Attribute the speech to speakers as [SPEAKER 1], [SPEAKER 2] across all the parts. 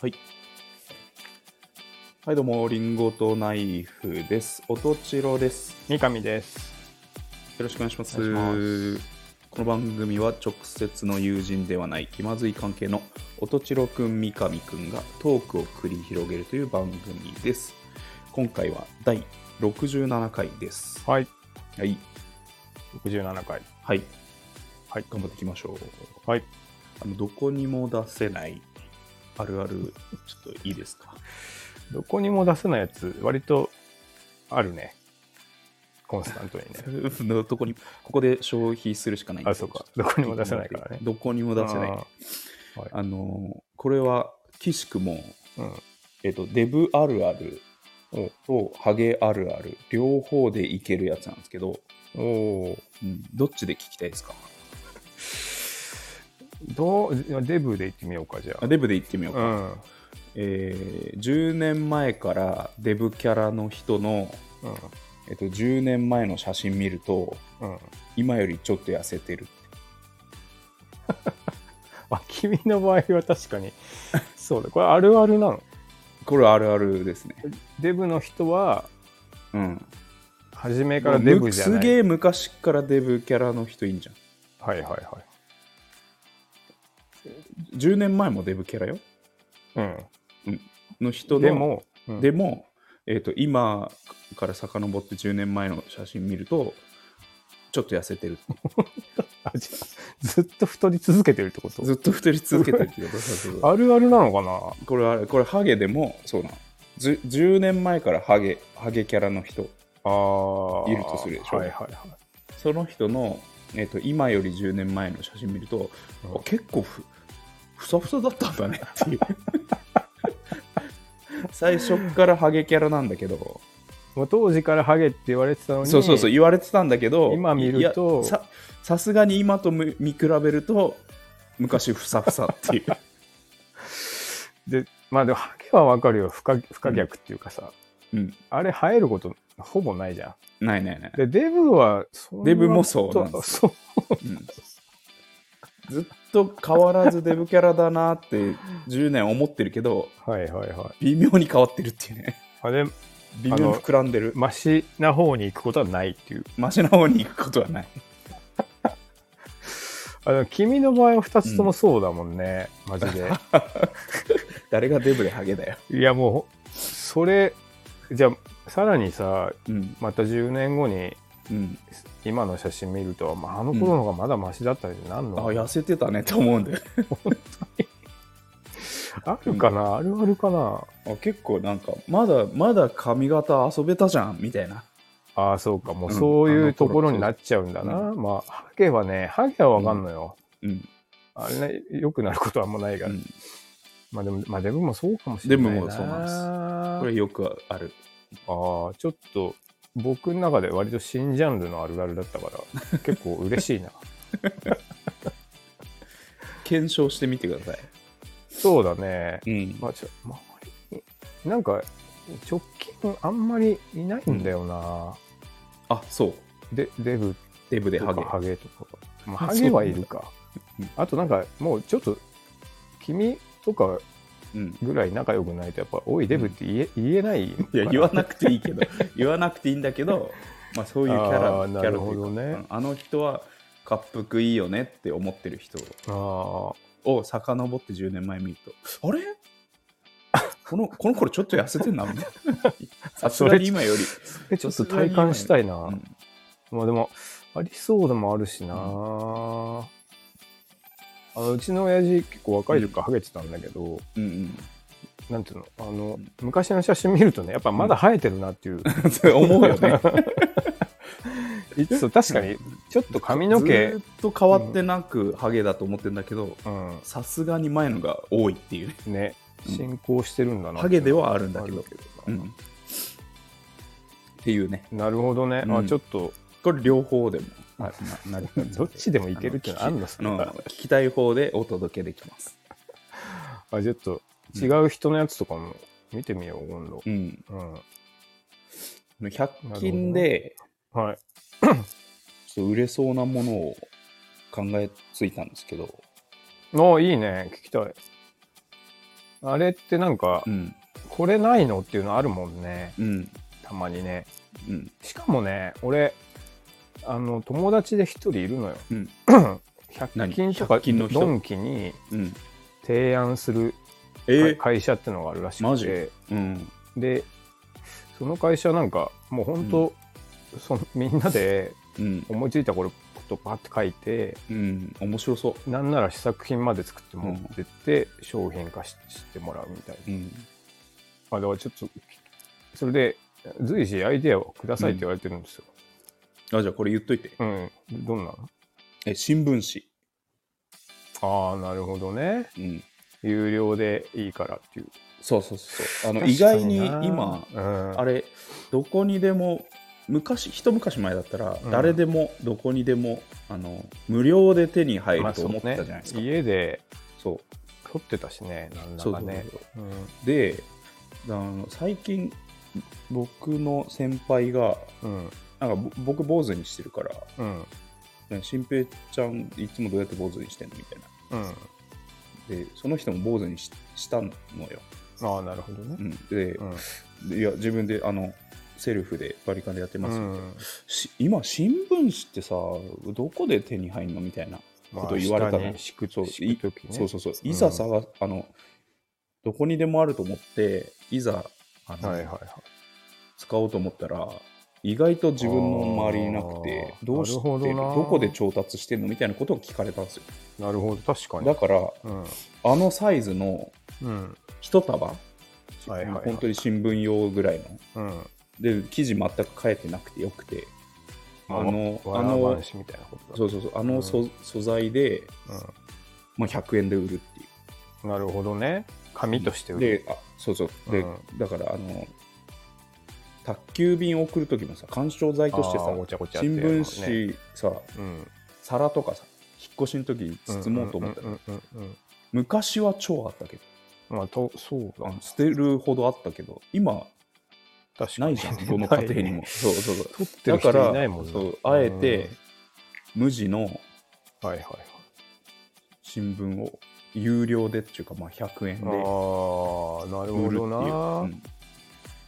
[SPEAKER 1] はい。はい、どうも、リンゴとナイフです。おとちろです。
[SPEAKER 2] 三上です。
[SPEAKER 1] よろしくお願いします。
[SPEAKER 2] お願いし
[SPEAKER 1] この番組は直接の友人ではない気まずい関係の音千代くん三上くんがトークを繰り広げるという番組です今回は第67回です
[SPEAKER 2] はい。
[SPEAKER 1] はい
[SPEAKER 2] 67回。
[SPEAKER 1] はい
[SPEAKER 2] はい。
[SPEAKER 1] 頑張っていきましょう
[SPEAKER 2] はい。
[SPEAKER 1] あのどこにも出せないあるあるちょっといいですか
[SPEAKER 2] どこにも出せないやつ、割とあるね。コンスタントにね。
[SPEAKER 1] どこにここで消費するしかないんで
[SPEAKER 2] あ、そうか。どこにも出せないからね。
[SPEAKER 1] どこにも出せない
[SPEAKER 2] あー。は
[SPEAKER 1] あのこれは岸くも
[SPEAKER 2] い。うん。
[SPEAKER 1] えっと、デブあるあるとハゲあるある両方でいけるやつなんですけど、
[SPEAKER 2] おおー。
[SPEAKER 1] うんどっちで聞きたいですか
[SPEAKER 2] どう、デブで行ってみようか、じゃ
[SPEAKER 1] あデブでいってみよう
[SPEAKER 2] あ。
[SPEAKER 1] か、
[SPEAKER 2] うん。
[SPEAKER 1] えー10年前からデブキャラの人の、
[SPEAKER 2] うん。
[SPEAKER 1] えっと、10年前の写真見ると
[SPEAKER 2] うん。
[SPEAKER 1] 今よりちょっと痩せてる
[SPEAKER 2] あ、君の場合は確か に。そうだ。これあるあるなの。
[SPEAKER 1] これあるあるですね、
[SPEAKER 2] デブの人は、
[SPEAKER 1] うん、
[SPEAKER 2] 初めからデブじゃな
[SPEAKER 1] す
[SPEAKER 2] い。
[SPEAKER 1] げえ昔からデブキャラの人いいんじゃん
[SPEAKER 2] はいはいはい。
[SPEAKER 1] 10年前もデブキャラよ
[SPEAKER 2] うん。
[SPEAKER 1] の人の
[SPEAKER 2] でも、うん
[SPEAKER 1] でも、えー、と今から遡って10年前の写真見るとちょっと痩せ てる
[SPEAKER 2] あじゃあずっと太り続けてるってこと
[SPEAKER 1] ずっと太り続けてるってことそうそう
[SPEAKER 2] あるあるなのかな
[SPEAKER 1] これあれこれハゲでもそうなのず10年前からハゲハゲキャラの人
[SPEAKER 2] ああ。
[SPEAKER 1] いるとするでしょ
[SPEAKER 2] はいはいはい。
[SPEAKER 1] その人の、えー、と今より10年前の写真見ると、
[SPEAKER 2] うん
[SPEAKER 1] あ結構ふふさふさだったんだねって いう最初っからハゲキャラなんだけど
[SPEAKER 2] もう当時からハゲって言われてたのに。
[SPEAKER 1] そうそうそう言われてたんだけど
[SPEAKER 2] 今見ると
[SPEAKER 1] いやささすがに今とむ見比べると昔ふさふさっていう
[SPEAKER 2] で、まあでもハゲはわかるよ。不可不可逆っていうかさ、
[SPEAKER 1] うん
[SPEAKER 2] あれ生えることほぼないじゃ
[SPEAKER 1] ないないない
[SPEAKER 2] ん。、で、デブはそんな
[SPEAKER 1] デブもそうなんです
[SPEAKER 2] そう。
[SPEAKER 1] うんずっと変わらずデブキャラだなって10年思ってるけど
[SPEAKER 2] はいはいはい。
[SPEAKER 1] 微妙に変わってるっていうね
[SPEAKER 2] あれ、
[SPEAKER 1] 微妙に膨らんでる
[SPEAKER 2] マシな方に行くことはないっていう。
[SPEAKER 1] マシな方に行くことはない
[SPEAKER 2] あの君の場合は2つともそうだもんね。マジで。
[SPEAKER 1] 誰がデブでハゲだよ、
[SPEAKER 2] いやもう、それ、じゃあ、さらにさ、
[SPEAKER 1] うん
[SPEAKER 2] また10年後に
[SPEAKER 1] うん、
[SPEAKER 2] 今の写真見ると、まあ、あの頃の方がまだマシだったりなん
[SPEAKER 1] あ
[SPEAKER 2] の、
[SPEAKER 1] 痩せてたねって思うんだよね
[SPEAKER 2] あるかな、あるあるかな
[SPEAKER 1] あ結構なんかまだまだ髪型遊べたじゃんみたいな
[SPEAKER 2] ああそうかもううんそう
[SPEAKER 1] あ
[SPEAKER 2] い
[SPEAKER 1] の頃
[SPEAKER 2] うところになっちゃうんだな、まあハゲはねハゲはわかんのよ、
[SPEAKER 1] うん、
[SPEAKER 2] あれね良くなることはあんまないか
[SPEAKER 1] う
[SPEAKER 2] ら、
[SPEAKER 1] ん、
[SPEAKER 2] まあでもまあデブもそうかもしれないな
[SPEAKER 1] デブもそうなんですこれよくある
[SPEAKER 2] ああちょっと僕の中で割と新ジャンルのあるあるだったから 結構嬉しいな
[SPEAKER 1] 検証してみてください。
[SPEAKER 2] そうだね
[SPEAKER 1] うん
[SPEAKER 2] まあちょ周りになんか直近あんまりいないんだよな、
[SPEAKER 1] あ、そう。
[SPEAKER 2] でデブ
[SPEAKER 1] デブで
[SPEAKER 2] と
[SPEAKER 1] ハ
[SPEAKER 2] か
[SPEAKER 1] ゲ。
[SPEAKER 2] ハゲとか、 まあ、
[SPEAKER 1] あ
[SPEAKER 2] ハゲはいるか
[SPEAKER 1] そうなん
[SPEAKER 2] あとなんかもうちょっと君とか
[SPEAKER 1] うん。
[SPEAKER 2] ぐらい仲良くないとやっぱ「おいデブ」って言え,、言えない
[SPEAKER 1] いや、言わなくていいけ ど、言わなくていいんだけど、まあそういうキャ
[SPEAKER 2] あ
[SPEAKER 1] ラ、
[SPEAKER 2] ー
[SPEAKER 1] キ
[SPEAKER 2] な
[SPEAKER 1] ャラ
[SPEAKER 2] る
[SPEAKER 1] と
[SPEAKER 2] ほ
[SPEAKER 1] いうか
[SPEAKER 2] どね
[SPEAKER 1] うんあの人は、滑腹いいよねって思ってる人
[SPEAKER 2] あ
[SPEAKER 1] を遡って10年前見ると、 あれこの、この頃ちょっと痩せてんな、み たいな。さすがに今より。
[SPEAKER 2] あちょっと体感したいな、
[SPEAKER 1] うん
[SPEAKER 2] まあでもありそうでもあるしな、
[SPEAKER 1] う
[SPEAKER 2] うあのうちの親父結構若い時からハゲてたんだけど、
[SPEAKER 1] うん
[SPEAKER 2] なんていうのあの昔の写真見るとねやっぱまだ生えてるなっていう、
[SPEAKER 1] うん。そう 思うよね。
[SPEAKER 2] いつ確かにちょっと髪の毛
[SPEAKER 1] ずーっと変わってなくハゲだと思ってんだけど、
[SPEAKER 2] うん
[SPEAKER 1] さすがに前のが多いっていうね。
[SPEAKER 2] ね
[SPEAKER 1] うん
[SPEAKER 2] 進行してるんだな
[SPEAKER 1] ハゲではあるんだけど
[SPEAKER 2] ある
[SPEAKER 1] う
[SPEAKER 2] な、
[SPEAKER 1] ん、っていうね
[SPEAKER 2] なるほどね、
[SPEAKER 1] う
[SPEAKER 2] あ
[SPEAKER 1] ん
[SPEAKER 2] ちょっと
[SPEAKER 1] これ両方でも
[SPEAKER 2] あ
[SPEAKER 1] ななる感じ
[SPEAKER 2] どっちでもいけるっていうのあ
[SPEAKER 1] あ
[SPEAKER 2] んの
[SPEAKER 1] の聞きたい方でお届けできます、
[SPEAKER 2] あちょっと違う人のやつとかも見てみよう今度
[SPEAKER 1] うん、
[SPEAKER 2] うん
[SPEAKER 1] 100均で
[SPEAKER 2] はい
[SPEAKER 1] ちょっと売れそうなものを考えついたんですけど
[SPEAKER 2] あいいね聞きたいあれってなんか、
[SPEAKER 1] うん
[SPEAKER 2] これないのっていうのあるもんね。
[SPEAKER 1] うん
[SPEAKER 2] たまにね。
[SPEAKER 1] うん
[SPEAKER 2] しかもね、俺、あの、友達で一人いるのよ。
[SPEAKER 1] うん
[SPEAKER 2] 100均と
[SPEAKER 1] 何100
[SPEAKER 2] か
[SPEAKER 1] 均の人
[SPEAKER 2] ドンキに
[SPEAKER 1] うん
[SPEAKER 2] 提案する
[SPEAKER 1] えー
[SPEAKER 2] 会社ってのがあるらしくて。
[SPEAKER 1] マジうん
[SPEAKER 2] でその会社なんかもう本当、そのみんなで
[SPEAKER 1] うん
[SPEAKER 2] 思いついたことパッて書いて
[SPEAKER 1] うん面白そ
[SPEAKER 2] なんなら試作品まで作って持ってって、商品化ししてもらうみたいう
[SPEAKER 1] うん
[SPEAKER 2] なあだからちょっとそれで随時アイデアをくださいって言われてるんですよ、
[SPEAKER 1] あじゃあこれ言っといて
[SPEAKER 2] うんどんな
[SPEAKER 1] え新聞
[SPEAKER 2] のああなるほどね
[SPEAKER 1] 紙うん
[SPEAKER 2] 有料でいいからっていう
[SPEAKER 1] そうそうそうあの意
[SPEAKER 2] 確か
[SPEAKER 1] 外に
[SPEAKER 2] な
[SPEAKER 1] 今
[SPEAKER 2] うん、
[SPEAKER 1] あれどこにでも昔一昔前だったら
[SPEAKER 2] うん
[SPEAKER 1] 誰でもどこにでも、あの無料で手に入る
[SPEAKER 2] まあ
[SPEAKER 1] と
[SPEAKER 2] そう
[SPEAKER 1] 思って
[SPEAKER 2] ね
[SPEAKER 1] たじゃないですか、
[SPEAKER 2] 家で
[SPEAKER 1] そう
[SPEAKER 2] 撮ってたしねなんだ
[SPEAKER 1] そう
[SPEAKER 2] か
[SPEAKER 1] そう
[SPEAKER 2] ね
[SPEAKER 1] そう
[SPEAKER 2] うん
[SPEAKER 1] であの最近僕の先輩が
[SPEAKER 2] うん
[SPEAKER 1] なんかぼ僕坊主にしてるから
[SPEAKER 2] うん
[SPEAKER 1] ね新平ちゃんいつもどうやって坊主にしてんのみたいな
[SPEAKER 2] うん
[SPEAKER 1] でその人も坊主にししたのよ、
[SPEAKER 2] ああなるほどね
[SPEAKER 1] うん、で
[SPEAKER 2] う、ん
[SPEAKER 1] でいや自分であのセルフでバリカンでやってます、
[SPEAKER 2] うん
[SPEAKER 1] し今新聞紙ってさどこで手に入るのみたいな
[SPEAKER 2] まあ
[SPEAKER 1] こと言われたの
[SPEAKER 2] 下に敷く
[SPEAKER 1] そう
[SPEAKER 2] 敷く時ね
[SPEAKER 1] そうそうそう、
[SPEAKER 2] うん
[SPEAKER 1] いざ探すあのどこにでもあると思っていざあの、
[SPEAKER 2] はいはいはい
[SPEAKER 1] 使おうと思ったら意外と自分の周りになくて
[SPEAKER 2] あー
[SPEAKER 1] どうして
[SPEAKER 2] なるほど
[SPEAKER 1] ど
[SPEAKER 2] な
[SPEAKER 1] こで調達してんのみたいなことを聞かれたんですよ
[SPEAKER 2] なるほど確かに
[SPEAKER 1] だから
[SPEAKER 2] うん
[SPEAKER 1] あのサイズの
[SPEAKER 2] うん
[SPEAKER 1] 一束、はい
[SPEAKER 2] はいはい
[SPEAKER 1] 本当に新聞用ぐらいの
[SPEAKER 2] うん
[SPEAKER 1] で記事全く変えてなくてよくてあのあ
[SPEAKER 2] わわら
[SPEAKER 1] の
[SPEAKER 2] 話みたいなことだ
[SPEAKER 1] そうそうそうあの素,、
[SPEAKER 2] う
[SPEAKER 1] 素材で、まあ、100円で売るっていう
[SPEAKER 2] うんなるほどね紙として売
[SPEAKER 1] で
[SPEAKER 2] る
[SPEAKER 1] あそうそうで、
[SPEAKER 2] うん
[SPEAKER 1] だからあの宅急便送る時もさ緩衝材としてさ
[SPEAKER 2] あーごちゃごちゃって
[SPEAKER 1] 新
[SPEAKER 2] やるのね
[SPEAKER 1] 聞紙さ、
[SPEAKER 2] うん
[SPEAKER 1] 皿とかさ引っ越しの時に包もうと思ったら、
[SPEAKER 2] うんうんうんうん
[SPEAKER 1] 昔は超あったけ
[SPEAKER 2] うんまあとそう
[SPEAKER 1] ど
[SPEAKER 2] だ
[SPEAKER 1] 捨てるほどあったけど今
[SPEAKER 2] 確か
[SPEAKER 1] な
[SPEAKER 2] に
[SPEAKER 1] いじゃん どの家庭にもそうそうそう
[SPEAKER 2] 取って
[SPEAKER 1] だ
[SPEAKER 2] る
[SPEAKER 1] か
[SPEAKER 2] 人
[SPEAKER 1] ら
[SPEAKER 2] いないもんね
[SPEAKER 1] そうあえて無地の
[SPEAKER 2] うんはいはいはい
[SPEAKER 1] 新聞を有料でっていうか、まあ、100円で
[SPEAKER 2] ああなる
[SPEAKER 1] 売る
[SPEAKER 2] ほ
[SPEAKER 1] っていう、
[SPEAKER 2] ど
[SPEAKER 1] う
[SPEAKER 2] なん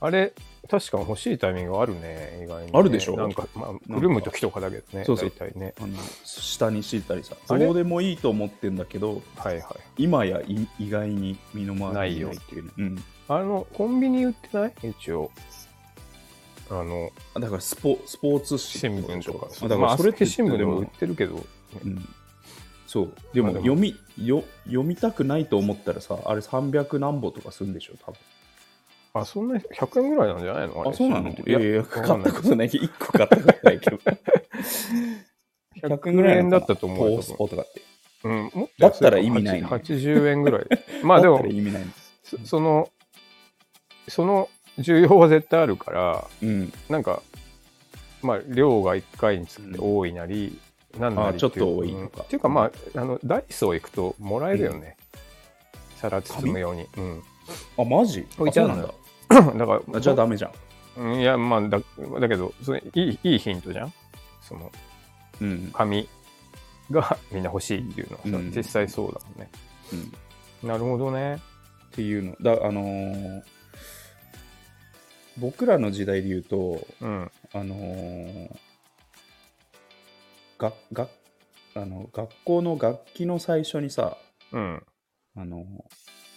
[SPEAKER 2] あれ確かに欲しいタイミングあるね意外にね
[SPEAKER 1] あるでしょ
[SPEAKER 2] なんかまあくるむ時とかだけどね
[SPEAKER 1] そうそう
[SPEAKER 2] 大体ね
[SPEAKER 1] あの下に敷いたりさ
[SPEAKER 2] あれ
[SPEAKER 1] どうでもいいと思ってんだけど
[SPEAKER 2] はいはい
[SPEAKER 1] 今やい意外に身の回りにないっていうね、うん
[SPEAKER 2] あの、コンビニ売ってない一応。あの、
[SPEAKER 1] あだからスポスポーツ紙
[SPEAKER 2] 新
[SPEAKER 1] ってことで
[SPEAKER 2] 聞
[SPEAKER 1] しょ
[SPEAKER 2] とか。
[SPEAKER 1] あだからそれって
[SPEAKER 2] まあ朝日新聞でも売
[SPEAKER 1] で
[SPEAKER 2] っ
[SPEAKER 1] も
[SPEAKER 2] てるけど、
[SPEAKER 1] うん、そうでも
[SPEAKER 2] まあで
[SPEAKER 1] 読
[SPEAKER 2] も
[SPEAKER 1] みよ読みたくないと思ったらさあれ300何本とかするんでしょ多分
[SPEAKER 2] あ、そんな100円ぐらいなんじゃないのれ新聞って
[SPEAKER 1] いやいや
[SPEAKER 2] わ
[SPEAKER 1] 買
[SPEAKER 2] かん
[SPEAKER 1] っ
[SPEAKER 2] な
[SPEAKER 1] た
[SPEAKER 2] い
[SPEAKER 1] ことないけど1個買ったことないけ ど100
[SPEAKER 2] 100
[SPEAKER 1] ぐらい
[SPEAKER 2] 円だったと思うよ
[SPEAKER 1] ポースポとかって
[SPEAKER 2] うん、もっと
[SPEAKER 1] だったら意味ないね
[SPEAKER 2] 80円 ぐらい。まあで
[SPEAKER 1] だっ
[SPEAKER 2] も
[SPEAKER 1] たら、意味ないんです
[SPEAKER 2] そその、その需要は絶対あるから、
[SPEAKER 1] うん
[SPEAKER 2] なんか、まあ、量が1回につきて多いなり、なんなりてい
[SPEAKER 1] あちょっと多いと
[SPEAKER 2] う
[SPEAKER 1] か
[SPEAKER 2] んっていうか、まあ、あのダイソー行くともらえるよね。皿包むように。うん。
[SPEAKER 1] あマジ
[SPEAKER 2] 置いてあるの
[SPEAKER 1] そう
[SPEAKER 2] よ だから
[SPEAKER 1] あじゃあダメじゃん
[SPEAKER 2] うんいやまあだだけどそれいいいいヒントじゃんその
[SPEAKER 1] うん、
[SPEAKER 2] 紙がみんな欲しいっていうのはさ、
[SPEAKER 1] うん
[SPEAKER 2] 実際そうだもんね
[SPEAKER 1] うん、っ
[SPEAKER 2] なるほどね
[SPEAKER 1] ていうのだあのー僕らの時代で言うと
[SPEAKER 2] うん
[SPEAKER 1] あのーががあの学校の楽器の最初にさ、
[SPEAKER 2] うん
[SPEAKER 1] あのー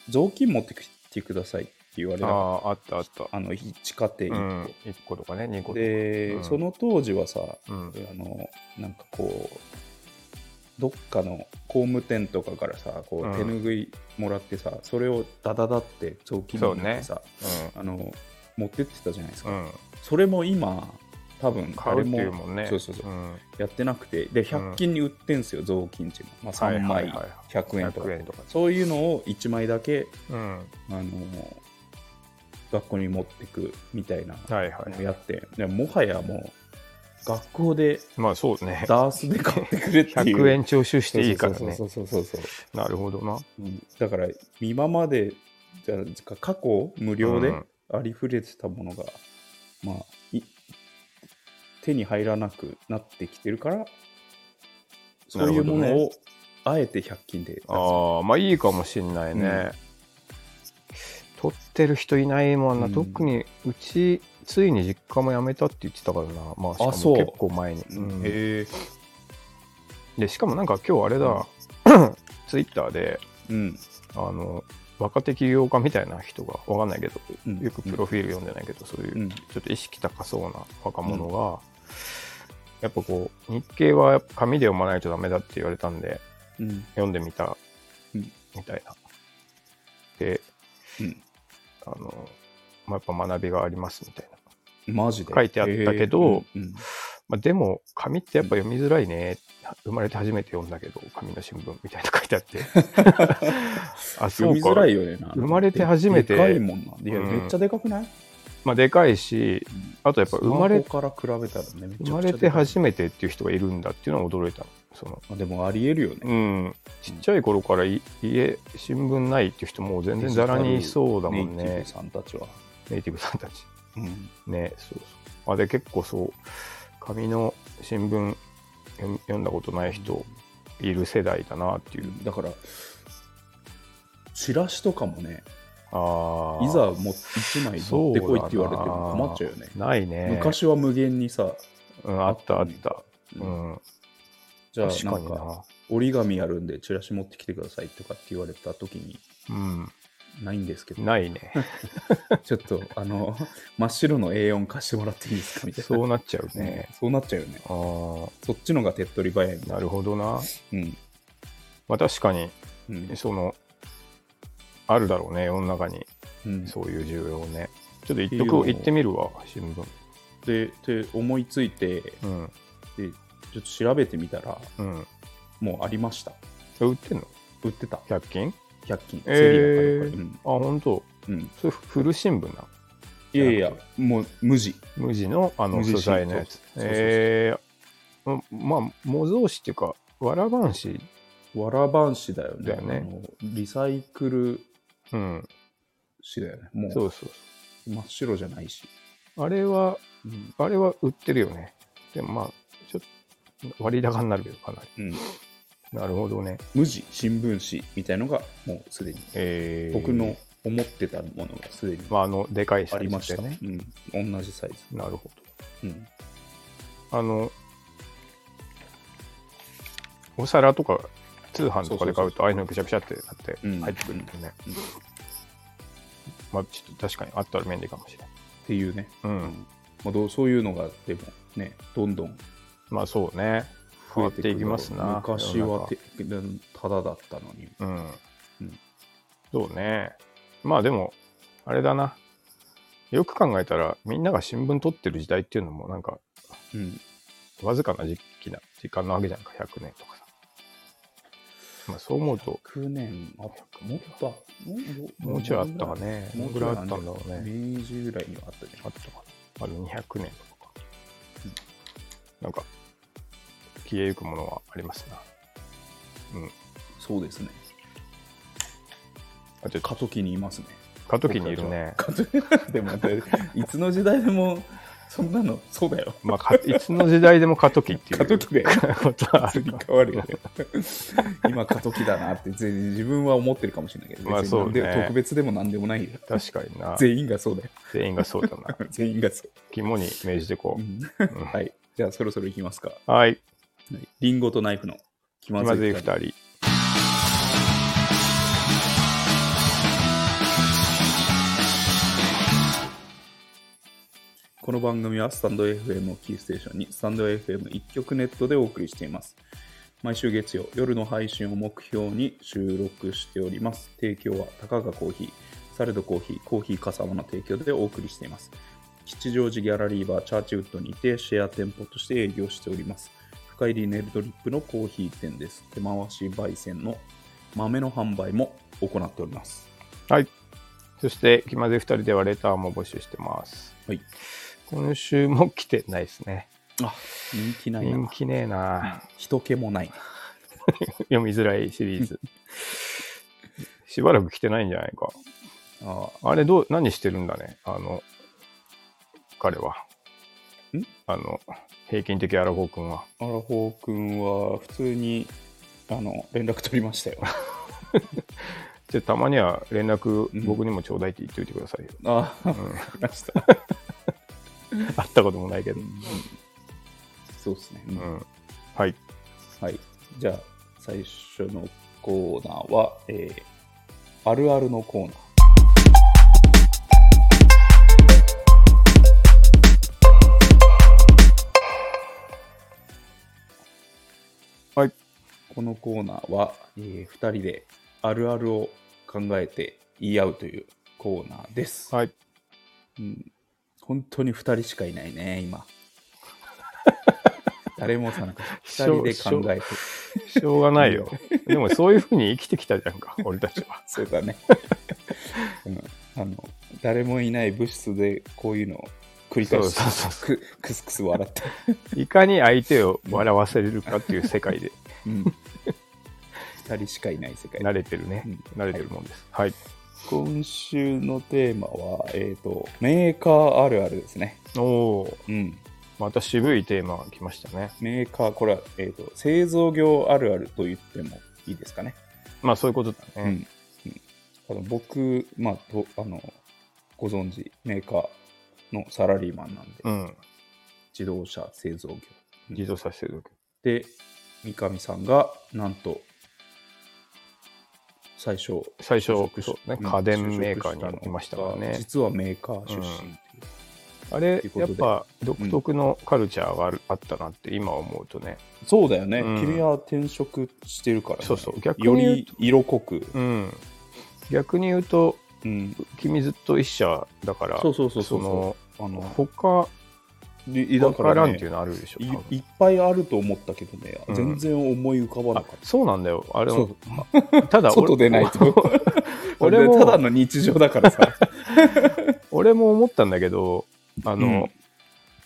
[SPEAKER 1] 雑巾持ってきてくださいって言われ
[SPEAKER 2] あ
[SPEAKER 1] たあ
[SPEAKER 2] ああったあった
[SPEAKER 1] あの一家
[SPEAKER 2] う
[SPEAKER 1] 庭
[SPEAKER 2] ん
[SPEAKER 1] 一個、
[SPEAKER 2] 1個とかね2個とか
[SPEAKER 1] で、
[SPEAKER 2] うん
[SPEAKER 1] その当時はさ
[SPEAKER 2] うん
[SPEAKER 1] あのなんかこうどっかの工務店とかからさこ
[SPEAKER 2] う
[SPEAKER 1] うん手ぬぐいもらってさ、それをダダダって雑巾になってさ、あの持ってってたじゃないです
[SPEAKER 2] う
[SPEAKER 1] か、
[SPEAKER 2] ん、うん、
[SPEAKER 1] それも今多分
[SPEAKER 2] 買
[SPEAKER 1] 誰
[SPEAKER 2] うっていう
[SPEAKER 1] も
[SPEAKER 2] もんね
[SPEAKER 1] そうそうそう
[SPEAKER 2] うん
[SPEAKER 1] やってなくてで100均に売ってんすよ、雑巾っていうの、まあ、3
[SPEAKER 2] はい
[SPEAKER 1] 枚
[SPEAKER 2] はいはい
[SPEAKER 1] 100円とか
[SPEAKER 2] 100円とか
[SPEAKER 1] そういうのを1枚だけ
[SPEAKER 2] うん
[SPEAKER 1] あの学校に持ってくみたいな
[SPEAKER 2] はいは
[SPEAKER 1] のを
[SPEAKER 2] い
[SPEAKER 1] やってでももはやもう学校で
[SPEAKER 2] まあそうね
[SPEAKER 1] ダースで買ってくれっていう
[SPEAKER 2] 100円徴収していいからね
[SPEAKER 1] そうそうそうそうそうそう
[SPEAKER 2] なるほどな
[SPEAKER 1] うんだから今までじゃあ過去無料で
[SPEAKER 2] うん
[SPEAKER 1] ありふれてたものが、まあい手に入らなくなってきてるからそういうも
[SPEAKER 2] なる
[SPEAKER 1] の
[SPEAKER 2] ほど
[SPEAKER 1] をあえて100均で出す
[SPEAKER 2] ああまあいいかもしんないね、撮ってる人いないもんな、
[SPEAKER 1] うん
[SPEAKER 2] 特にうちついに実家も辞めたって言ってたからなまあしかも
[SPEAKER 1] あそう
[SPEAKER 2] 結構前に、
[SPEAKER 1] う
[SPEAKER 2] う
[SPEAKER 1] ん、
[SPEAKER 2] ん
[SPEAKER 1] へえ
[SPEAKER 2] でしかもなんか今日あれだ ツイッターで
[SPEAKER 1] うん
[SPEAKER 2] あの若手起業家みたいな人がわかんないけど、
[SPEAKER 1] うん
[SPEAKER 2] よくプロフィール読んでないけど、そういうう、
[SPEAKER 1] ん
[SPEAKER 2] ちょっと意識高そうな若者が、やっぱこう日経はやっぱ紙で読まないとダメだって言われたんで
[SPEAKER 1] うん
[SPEAKER 2] 読んでみた
[SPEAKER 1] うん
[SPEAKER 2] みたいな。で、
[SPEAKER 1] うん
[SPEAKER 2] あの、まあ、やっぱ学びがありますみたいな。
[SPEAKER 1] マジで
[SPEAKER 2] 書いてあったけど
[SPEAKER 1] へえうん
[SPEAKER 2] まあ、でも、紙ってやっぱ読みづらいね。生まれて初めて読んだけど、紙の新聞みたいな書いてあって。 あ、
[SPEAKER 1] 読みづらいよねな
[SPEAKER 2] 生まれて初めて
[SPEAKER 1] でかいもんないや、
[SPEAKER 2] うん
[SPEAKER 1] めっちゃでかくない
[SPEAKER 2] まあ、でかいし、あとやっぱ生まれ
[SPEAKER 1] スマホから比べたらねめちゃくちゃ
[SPEAKER 2] 生まれて
[SPEAKER 1] め
[SPEAKER 2] 初めてっていう人がいるんだっていうのは驚いたの。その
[SPEAKER 1] でもありえるよね
[SPEAKER 2] うん、ちっちゃい頃からい家、新聞ないっていう人もう全然ざらにいそうだもん
[SPEAKER 1] ネイティブ
[SPEAKER 2] ね、
[SPEAKER 1] さんたちは
[SPEAKER 2] ネイティブさんたち。
[SPEAKER 1] うん
[SPEAKER 2] ね、そうそう。あで、結構そう、紙の新聞読ん読んだことない人いる世代だなっていう。
[SPEAKER 1] だからチラシとかもね
[SPEAKER 2] ああ。
[SPEAKER 1] いざも1枚持ってこいって言われても困っちゃうよね
[SPEAKER 2] ないね。
[SPEAKER 1] 昔は無限にさ、
[SPEAKER 2] うん、あったあった。うん。
[SPEAKER 1] じゃ
[SPEAKER 2] 確
[SPEAKER 1] あな
[SPEAKER 2] か
[SPEAKER 1] ん
[SPEAKER 2] に
[SPEAKER 1] か
[SPEAKER 2] な。
[SPEAKER 1] 折り紙あるんでチラシ持ってきてくださいとかって言われた時に
[SPEAKER 2] うん。
[SPEAKER 1] ないんですけど
[SPEAKER 2] ない ね。
[SPEAKER 1] ちょっとあの真っ白の A4 貸してもらっていいですかみたいな
[SPEAKER 2] そうなっちゃうね
[SPEAKER 1] ね。そうなっちゃうよね
[SPEAKER 2] ああ、
[SPEAKER 1] そっちのが手っ取り早いみたいな
[SPEAKER 2] なるほどな。
[SPEAKER 1] うん
[SPEAKER 2] まあ確かに、
[SPEAKER 1] うん
[SPEAKER 2] その、あるだろうね、世の中に、
[SPEAKER 1] うん
[SPEAKER 2] そういう需要ね。ちょっと
[SPEAKER 1] い
[SPEAKER 2] 一
[SPEAKER 1] いよ
[SPEAKER 2] 徳行ってみるわ、新聞。
[SPEAKER 1] でって思いついてで
[SPEAKER 2] うん。
[SPEAKER 1] ちょっと調べてみたら
[SPEAKER 2] うん。
[SPEAKER 1] もうありました
[SPEAKER 2] 売ってんの
[SPEAKER 1] 売ってた
[SPEAKER 2] ?100 均
[SPEAKER 1] 100均
[SPEAKER 2] えー
[SPEAKER 1] セリアかどっかでうん
[SPEAKER 2] あ、本当。
[SPEAKER 1] うん
[SPEAKER 2] それ古新聞な。
[SPEAKER 1] いやいやもう無地
[SPEAKER 2] 無地のあの
[SPEAKER 1] 無地
[SPEAKER 2] 素
[SPEAKER 1] 新聞
[SPEAKER 2] 材のやつ
[SPEAKER 1] そう。そうそう
[SPEAKER 2] えーうんまあ、模造紙っていうか、わらばんし。
[SPEAKER 1] わらばんしだよね
[SPEAKER 2] だよね
[SPEAKER 1] あのリサイクル
[SPEAKER 2] うん。
[SPEAKER 1] 紙だよねもう
[SPEAKER 2] そうそう
[SPEAKER 1] 真っ白じゃないし、
[SPEAKER 2] そう。あれは、
[SPEAKER 1] うん
[SPEAKER 2] あれは売ってるよね。でもまあ、ちょっと割高になるけど、かなり。なるほどね。
[SPEAKER 1] 無地新聞紙みたいのがもうすでに
[SPEAKER 2] えー
[SPEAKER 1] 僕の思ってたものがすでに
[SPEAKER 2] まあ、あの、でかい
[SPEAKER 1] あ
[SPEAKER 2] サ
[SPEAKER 1] り
[SPEAKER 2] イ
[SPEAKER 1] ま
[SPEAKER 2] ズ
[SPEAKER 1] し
[SPEAKER 2] で
[SPEAKER 1] たね
[SPEAKER 2] ね。、
[SPEAKER 1] うん、同じサイズ、
[SPEAKER 2] なるほ
[SPEAKER 1] うん、
[SPEAKER 2] ど。あの、お皿とか、通販とかで買うと、ああいうのぐちゃぐちゃってなって
[SPEAKER 1] うん
[SPEAKER 2] 入ってくるんだよね
[SPEAKER 1] うんうん。
[SPEAKER 2] まあ、ちょっと確かにあったら便利かもしれない。
[SPEAKER 1] っていうね、
[SPEAKER 2] うん。
[SPEAKER 1] まあ、どうそういうのがでもねどんどん
[SPEAKER 2] まあそうね。増
[SPEAKER 1] 増え
[SPEAKER 2] え
[SPEAKER 1] て
[SPEAKER 2] ていきますな。
[SPEAKER 1] 昔はてただだったのに
[SPEAKER 2] 世の中。
[SPEAKER 1] う
[SPEAKER 2] うんん。そうね。まあでも、あれだな。よく考えたら、みんなが新聞取ってる時代っていうのも、なんか、
[SPEAKER 1] うん
[SPEAKER 2] わずかな時期な時間なわけじゃんか、100年とかさ。まあそう思うと、
[SPEAKER 1] 9年あったもっとあ
[SPEAKER 2] もうちょいあったかね。ど
[SPEAKER 1] も
[SPEAKER 2] の
[SPEAKER 1] う
[SPEAKER 2] ぐ
[SPEAKER 1] ちょ
[SPEAKER 2] ら
[SPEAKER 1] いあ
[SPEAKER 2] いあ
[SPEAKER 1] っ
[SPEAKER 2] ったた
[SPEAKER 1] ん
[SPEAKER 2] ん
[SPEAKER 1] だろ
[SPEAKER 2] だろうね。
[SPEAKER 1] 明治ぐらいにはあったじ
[SPEAKER 2] あったかな。あれ200年とかか。なんか、消えゆくものはありますな。うん。
[SPEAKER 1] ゃんそうですね
[SPEAKER 2] あと、
[SPEAKER 1] 過渡期にいますね
[SPEAKER 2] 過渡期にいるね。
[SPEAKER 1] 過渡 でもだいいつの時代でもそんなのそうだよ
[SPEAKER 2] まあ、かいつの時代でも過渡期っていう
[SPEAKER 1] 過渡期で
[SPEAKER 2] ことはあ
[SPEAKER 1] 移
[SPEAKER 2] る
[SPEAKER 1] り
[SPEAKER 2] か。
[SPEAKER 1] 変わるよね 今過渡期だなって全自分は思ってるかもしれないけど、
[SPEAKER 2] まあ
[SPEAKER 1] 別になんで
[SPEAKER 2] そうね
[SPEAKER 1] 特別でもなんでもないよ
[SPEAKER 2] 確かにな。
[SPEAKER 1] 全員がそうだよ
[SPEAKER 2] 全員がそうだな。
[SPEAKER 1] 全員がそう、
[SPEAKER 2] 肝に銘じてこ
[SPEAKER 1] うん
[SPEAKER 2] う。
[SPEAKER 1] は
[SPEAKER 2] うん
[SPEAKER 1] いじゃあそろそろいきますか
[SPEAKER 2] はい。
[SPEAKER 1] リンゴとナイフの気ま
[SPEAKER 2] ま
[SPEAKER 1] ず
[SPEAKER 2] ず
[SPEAKER 1] い
[SPEAKER 2] い
[SPEAKER 1] 二
[SPEAKER 2] 二
[SPEAKER 1] 人
[SPEAKER 2] 人。
[SPEAKER 1] この番組はスタンド FM をキーステーションにスタンド FM 一曲ネットでお送りしています毎週月曜夜の配信を目標に収録しております提供はたかがコーヒーサレドコーヒーコーヒーかさまの提供でお送りしています吉祥寺ギャラリーバーチャーチウッドにてシェア店舗として営業しております深入りネルドリップのコーヒー店です手回し焙煎の豆の販売も行っております
[SPEAKER 2] はい。そして、気まずい二人ではレターも募集してます。
[SPEAKER 1] はい
[SPEAKER 2] 今週も来てないですね。
[SPEAKER 1] あ人気ない
[SPEAKER 2] 人
[SPEAKER 1] な
[SPEAKER 2] 気ねえな。
[SPEAKER 1] 人気もない
[SPEAKER 2] 読みづらいシリーズ。 しばらく来てないんじゃないか。
[SPEAKER 1] あ
[SPEAKER 2] あれどう、何してるんだね、あの、彼は。
[SPEAKER 1] ん
[SPEAKER 2] あの、平均的アラフォー君は。
[SPEAKER 1] アラフォ ー君は普通にあの連絡取りましたよ。
[SPEAKER 2] じゃあたまには連絡
[SPEAKER 1] うん
[SPEAKER 2] 僕にもちょうだいって言っておいてくださいよ、
[SPEAKER 1] ああ、わか
[SPEAKER 2] うん
[SPEAKER 1] りました。
[SPEAKER 2] 会ったこともないけど、
[SPEAKER 1] そうですね、
[SPEAKER 2] うん、はい
[SPEAKER 1] はい。じゃあ、最初のコーナーは、えーあるあるのコーナー。
[SPEAKER 2] はい。
[SPEAKER 1] このコーナーは、え2人であるあるを考えて言い合うというコーナーです。
[SPEAKER 2] はい
[SPEAKER 1] うん、本当に2人しかいないね、 今。誰も参加しない。2人で考えて。
[SPEAKER 2] しょうがないよでもそういうふうに生きてきたじゃんか 俺たちは
[SPEAKER 1] そうだ ね、うんあの。誰もいない物質でこういうのを繰り返して
[SPEAKER 2] そうそうそ
[SPEAKER 1] くくすくす笑って、
[SPEAKER 2] いかに相手を笑わせれるかっていう世界で
[SPEAKER 1] うん、2人しかいない世界
[SPEAKER 2] 慣れてるね、
[SPEAKER 1] う
[SPEAKER 2] 慣れてるもんですはい、
[SPEAKER 1] 今週のテーマは、えーとメーカーあるあるですね、
[SPEAKER 2] おお
[SPEAKER 1] うん、
[SPEAKER 2] また渋いテーマが来ましたね
[SPEAKER 1] メーカーこれは、えーと製造業あるあると言ってもいいですかね、
[SPEAKER 2] まあそういうことだ
[SPEAKER 1] う
[SPEAKER 2] ね、
[SPEAKER 1] んうんあの僕、まあ、とあのご存知メーカーのサラリーマンなんで、
[SPEAKER 2] うん
[SPEAKER 1] 自動車製造業
[SPEAKER 2] 自動車製造業
[SPEAKER 1] で三上さんがなんと最初
[SPEAKER 2] 最初
[SPEAKER 1] 就職し
[SPEAKER 2] そうね
[SPEAKER 1] うん
[SPEAKER 2] 家電メー
[SPEAKER 1] 就
[SPEAKER 2] カ
[SPEAKER 1] 職
[SPEAKER 2] ーにいました
[SPEAKER 1] の
[SPEAKER 2] から
[SPEAKER 1] が
[SPEAKER 2] ね
[SPEAKER 1] 実はメーカー出身っていう、
[SPEAKER 2] あれ
[SPEAKER 1] というこ
[SPEAKER 2] や
[SPEAKER 1] と
[SPEAKER 2] っ
[SPEAKER 1] で
[SPEAKER 2] ぱ独特のカルチャーがあるあったなって今思うとね
[SPEAKER 1] そうだよね、
[SPEAKER 2] うん
[SPEAKER 1] 君は転職してるから、ね、
[SPEAKER 2] そうそう逆
[SPEAKER 1] よ
[SPEAKER 2] に言う
[SPEAKER 1] り色濃く、
[SPEAKER 2] うん逆に言うと
[SPEAKER 1] うん、
[SPEAKER 2] 君ずっと一社だから
[SPEAKER 1] そうそうそうそう
[SPEAKER 2] の
[SPEAKER 1] あの
[SPEAKER 2] 他
[SPEAKER 1] い
[SPEAKER 2] 分
[SPEAKER 1] だか
[SPEAKER 2] か
[SPEAKER 1] らら、
[SPEAKER 2] んってい
[SPEAKER 1] ね
[SPEAKER 2] うのあるでしょ多
[SPEAKER 1] い、
[SPEAKER 2] 分
[SPEAKER 1] いっぱいあると思ったけどね、
[SPEAKER 2] うん
[SPEAKER 1] 全然思い浮かばな
[SPEAKER 2] あ
[SPEAKER 1] かった。
[SPEAKER 2] そうなんだよあれ
[SPEAKER 1] そう
[SPEAKER 2] ただ
[SPEAKER 1] 外出ないと
[SPEAKER 2] 俺
[SPEAKER 1] 俺
[SPEAKER 2] も
[SPEAKER 1] ただの日常だからさ
[SPEAKER 2] 俺も思ったんだけどあの、
[SPEAKER 1] うん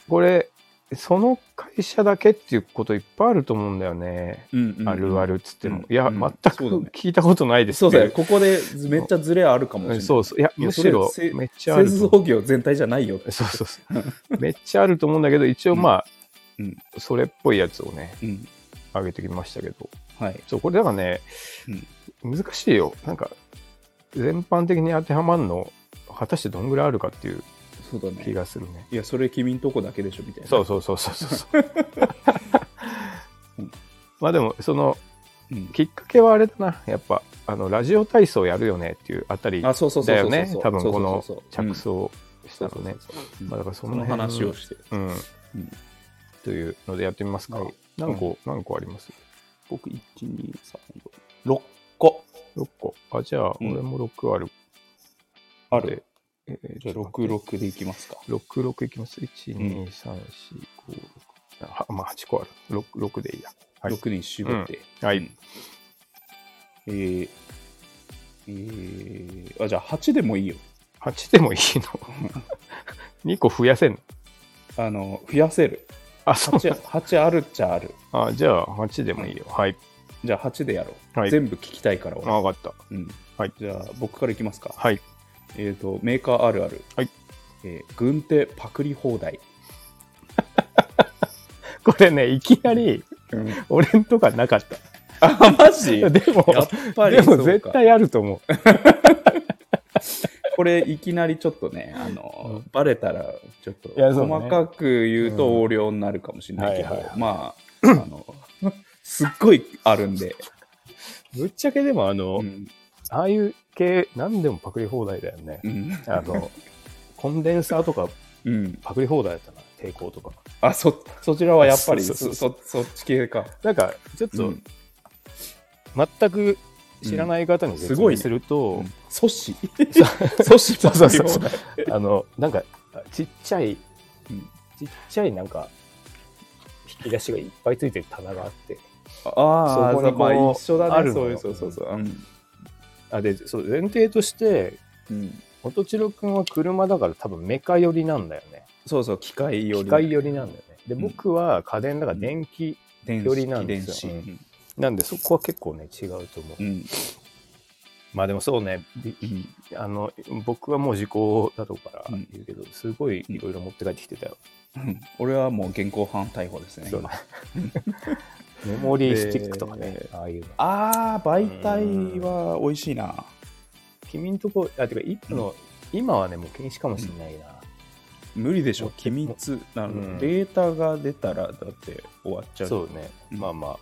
[SPEAKER 2] これその会社だけっていうこといっぱいあると思うんだよね、
[SPEAKER 1] うんうん
[SPEAKER 2] あるあるっつっても、
[SPEAKER 1] うん
[SPEAKER 2] いや、
[SPEAKER 1] うん
[SPEAKER 2] 全く
[SPEAKER 1] そうだね
[SPEAKER 2] 聞いたことないです
[SPEAKER 1] そ
[SPEAKER 2] っ
[SPEAKER 1] う
[SPEAKER 2] てい
[SPEAKER 1] だよここでめっちゃズレあるかもしれ
[SPEAKER 2] う
[SPEAKER 1] ない、
[SPEAKER 2] んそうそういや
[SPEAKER 1] いや
[SPEAKER 2] むしろ
[SPEAKER 1] それせ
[SPEAKER 2] めっちゃあ
[SPEAKER 1] 製
[SPEAKER 2] ると
[SPEAKER 1] 造
[SPEAKER 2] 思
[SPEAKER 1] 業全体じゃないよ
[SPEAKER 2] うそうそうそうめっちゃあると思うんだけど一応まあ、
[SPEAKER 1] うん
[SPEAKER 2] それっぽいやつをね
[SPEAKER 1] うん
[SPEAKER 2] 上げてきましたけど
[SPEAKER 1] はい
[SPEAKER 2] そうこれだからね、難しいよなんか全般的に当てはまるの果たしてどんぐらいあるかっていう
[SPEAKER 1] そうだ
[SPEAKER 2] 気
[SPEAKER 1] ね
[SPEAKER 2] がするね
[SPEAKER 1] いやそれ君んとこだけでしょみたいな
[SPEAKER 2] そうそうそうそうそう
[SPEAKER 1] う
[SPEAKER 2] そうんまあでもその
[SPEAKER 1] うん
[SPEAKER 2] きっかけはあれだなやっぱあのラジオ体操やるよねっていうあたり
[SPEAKER 1] あそうそうそう
[SPEAKER 2] だ
[SPEAKER 1] そ
[SPEAKER 2] よ
[SPEAKER 1] う
[SPEAKER 2] ね多分この
[SPEAKER 1] そうそうそうそう
[SPEAKER 2] 着想したのね、
[SPEAKER 1] そうそうそう
[SPEAKER 2] まあ、だからそ
[SPEAKER 1] そ
[SPEAKER 2] の
[SPEAKER 1] の
[SPEAKER 2] 辺
[SPEAKER 1] 話をして
[SPEAKER 2] うん、
[SPEAKER 1] うん
[SPEAKER 2] というのでやってみますか、
[SPEAKER 1] はい
[SPEAKER 2] 何個何個あります
[SPEAKER 1] 僕1236個
[SPEAKER 2] 6個あじゃあ
[SPEAKER 1] うん
[SPEAKER 2] 俺も6ある、
[SPEAKER 1] ある
[SPEAKER 2] えー
[SPEAKER 1] じゃあ
[SPEAKER 2] ちょっと待って
[SPEAKER 1] 66でいきますか
[SPEAKER 2] 66いきます。1、
[SPEAKER 1] うん
[SPEAKER 2] 2、3、4、5、6。あはまあ、8個ある。6, 6でいいや。はい
[SPEAKER 1] 6に絞って
[SPEAKER 2] は
[SPEAKER 1] う
[SPEAKER 2] い
[SPEAKER 1] ん。えーえーあじゃあ8でもいいよ
[SPEAKER 2] 8でもいいの ?2 個増やせんの
[SPEAKER 1] あの増やせる
[SPEAKER 2] あ、そう。
[SPEAKER 1] 8, 8あるっちゃある
[SPEAKER 2] あ、じゃあ8でもいいよ。はい。
[SPEAKER 1] じゃあ8でやろう、
[SPEAKER 2] はい
[SPEAKER 1] 全部聞きたいから
[SPEAKER 2] あ、
[SPEAKER 1] 俺、
[SPEAKER 2] 分かった。
[SPEAKER 1] うん
[SPEAKER 2] はい
[SPEAKER 1] じゃあ僕からいきますか
[SPEAKER 2] はい。
[SPEAKER 1] えー、とメーカーあるある、
[SPEAKER 2] はい
[SPEAKER 1] えー軍手パクリ放題、
[SPEAKER 2] これね、いきなり俺んとかなかった。
[SPEAKER 1] あマジ
[SPEAKER 2] でも、
[SPEAKER 1] やっぱり
[SPEAKER 2] でも
[SPEAKER 1] そうか
[SPEAKER 2] 絶対あると思う。
[SPEAKER 1] これいきなりちょっとねあの、
[SPEAKER 2] う
[SPEAKER 1] バレたらちょっと
[SPEAKER 2] いやそうね
[SPEAKER 1] 細かく言うと
[SPEAKER 2] うん
[SPEAKER 1] 横領になるかもしれないけど、
[SPEAKER 2] はいはいはい
[SPEAKER 1] まああの すっごいあるんで、
[SPEAKER 2] ぶっちゃけでも、あの、
[SPEAKER 1] うん
[SPEAKER 2] ああいう系、何でもパクリ放題だよね
[SPEAKER 1] う。ん
[SPEAKER 2] あの、コンデンサーとか
[SPEAKER 1] うん、
[SPEAKER 2] パクリ放題だったな。抵抗とか。
[SPEAKER 1] あそそちらはやっぱり
[SPEAKER 2] そうそ
[SPEAKER 1] そうそそっち系か、
[SPEAKER 2] なんか、ちょっと、
[SPEAKER 1] うん
[SPEAKER 2] 全く知らない方に
[SPEAKER 1] うん
[SPEAKER 2] 説
[SPEAKER 1] すごい
[SPEAKER 2] 明
[SPEAKER 1] ね
[SPEAKER 2] すると、
[SPEAKER 1] 阻止阻止
[SPEAKER 2] そうそうそう
[SPEAKER 1] パクリ放題
[SPEAKER 2] あのなんかちっちゃい、
[SPEAKER 1] うん
[SPEAKER 2] ちっちゃいなんか引き出しがいっぱいついてる棚があって
[SPEAKER 1] あ
[SPEAKER 2] そ
[SPEAKER 1] あ
[SPEAKER 2] こに
[SPEAKER 1] まあ
[SPEAKER 2] こう
[SPEAKER 1] 一緒だね
[SPEAKER 2] あるの
[SPEAKER 1] そうい
[SPEAKER 2] よ
[SPEAKER 1] うそうそうそううん
[SPEAKER 2] あでそう前提として
[SPEAKER 1] うん
[SPEAKER 2] 音千代君は車だから多分メカ寄りなんだよね
[SPEAKER 1] そうそう機械より
[SPEAKER 2] 機械寄りなんだよねで
[SPEAKER 1] うん
[SPEAKER 2] 僕は家電だから電気
[SPEAKER 1] 電
[SPEAKER 2] よりなんです
[SPEAKER 1] 子
[SPEAKER 2] よ
[SPEAKER 1] 電子
[SPEAKER 2] なんでそこは結構ね違うと思う、
[SPEAKER 1] うん
[SPEAKER 2] まあでもそうねび
[SPEAKER 1] うん
[SPEAKER 2] あの僕はもう時効だとから
[SPEAKER 1] うん
[SPEAKER 2] 言うけど、すごいいろいろ持って帰ってきてたよ、
[SPEAKER 1] うん俺はもう現行犯逮捕です ね
[SPEAKER 2] そう
[SPEAKER 1] 今
[SPEAKER 2] メモリースティックとかね
[SPEAKER 1] で
[SPEAKER 2] ああいうの
[SPEAKER 1] ああ媒体は美味しいな
[SPEAKER 2] 君んとこ、あ、てか、一歩の、今はね、もう禁止かもしれないな。
[SPEAKER 1] 無理でしょ
[SPEAKER 2] もう
[SPEAKER 1] 機密なの、
[SPEAKER 2] うん
[SPEAKER 1] データが出たらだって終わっちゃう
[SPEAKER 2] そうね、
[SPEAKER 1] うん
[SPEAKER 2] まあまあ、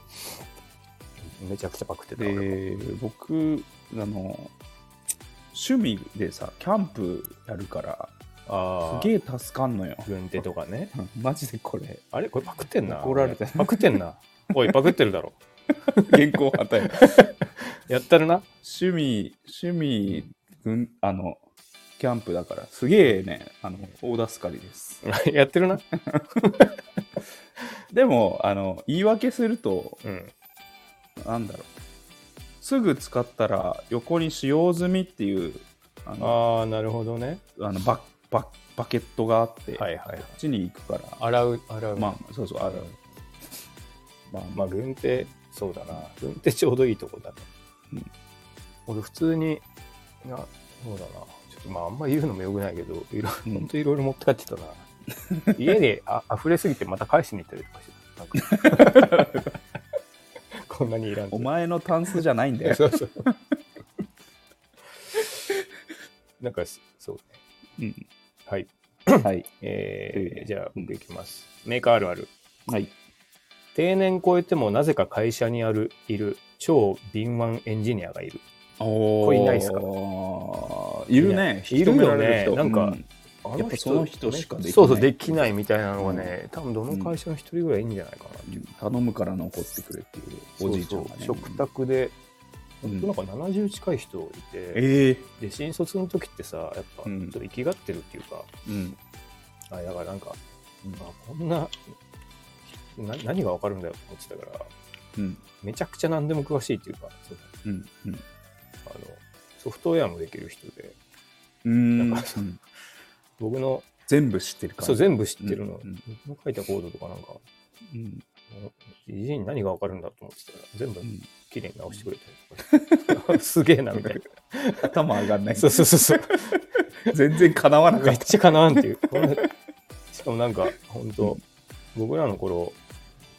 [SPEAKER 2] めちゃくちゃパクってた。俺も
[SPEAKER 1] で僕あの趣味でさキャンプやるから
[SPEAKER 2] あ
[SPEAKER 1] すげえ助かんのよ
[SPEAKER 2] あ、軍手とかね。
[SPEAKER 1] うんマジでこれ
[SPEAKER 2] あれこれパクってんな。
[SPEAKER 1] 怒られて
[SPEAKER 2] パクってんな。おい、パクってるだろ。
[SPEAKER 1] 現行犯逮捕
[SPEAKER 2] やったるな。
[SPEAKER 1] 趣味趣味、うん、あのキャンプだからすげえねあの大助かりです
[SPEAKER 2] やってるな。
[SPEAKER 1] でもあの言い訳すると
[SPEAKER 2] うん。
[SPEAKER 1] なんだろうすぐ使ったら横に使用済みっていうあの
[SPEAKER 2] ああ、なるほどね。
[SPEAKER 1] あのバババケットがあって、
[SPEAKER 2] はいはいはい
[SPEAKER 1] こっちに行くから
[SPEAKER 2] 洗う、洗う。
[SPEAKER 1] まあそうそうある、
[SPEAKER 2] うん
[SPEAKER 1] まあま
[SPEAKER 2] ま
[SPEAKER 1] あ
[SPEAKER 2] あ、軍手、そうだな。軍手ちょうどいいとこだね。
[SPEAKER 1] うん
[SPEAKER 2] 俺、普通に、な、そうだな。ちょっとまあ、あんま言うのもよくないけど、いろ、
[SPEAKER 1] うん
[SPEAKER 2] 本当いろいろ持って帰ってたな。 家であ溢れすぎてまた返しに行ったりとかしてたな んかこんなにいらんと
[SPEAKER 1] お前のタンスじゃないんだよ、
[SPEAKER 2] そうそう。なんか、そうね。
[SPEAKER 1] うん、
[SPEAKER 2] はい。
[SPEAKER 1] はい
[SPEAKER 2] え
[SPEAKER 1] えー
[SPEAKER 2] ー、じゃあ、
[SPEAKER 1] うん
[SPEAKER 2] 僕いきます。メーカーあるある。
[SPEAKER 1] はい
[SPEAKER 2] 定年超えてもなぜか会社にあるいる超敏腕エンジニアがいる
[SPEAKER 1] お
[SPEAKER 2] これいないっすか
[SPEAKER 1] いるね
[SPEAKER 2] いない
[SPEAKER 1] 引き止められ
[SPEAKER 2] いるよねなんか
[SPEAKER 1] うんやっぱその人しかできない
[SPEAKER 2] そうそうできないみたいなのがね、多分どの会社の一人ぐらいいいんじゃないかな、
[SPEAKER 1] うん頼むから残ってくれっていうおじいちゃんがね
[SPEAKER 2] そうそう食卓で、
[SPEAKER 1] うん
[SPEAKER 2] なんか70近い人いて
[SPEAKER 1] ええ
[SPEAKER 2] で新卒の時ってさやっぱち
[SPEAKER 1] う
[SPEAKER 2] ょ
[SPEAKER 1] ん
[SPEAKER 2] っと生きがってるっていうか、
[SPEAKER 1] うん
[SPEAKER 2] あだからなんか、
[SPEAKER 1] うん
[SPEAKER 2] あこんなな何がわかるんだよと思ってたから
[SPEAKER 1] うん
[SPEAKER 2] めちゃくちゃ何でも詳しいっていうかその
[SPEAKER 1] うんうん
[SPEAKER 2] あのソフトウェアもできる人で
[SPEAKER 1] うーん
[SPEAKER 2] なんか
[SPEAKER 1] うん
[SPEAKER 2] 僕の
[SPEAKER 1] 全部知ってるから
[SPEAKER 2] そう全部知ってるの、
[SPEAKER 1] うんうん
[SPEAKER 2] 僕の書いたコードとかなんか
[SPEAKER 1] うん
[SPEAKER 2] じじいに何が分かるんだと思ってたら全部
[SPEAKER 1] うん
[SPEAKER 2] 綺麗に直してくれたりとか、すげえなみたい
[SPEAKER 1] 頭上がんな
[SPEAKER 2] ないそうそうそうそう
[SPEAKER 1] 全然かなわなか
[SPEAKER 2] め
[SPEAKER 1] っ
[SPEAKER 2] ったちゃかなわんっていう このしかもなんか本当、
[SPEAKER 1] う
[SPEAKER 2] 僕らの頃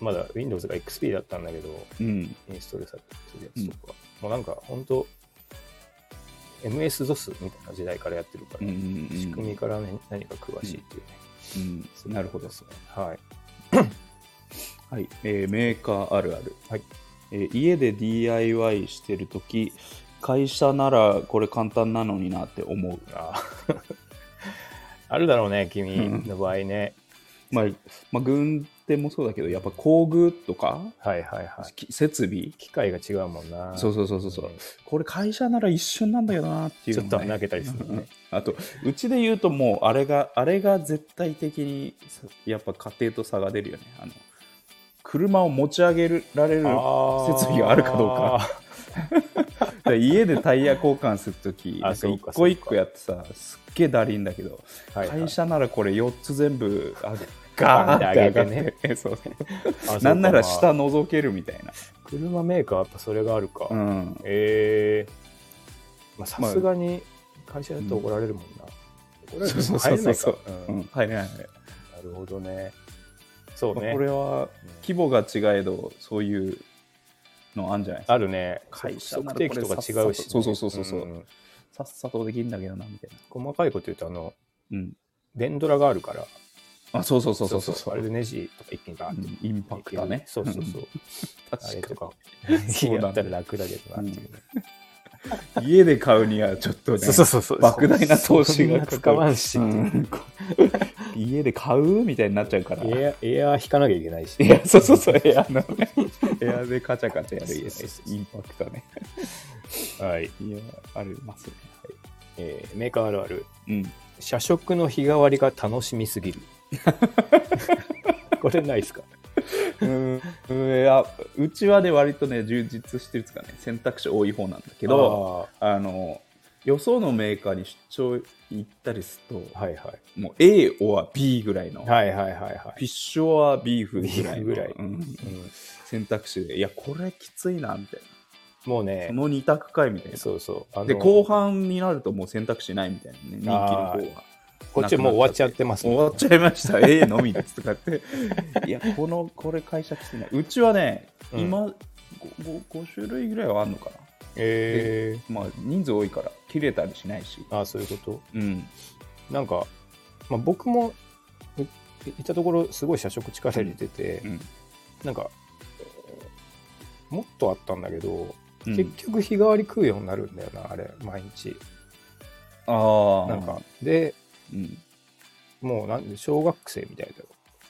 [SPEAKER 2] まだ Windows が XP だったんだけど
[SPEAKER 1] うん
[SPEAKER 2] インストールされてるやつとか、もうなんか本当 MS-DOS みたいな時代からやってるから、
[SPEAKER 1] うんうんうん
[SPEAKER 2] 仕組みから、ね、何か詳しいっていうね、
[SPEAKER 1] うんなるほど
[SPEAKER 2] ですねはい
[SPEAKER 1] はい、えーメーカーあるある、
[SPEAKER 2] はい
[SPEAKER 1] えー家で DIY してるとき会社ならこれ簡単なのになって思う、
[SPEAKER 2] あー あるだろうね
[SPEAKER 1] う
[SPEAKER 2] 君
[SPEAKER 1] ん
[SPEAKER 2] の場合ね、
[SPEAKER 1] まあ、まあ軍手もそうだけどやっぱ工具とか、
[SPEAKER 2] はいはいはい
[SPEAKER 1] き設備
[SPEAKER 2] 機械が違うもんな
[SPEAKER 1] そうそうそうそうそう
[SPEAKER 2] うん
[SPEAKER 1] これ会社なら一瞬なんだよなっていう
[SPEAKER 2] ちょ
[SPEAKER 1] のも
[SPEAKER 2] っと
[SPEAKER 1] ね、
[SPEAKER 2] 投げたりするね
[SPEAKER 1] あとうちで言うともうあれがあれが絶対的にさやっぱ家庭と差が出るよねあの車を持ち上げられる設備があるかどうか
[SPEAKER 2] か
[SPEAKER 1] だから家でタイヤ交換するとき
[SPEAKER 2] あ
[SPEAKER 1] なんか
[SPEAKER 2] そう
[SPEAKER 1] 一
[SPEAKER 2] か
[SPEAKER 1] 個一個やってさすっげえだりんだけど、
[SPEAKER 2] 会
[SPEAKER 1] 会
[SPEAKER 2] 社
[SPEAKER 1] 社ならこれ4つ全部あげガーンって上
[SPEAKER 2] ガーンって上
[SPEAKER 1] げ
[SPEAKER 2] げ
[SPEAKER 1] てねそう
[SPEAKER 2] あそうか
[SPEAKER 1] なんなら
[SPEAKER 2] ま
[SPEAKER 1] 下
[SPEAKER 2] あ
[SPEAKER 1] 覗けるみたいな、
[SPEAKER 2] 車メーカーはやっぱそれがあるか、
[SPEAKER 1] うん、
[SPEAKER 2] えーまあさすがに会社だと怒られるもんな、怒られる
[SPEAKER 1] そう
[SPEAKER 2] も
[SPEAKER 1] そう
[SPEAKER 2] 入れ
[SPEAKER 1] そ
[SPEAKER 2] な
[SPEAKER 1] う
[SPEAKER 2] い
[SPEAKER 1] そ
[SPEAKER 2] か
[SPEAKER 1] う、う
[SPEAKER 2] うん
[SPEAKER 1] ん、はいはいはい
[SPEAKER 2] なるほどねそう
[SPEAKER 1] まあ
[SPEAKER 2] ね
[SPEAKER 1] これは規模が違えどそういうのあんじゃないですか
[SPEAKER 2] あるね
[SPEAKER 1] 会社なら
[SPEAKER 2] 測定器とか違うしね、
[SPEAKER 1] そうそうそうそうそうんさっさとできるんだけどなみたいな
[SPEAKER 2] 細かいこと言うとあの
[SPEAKER 1] うん
[SPEAKER 2] 電ドラがあるから
[SPEAKER 1] あそうそうそうそうそう
[SPEAKER 2] あれでネジとか一気にガーって、
[SPEAKER 1] うんインパクトね
[SPEAKER 2] そうそうそうあれ
[SPEAKER 1] 確
[SPEAKER 2] と
[SPEAKER 1] か
[SPEAKER 2] か
[SPEAKER 1] そう
[SPEAKER 2] や
[SPEAKER 1] だね
[SPEAKER 2] ったら楽だけどなっていうね、
[SPEAKER 1] に家で買うにはちょっとね
[SPEAKER 2] そうそうそうそう
[SPEAKER 1] 莫大な投資が
[SPEAKER 2] そんな使わんし、
[SPEAKER 1] うんこう家で買うみたいになっちゃうから
[SPEAKER 2] エアエアー引かなきゃいけないし、
[SPEAKER 1] いやそうそうそうエアのねエアでカチャカチャやる家
[SPEAKER 2] そうそうそう
[SPEAKER 1] インパクトね
[SPEAKER 2] はい
[SPEAKER 1] いやありますね
[SPEAKER 2] えーメーカーあるある
[SPEAKER 1] うん
[SPEAKER 2] 社食の日替わりが楽しみすぎるこれないですか
[SPEAKER 1] うんうんいやうちはね割とね充実してるっつうかね選択肢多い方なんだけどあのよそのメーカーに出張行ったりすると、
[SPEAKER 2] あーはいはい
[SPEAKER 1] もう A or B ぐらいの、
[SPEAKER 2] はいはいはいは
[SPEAKER 1] フィッシュ or ビーフぐらいの
[SPEAKER 2] ビーフぐらい
[SPEAKER 1] うん
[SPEAKER 2] い、うん
[SPEAKER 1] 選択肢でいやこれきついなみたい
[SPEAKER 2] もう
[SPEAKER 1] な
[SPEAKER 2] ね
[SPEAKER 1] その2択かいみたいな
[SPEAKER 2] そうそうあの
[SPEAKER 1] で後半になるともう選択肢ないみたいなね人気の
[SPEAKER 2] あー
[SPEAKER 1] 方は
[SPEAKER 2] こっちもう終わっちゃってますね、
[SPEAKER 1] 終わっちゃいました A のみですとかっていやこのこれ会社きついなうちはね
[SPEAKER 2] うん
[SPEAKER 1] 今 5, 種類ぐらいはあんのかな
[SPEAKER 2] え
[SPEAKER 1] まあ、人数多いから切れたりしないし、
[SPEAKER 2] ー、あそういうこと
[SPEAKER 1] うん、
[SPEAKER 2] なんか、まあ、僕もいいたところすごい社食力入れてて、
[SPEAKER 1] うん
[SPEAKER 2] なんか、えーもっとあったんだけど、
[SPEAKER 1] うん
[SPEAKER 2] 結局日替わり食うようになるんだよなあれ毎日
[SPEAKER 1] ああ
[SPEAKER 2] なんか、で
[SPEAKER 1] うん、
[SPEAKER 2] もうなんで小学生みたいだよ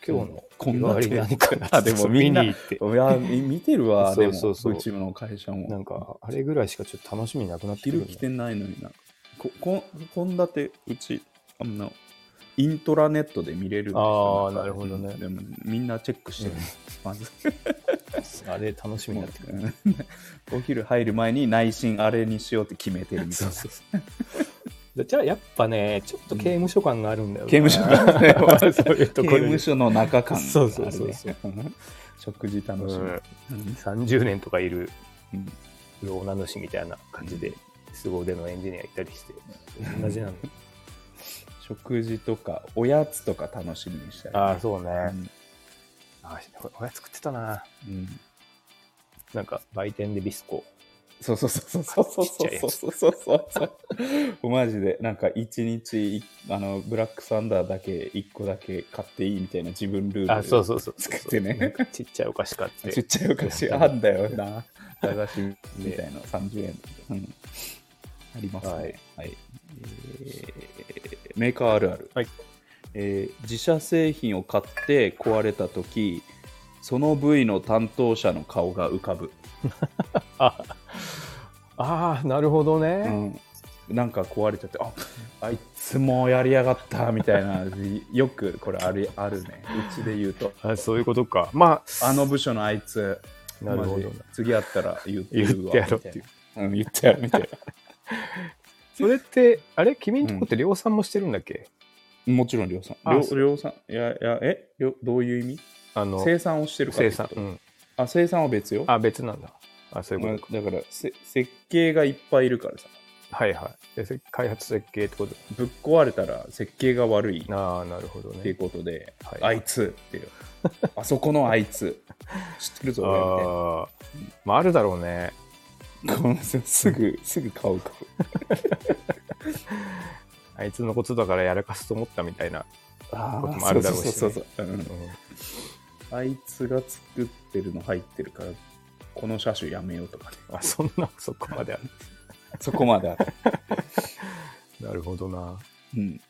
[SPEAKER 2] 今日の
[SPEAKER 1] こん
[SPEAKER 2] 日替
[SPEAKER 1] な
[SPEAKER 2] わり何かな
[SPEAKER 1] あで
[SPEAKER 2] そ
[SPEAKER 1] も
[SPEAKER 2] う
[SPEAKER 1] みんな
[SPEAKER 2] 見に行って
[SPEAKER 1] いやみ見てるわ
[SPEAKER 2] そ
[SPEAKER 1] で
[SPEAKER 2] うそう
[SPEAKER 1] も
[SPEAKER 2] そう
[SPEAKER 1] うちの会社
[SPEAKER 2] な
[SPEAKER 1] も
[SPEAKER 2] んかあれぐらいしかちょっと楽しみなくなってくる
[SPEAKER 1] 昼
[SPEAKER 2] ね
[SPEAKER 1] 来てないのになここ献立うちあのイントラネットで見れるんですよ
[SPEAKER 2] あーなるほどね
[SPEAKER 1] うんでもみんなチェックしてる、まず
[SPEAKER 2] あれ楽しみになってくる
[SPEAKER 1] うんお昼入る前に内心あれにしようって決めてるみたいな
[SPEAKER 2] だじゃあやっぱねちょっと刑務所感があるんだよな、
[SPEAKER 1] 刑務所感ね
[SPEAKER 2] そういうと
[SPEAKER 1] 刑
[SPEAKER 2] ころ
[SPEAKER 1] 務
[SPEAKER 2] に
[SPEAKER 1] 所の中感がある、ね、
[SPEAKER 2] そうそうそうそ
[SPEAKER 1] 食事楽しみ、
[SPEAKER 2] うん
[SPEAKER 1] うん
[SPEAKER 2] 30年とかいる
[SPEAKER 1] うん
[SPEAKER 2] 老名主みたいな感じで凄腕のエンジニアいたりして同じなの
[SPEAKER 1] 食事とかおやつとか楽しみにしたい、
[SPEAKER 2] ああそうね、
[SPEAKER 1] うん
[SPEAKER 2] ああおおやつ食ってたな
[SPEAKER 1] うん
[SPEAKER 2] なんか売店でビスコ
[SPEAKER 1] そうそうそうそうそうそうそうそうそうそうマジでなんか一日いあのブラックサンダーだけ一個だけ買っていいみたいな自分ルール
[SPEAKER 2] あそうそうそう
[SPEAKER 1] 作ってね
[SPEAKER 2] なんかちっちゃいお菓子買っ
[SPEAKER 1] ちってちゃいお菓子あんだよな駄菓子みたいな30円、うん、ありますね
[SPEAKER 2] は
[SPEAKER 1] はいい、えーメーカーあるある、
[SPEAKER 2] はい
[SPEAKER 1] えー自社製品を買って壊れた時その部位の担当者の顔が浮かぶ
[SPEAKER 2] ああーなるほどね、
[SPEAKER 1] うん、なんか壊れちゃってああいつもやりやがったみたいな よくこれあるあるねうちで言うと
[SPEAKER 2] あそういうことかま
[SPEAKER 1] あの部署のあいつ
[SPEAKER 2] あなるほど
[SPEAKER 1] マジ次会ったら言って
[SPEAKER 2] 言ってやろうっていう
[SPEAKER 1] うわみたいなうん言ってやるみたい
[SPEAKER 2] それってあれ君んとこって量産もしてるんだっけ、
[SPEAKER 1] なもちろん量産
[SPEAKER 2] あそう
[SPEAKER 1] 量量産いやいやえ量どういう意味
[SPEAKER 2] あの
[SPEAKER 1] 生産をしてるから
[SPEAKER 2] 生産、うん、
[SPEAKER 1] あ生産は別よ
[SPEAKER 2] あ別なんだあそういう
[SPEAKER 1] ま
[SPEAKER 2] こ
[SPEAKER 1] あ
[SPEAKER 2] とか、
[SPEAKER 1] だからせ設計がいっぱいいるからさ
[SPEAKER 2] はいはいでせ開発設計ってこと
[SPEAKER 1] ぶっ壊れたら設計が悪い
[SPEAKER 2] ああなるほど
[SPEAKER 1] っていう
[SPEAKER 2] ね
[SPEAKER 1] ことで、
[SPEAKER 2] はい
[SPEAKER 1] あいつっていう あそこのあいつ知ってるぞ
[SPEAKER 2] あ
[SPEAKER 1] 俺みたいな
[SPEAKER 2] あーまああるだろうね
[SPEAKER 1] この人すぐ、すぐ顔浮 かぶ。
[SPEAKER 2] あいつのことだからやらかすと思ったみたいな、
[SPEAKER 1] あ
[SPEAKER 2] こともあるだろうしね
[SPEAKER 1] そうそうそうそう、うん
[SPEAKER 2] うん
[SPEAKER 1] あいつが作ってるの入ってるから、この車種やめようとかね。
[SPEAKER 2] あそんなそこまである
[SPEAKER 1] そこまである。
[SPEAKER 2] なるほどな
[SPEAKER 1] うん。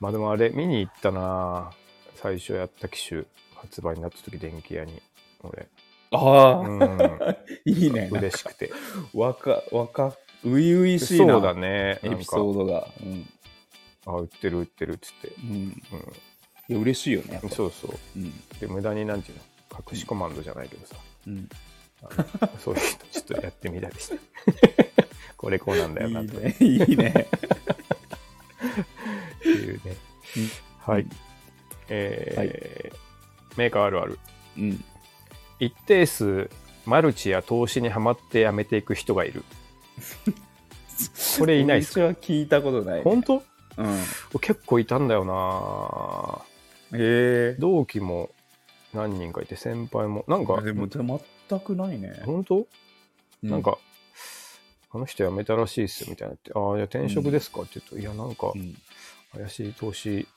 [SPEAKER 2] まあでもあれ見に行ったな最初やった機種発売になった時電気屋に俺
[SPEAKER 1] ああ、
[SPEAKER 2] う
[SPEAKER 1] いい ね。
[SPEAKER 2] ん嬉しくて
[SPEAKER 1] わか、わか、ういういしいな。
[SPEAKER 2] そうだねな
[SPEAKER 1] エ
[SPEAKER 2] ん
[SPEAKER 1] ピ
[SPEAKER 2] か
[SPEAKER 1] ソードが。うん。
[SPEAKER 2] あ売ってる売ってるっつって、
[SPEAKER 1] うん。
[SPEAKER 2] う
[SPEAKER 1] いや、嬉しいよね。やっぱ
[SPEAKER 2] ん、そうそう
[SPEAKER 1] うん。
[SPEAKER 2] で無駄になんていうの隠しコマンドじゃないけどさ、
[SPEAKER 1] うん。
[SPEAKER 2] あのそういうのちょっとやってみたりして これこうなんだよない
[SPEAKER 1] い
[SPEAKER 2] と
[SPEAKER 1] ね。いいね。
[SPEAKER 2] いうねはいえー
[SPEAKER 1] は
[SPEAKER 2] メーカーあるある
[SPEAKER 1] うん。
[SPEAKER 2] 一定数マルチや投資にはまってやめていく人がいるこれいないっす
[SPEAKER 1] 私は聞いたことない、
[SPEAKER 2] 本当
[SPEAKER 1] うん。へ
[SPEAKER 2] 結構いたんだよな
[SPEAKER 1] え。
[SPEAKER 2] 同期も何人かいて先輩もなんか
[SPEAKER 1] でも、じゃあ全くないね。
[SPEAKER 2] 本当、
[SPEAKER 1] う
[SPEAKER 2] なん、かあの人辞めたらしいっすみたいなってああいや転職ですかって言うと、いやなんか
[SPEAKER 1] うん
[SPEAKER 2] 怪しい投資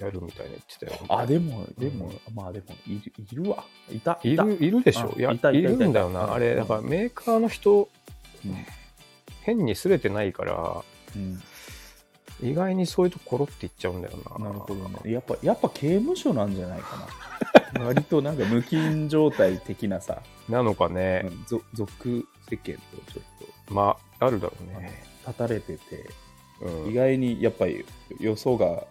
[SPEAKER 2] やるみたいな言ってたよ
[SPEAKER 1] あ、でも、
[SPEAKER 2] うん
[SPEAKER 1] でも、まあでも、いるいるわ。いた、
[SPEAKER 2] い
[SPEAKER 1] た
[SPEAKER 2] るいるでしょ
[SPEAKER 1] あ
[SPEAKER 2] いやい
[SPEAKER 1] いたいたいた
[SPEAKER 2] るんだよ
[SPEAKER 1] うん
[SPEAKER 2] なあれだからメーカーの人
[SPEAKER 1] うん
[SPEAKER 2] 変にすれてないから意外にそういうところっていっちゃうんだよな
[SPEAKER 1] なるほどね。やっぱ、やっぱ刑務所なんじゃないか な。割となんか無菌状態的なさ、
[SPEAKER 2] なのか
[SPEAKER 1] う
[SPEAKER 2] ね、
[SPEAKER 1] ん、ぞ俗世間とちょっ
[SPEAKER 2] まああるだろう
[SPEAKER 1] と、
[SPEAKER 2] ね、
[SPEAKER 1] 立たれてて、
[SPEAKER 2] うん
[SPEAKER 1] 意外にやっぱり予想が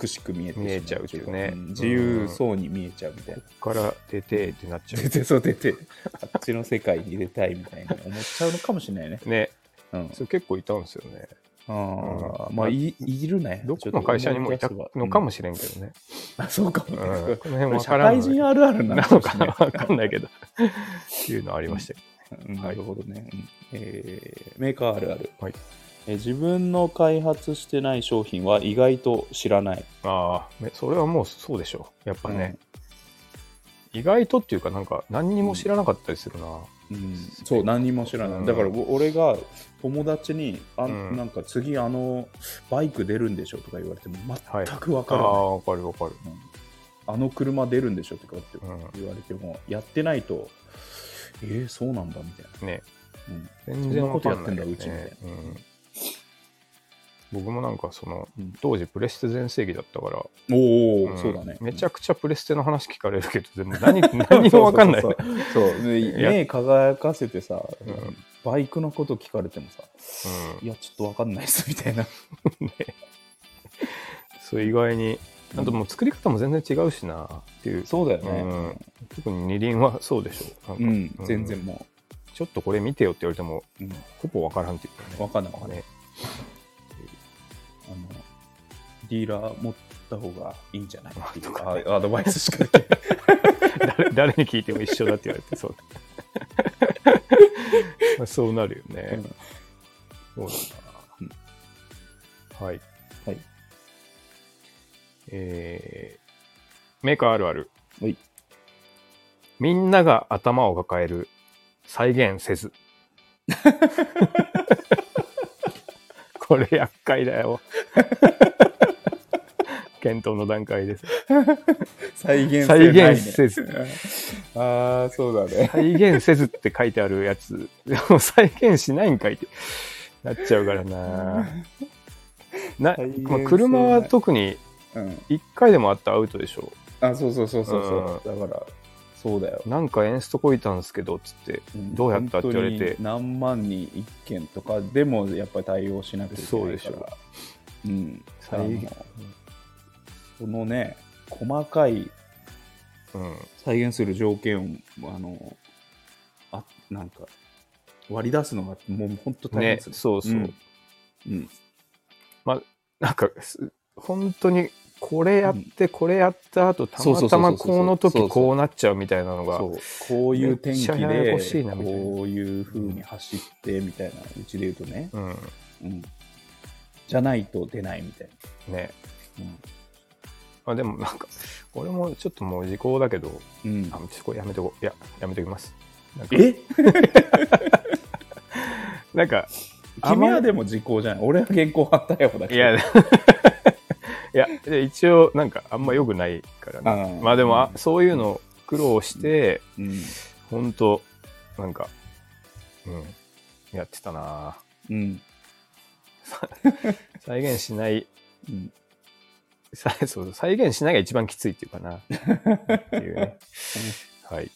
[SPEAKER 1] 美しく見えてしま
[SPEAKER 2] 見えちゃうっていうね
[SPEAKER 1] ん自由そうに見えちゃうみたいな。
[SPEAKER 2] こっから出てってなっちゃ
[SPEAKER 1] 出てそう出て、あっちの世界に入れたいみたいな思っちゃうのかもしれないね。
[SPEAKER 2] うね
[SPEAKER 1] うん、
[SPEAKER 2] それ結構いたんですよね
[SPEAKER 1] ああ、
[SPEAKER 2] うん
[SPEAKER 1] まあい、いるね。
[SPEAKER 2] どこの会社にもいたのかも
[SPEAKER 1] し
[SPEAKER 2] しれんけどね、
[SPEAKER 1] れない。あそうかも、
[SPEAKER 2] うん
[SPEAKER 1] ね。
[SPEAKER 2] こ
[SPEAKER 1] こ
[SPEAKER 2] の辺
[SPEAKER 1] れ
[SPEAKER 2] わ
[SPEAKER 1] 社
[SPEAKER 2] からん
[SPEAKER 1] 会
[SPEAKER 2] の
[SPEAKER 1] 人あるあるなの
[SPEAKER 2] な
[SPEAKER 1] か
[SPEAKER 2] の
[SPEAKER 1] もしれ
[SPEAKER 2] かな
[SPEAKER 1] ない
[SPEAKER 2] わかんないけどっていうのはありましたけ
[SPEAKER 1] うんなるほどね、うんえーメーカーあるある、
[SPEAKER 2] はい
[SPEAKER 1] えー自分の開発してない商品は意外と知らない。
[SPEAKER 2] ど、ああそれはもうそうでしょうやっぱね、意外とっていうかなんか何にも知らなかったりするな、
[SPEAKER 1] うん、そう何にも知らない、
[SPEAKER 2] うん
[SPEAKER 1] だからお俺が友達にあ、
[SPEAKER 2] うん
[SPEAKER 1] なんか次あのバイク出るんでしょとか言われても
[SPEAKER 2] はい
[SPEAKER 1] 全く分
[SPEAKER 2] あ
[SPEAKER 1] からない、
[SPEAKER 2] あ、わかるわかる。
[SPEAKER 1] あの車出るんでしょとかって
[SPEAKER 2] う
[SPEAKER 1] 言われてもやってないとえー、そうなんだみたいな、
[SPEAKER 2] ん。ね。
[SPEAKER 1] うん
[SPEAKER 2] 全然わかんないよ
[SPEAKER 1] そ
[SPEAKER 2] ね
[SPEAKER 1] んなことやって
[SPEAKER 2] うん僕もなんかその
[SPEAKER 1] うん
[SPEAKER 2] 当時プレステ全盛期だったから、
[SPEAKER 1] おお、
[SPEAKER 2] ん
[SPEAKER 1] そうだね
[SPEAKER 2] めちゃくちゃプレステの話聞かれるけど全 部何何もわかんない
[SPEAKER 1] そ
[SPEAKER 2] ね
[SPEAKER 1] うそうそうそうで
[SPEAKER 2] や
[SPEAKER 1] 目輝かせてさ、
[SPEAKER 2] ん
[SPEAKER 1] バイクのこと聞かれてもさ
[SPEAKER 2] うん
[SPEAKER 1] いやちょっとわかんないっすみたい な
[SPEAKER 2] そう意外にあともう作り方も全然違うしなっていう
[SPEAKER 1] そうだよ
[SPEAKER 2] う
[SPEAKER 1] ね
[SPEAKER 2] ん、特に二輪はそうでしょなんか
[SPEAKER 1] うん、
[SPEAKER 2] うん
[SPEAKER 1] 全然も
[SPEAKER 2] ちょっとこれ見てよって言われても
[SPEAKER 1] う、うん、
[SPEAKER 2] ほぼわからんっていうかね
[SPEAKER 1] わかんないわかんない
[SPEAKER 2] ね
[SPEAKER 1] あのディーラー持った方がいいんじゃないっていう
[SPEAKER 2] とかね
[SPEAKER 1] あアドバイスしかできない
[SPEAKER 2] 誰 誰に聞いても一緒だって言われてそう まあそうなるよね、そうだな、はい
[SPEAKER 1] はい
[SPEAKER 2] えーメーカーあるある
[SPEAKER 1] はい
[SPEAKER 2] みんなが頭を抱える再現せず これ厄介 だよ検討の段階です
[SPEAKER 1] 再現
[SPEAKER 2] 再
[SPEAKER 1] 性ない、ね、
[SPEAKER 2] 現せず
[SPEAKER 1] ああそうだね
[SPEAKER 2] 再現せずって書いてあるやつ、 でも再現しないんかいってなっちゃうからな。 な
[SPEAKER 1] 再現性
[SPEAKER 2] まあ、車は特に
[SPEAKER 1] うん
[SPEAKER 2] 1回でもあったらアウトでしょ。
[SPEAKER 1] あそうそうそうそうそう、だからそうだよ
[SPEAKER 2] なんかエンストこいたんですけどっつって、どうやったって言わ
[SPEAKER 1] 本
[SPEAKER 2] れて
[SPEAKER 1] 当に何万人一件とかでもやっぱり対応しなくていけ
[SPEAKER 2] そう
[SPEAKER 1] ない
[SPEAKER 2] で
[SPEAKER 1] か
[SPEAKER 2] しょ
[SPEAKER 1] らうん
[SPEAKER 2] 再
[SPEAKER 1] あ
[SPEAKER 2] 現
[SPEAKER 1] のそのね細かい
[SPEAKER 2] うん、
[SPEAKER 1] 再現する条件をあのあなんか割り出すのがもう本当大変
[SPEAKER 2] ね
[SPEAKER 1] です、
[SPEAKER 2] そうそう。
[SPEAKER 1] うんうん
[SPEAKER 2] なんかす本当にこれやって、これやった後たまたまこの時こうなっちゃうみたいなのが
[SPEAKER 1] そうこういう天気
[SPEAKER 2] めっちゃやや
[SPEAKER 1] で
[SPEAKER 2] こしいなみたいな
[SPEAKER 1] こういう風に走ってみたいなうちで言うとね、
[SPEAKER 2] うん
[SPEAKER 1] うん、じゃないと出ないみたい
[SPEAKER 2] ね
[SPEAKER 1] な、
[SPEAKER 2] まあでもなんか俺もちょっともう時効だけど
[SPEAKER 1] うんうん
[SPEAKER 2] あちょっとこれやめとこういややめときますなんか
[SPEAKER 1] え
[SPEAKER 2] なんか
[SPEAKER 1] 君はでも時効じゃない俺は現行犯逮捕だけ
[SPEAKER 2] い
[SPEAKER 1] ど
[SPEAKER 2] や、い や、で一応、なんか、あんま良くないからね。
[SPEAKER 1] ああ
[SPEAKER 2] まあでも、あ
[SPEAKER 1] うん
[SPEAKER 2] そういうの苦労して、
[SPEAKER 1] うん
[SPEAKER 2] 本当なんか、うん、やってたな
[SPEAKER 1] うん
[SPEAKER 2] ぁ再現しない、
[SPEAKER 1] うん
[SPEAKER 2] 再そう再現しないが一番きついっていうかな。っていう ね。はい。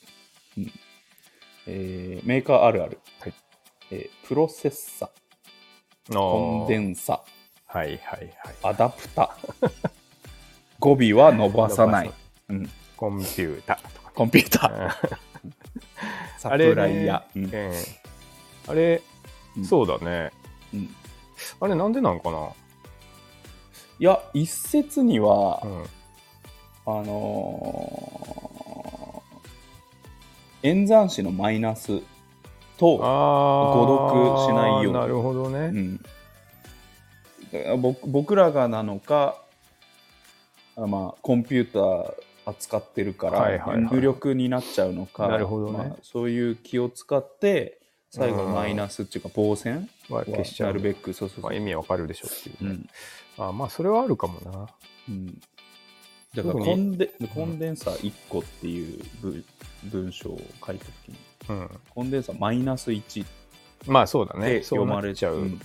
[SPEAKER 1] えーメーカーあるある、
[SPEAKER 2] はい
[SPEAKER 1] えープロセッサコンデ
[SPEAKER 2] ン
[SPEAKER 1] ンサ
[SPEAKER 2] はいはいはい。
[SPEAKER 1] アダプタ語尾は伸ばさない
[SPEAKER 2] 伸ばさ
[SPEAKER 1] うん、
[SPEAKER 2] コンピュータとか。
[SPEAKER 1] コンピューター
[SPEAKER 2] う
[SPEAKER 1] サ
[SPEAKER 2] ん
[SPEAKER 1] プライヤ
[SPEAKER 2] あれ
[SPEAKER 1] ー、
[SPEAKER 2] ねうんあれ
[SPEAKER 1] うん
[SPEAKER 2] そうだね。
[SPEAKER 1] うんうん
[SPEAKER 2] あれなんでなんかない
[SPEAKER 1] や一説には、
[SPEAKER 2] うん。
[SPEAKER 1] あのー演算子のマイナスと、
[SPEAKER 2] あ
[SPEAKER 1] 誤読しないように
[SPEAKER 2] なるほど
[SPEAKER 1] う
[SPEAKER 2] ね。
[SPEAKER 1] ん、だから僕僕らがなのかあまあコンピューター扱ってるか
[SPEAKER 2] はいはいは
[SPEAKER 1] ら
[SPEAKER 2] い
[SPEAKER 1] 無力になっちゃうのか、
[SPEAKER 2] なるほどね
[SPEAKER 1] まあそういう気を使って最後マイナスっていうか防線
[SPEAKER 2] まあ、
[SPEAKER 1] は
[SPEAKER 2] 消しちゃ
[SPEAKER 1] な
[SPEAKER 2] う
[SPEAKER 1] る。べくそうそう
[SPEAKER 2] ま
[SPEAKER 1] そ
[SPEAKER 2] あ、
[SPEAKER 1] う
[SPEAKER 2] 意味わかるでしょっていううね。
[SPEAKER 1] ん
[SPEAKER 2] あまあ、それはあるかもな。
[SPEAKER 1] うんだから
[SPEAKER 2] 特に
[SPEAKER 1] コンデコンデンサー1個っていう文文章を書いた時に
[SPEAKER 2] うん。
[SPEAKER 1] コンデンサーマイナス1っ
[SPEAKER 2] まあ、そうだね。
[SPEAKER 1] て
[SPEAKER 2] そ
[SPEAKER 1] 読
[SPEAKER 2] うな
[SPEAKER 1] まれ
[SPEAKER 2] っちゃ
[SPEAKER 1] う
[SPEAKER 2] うん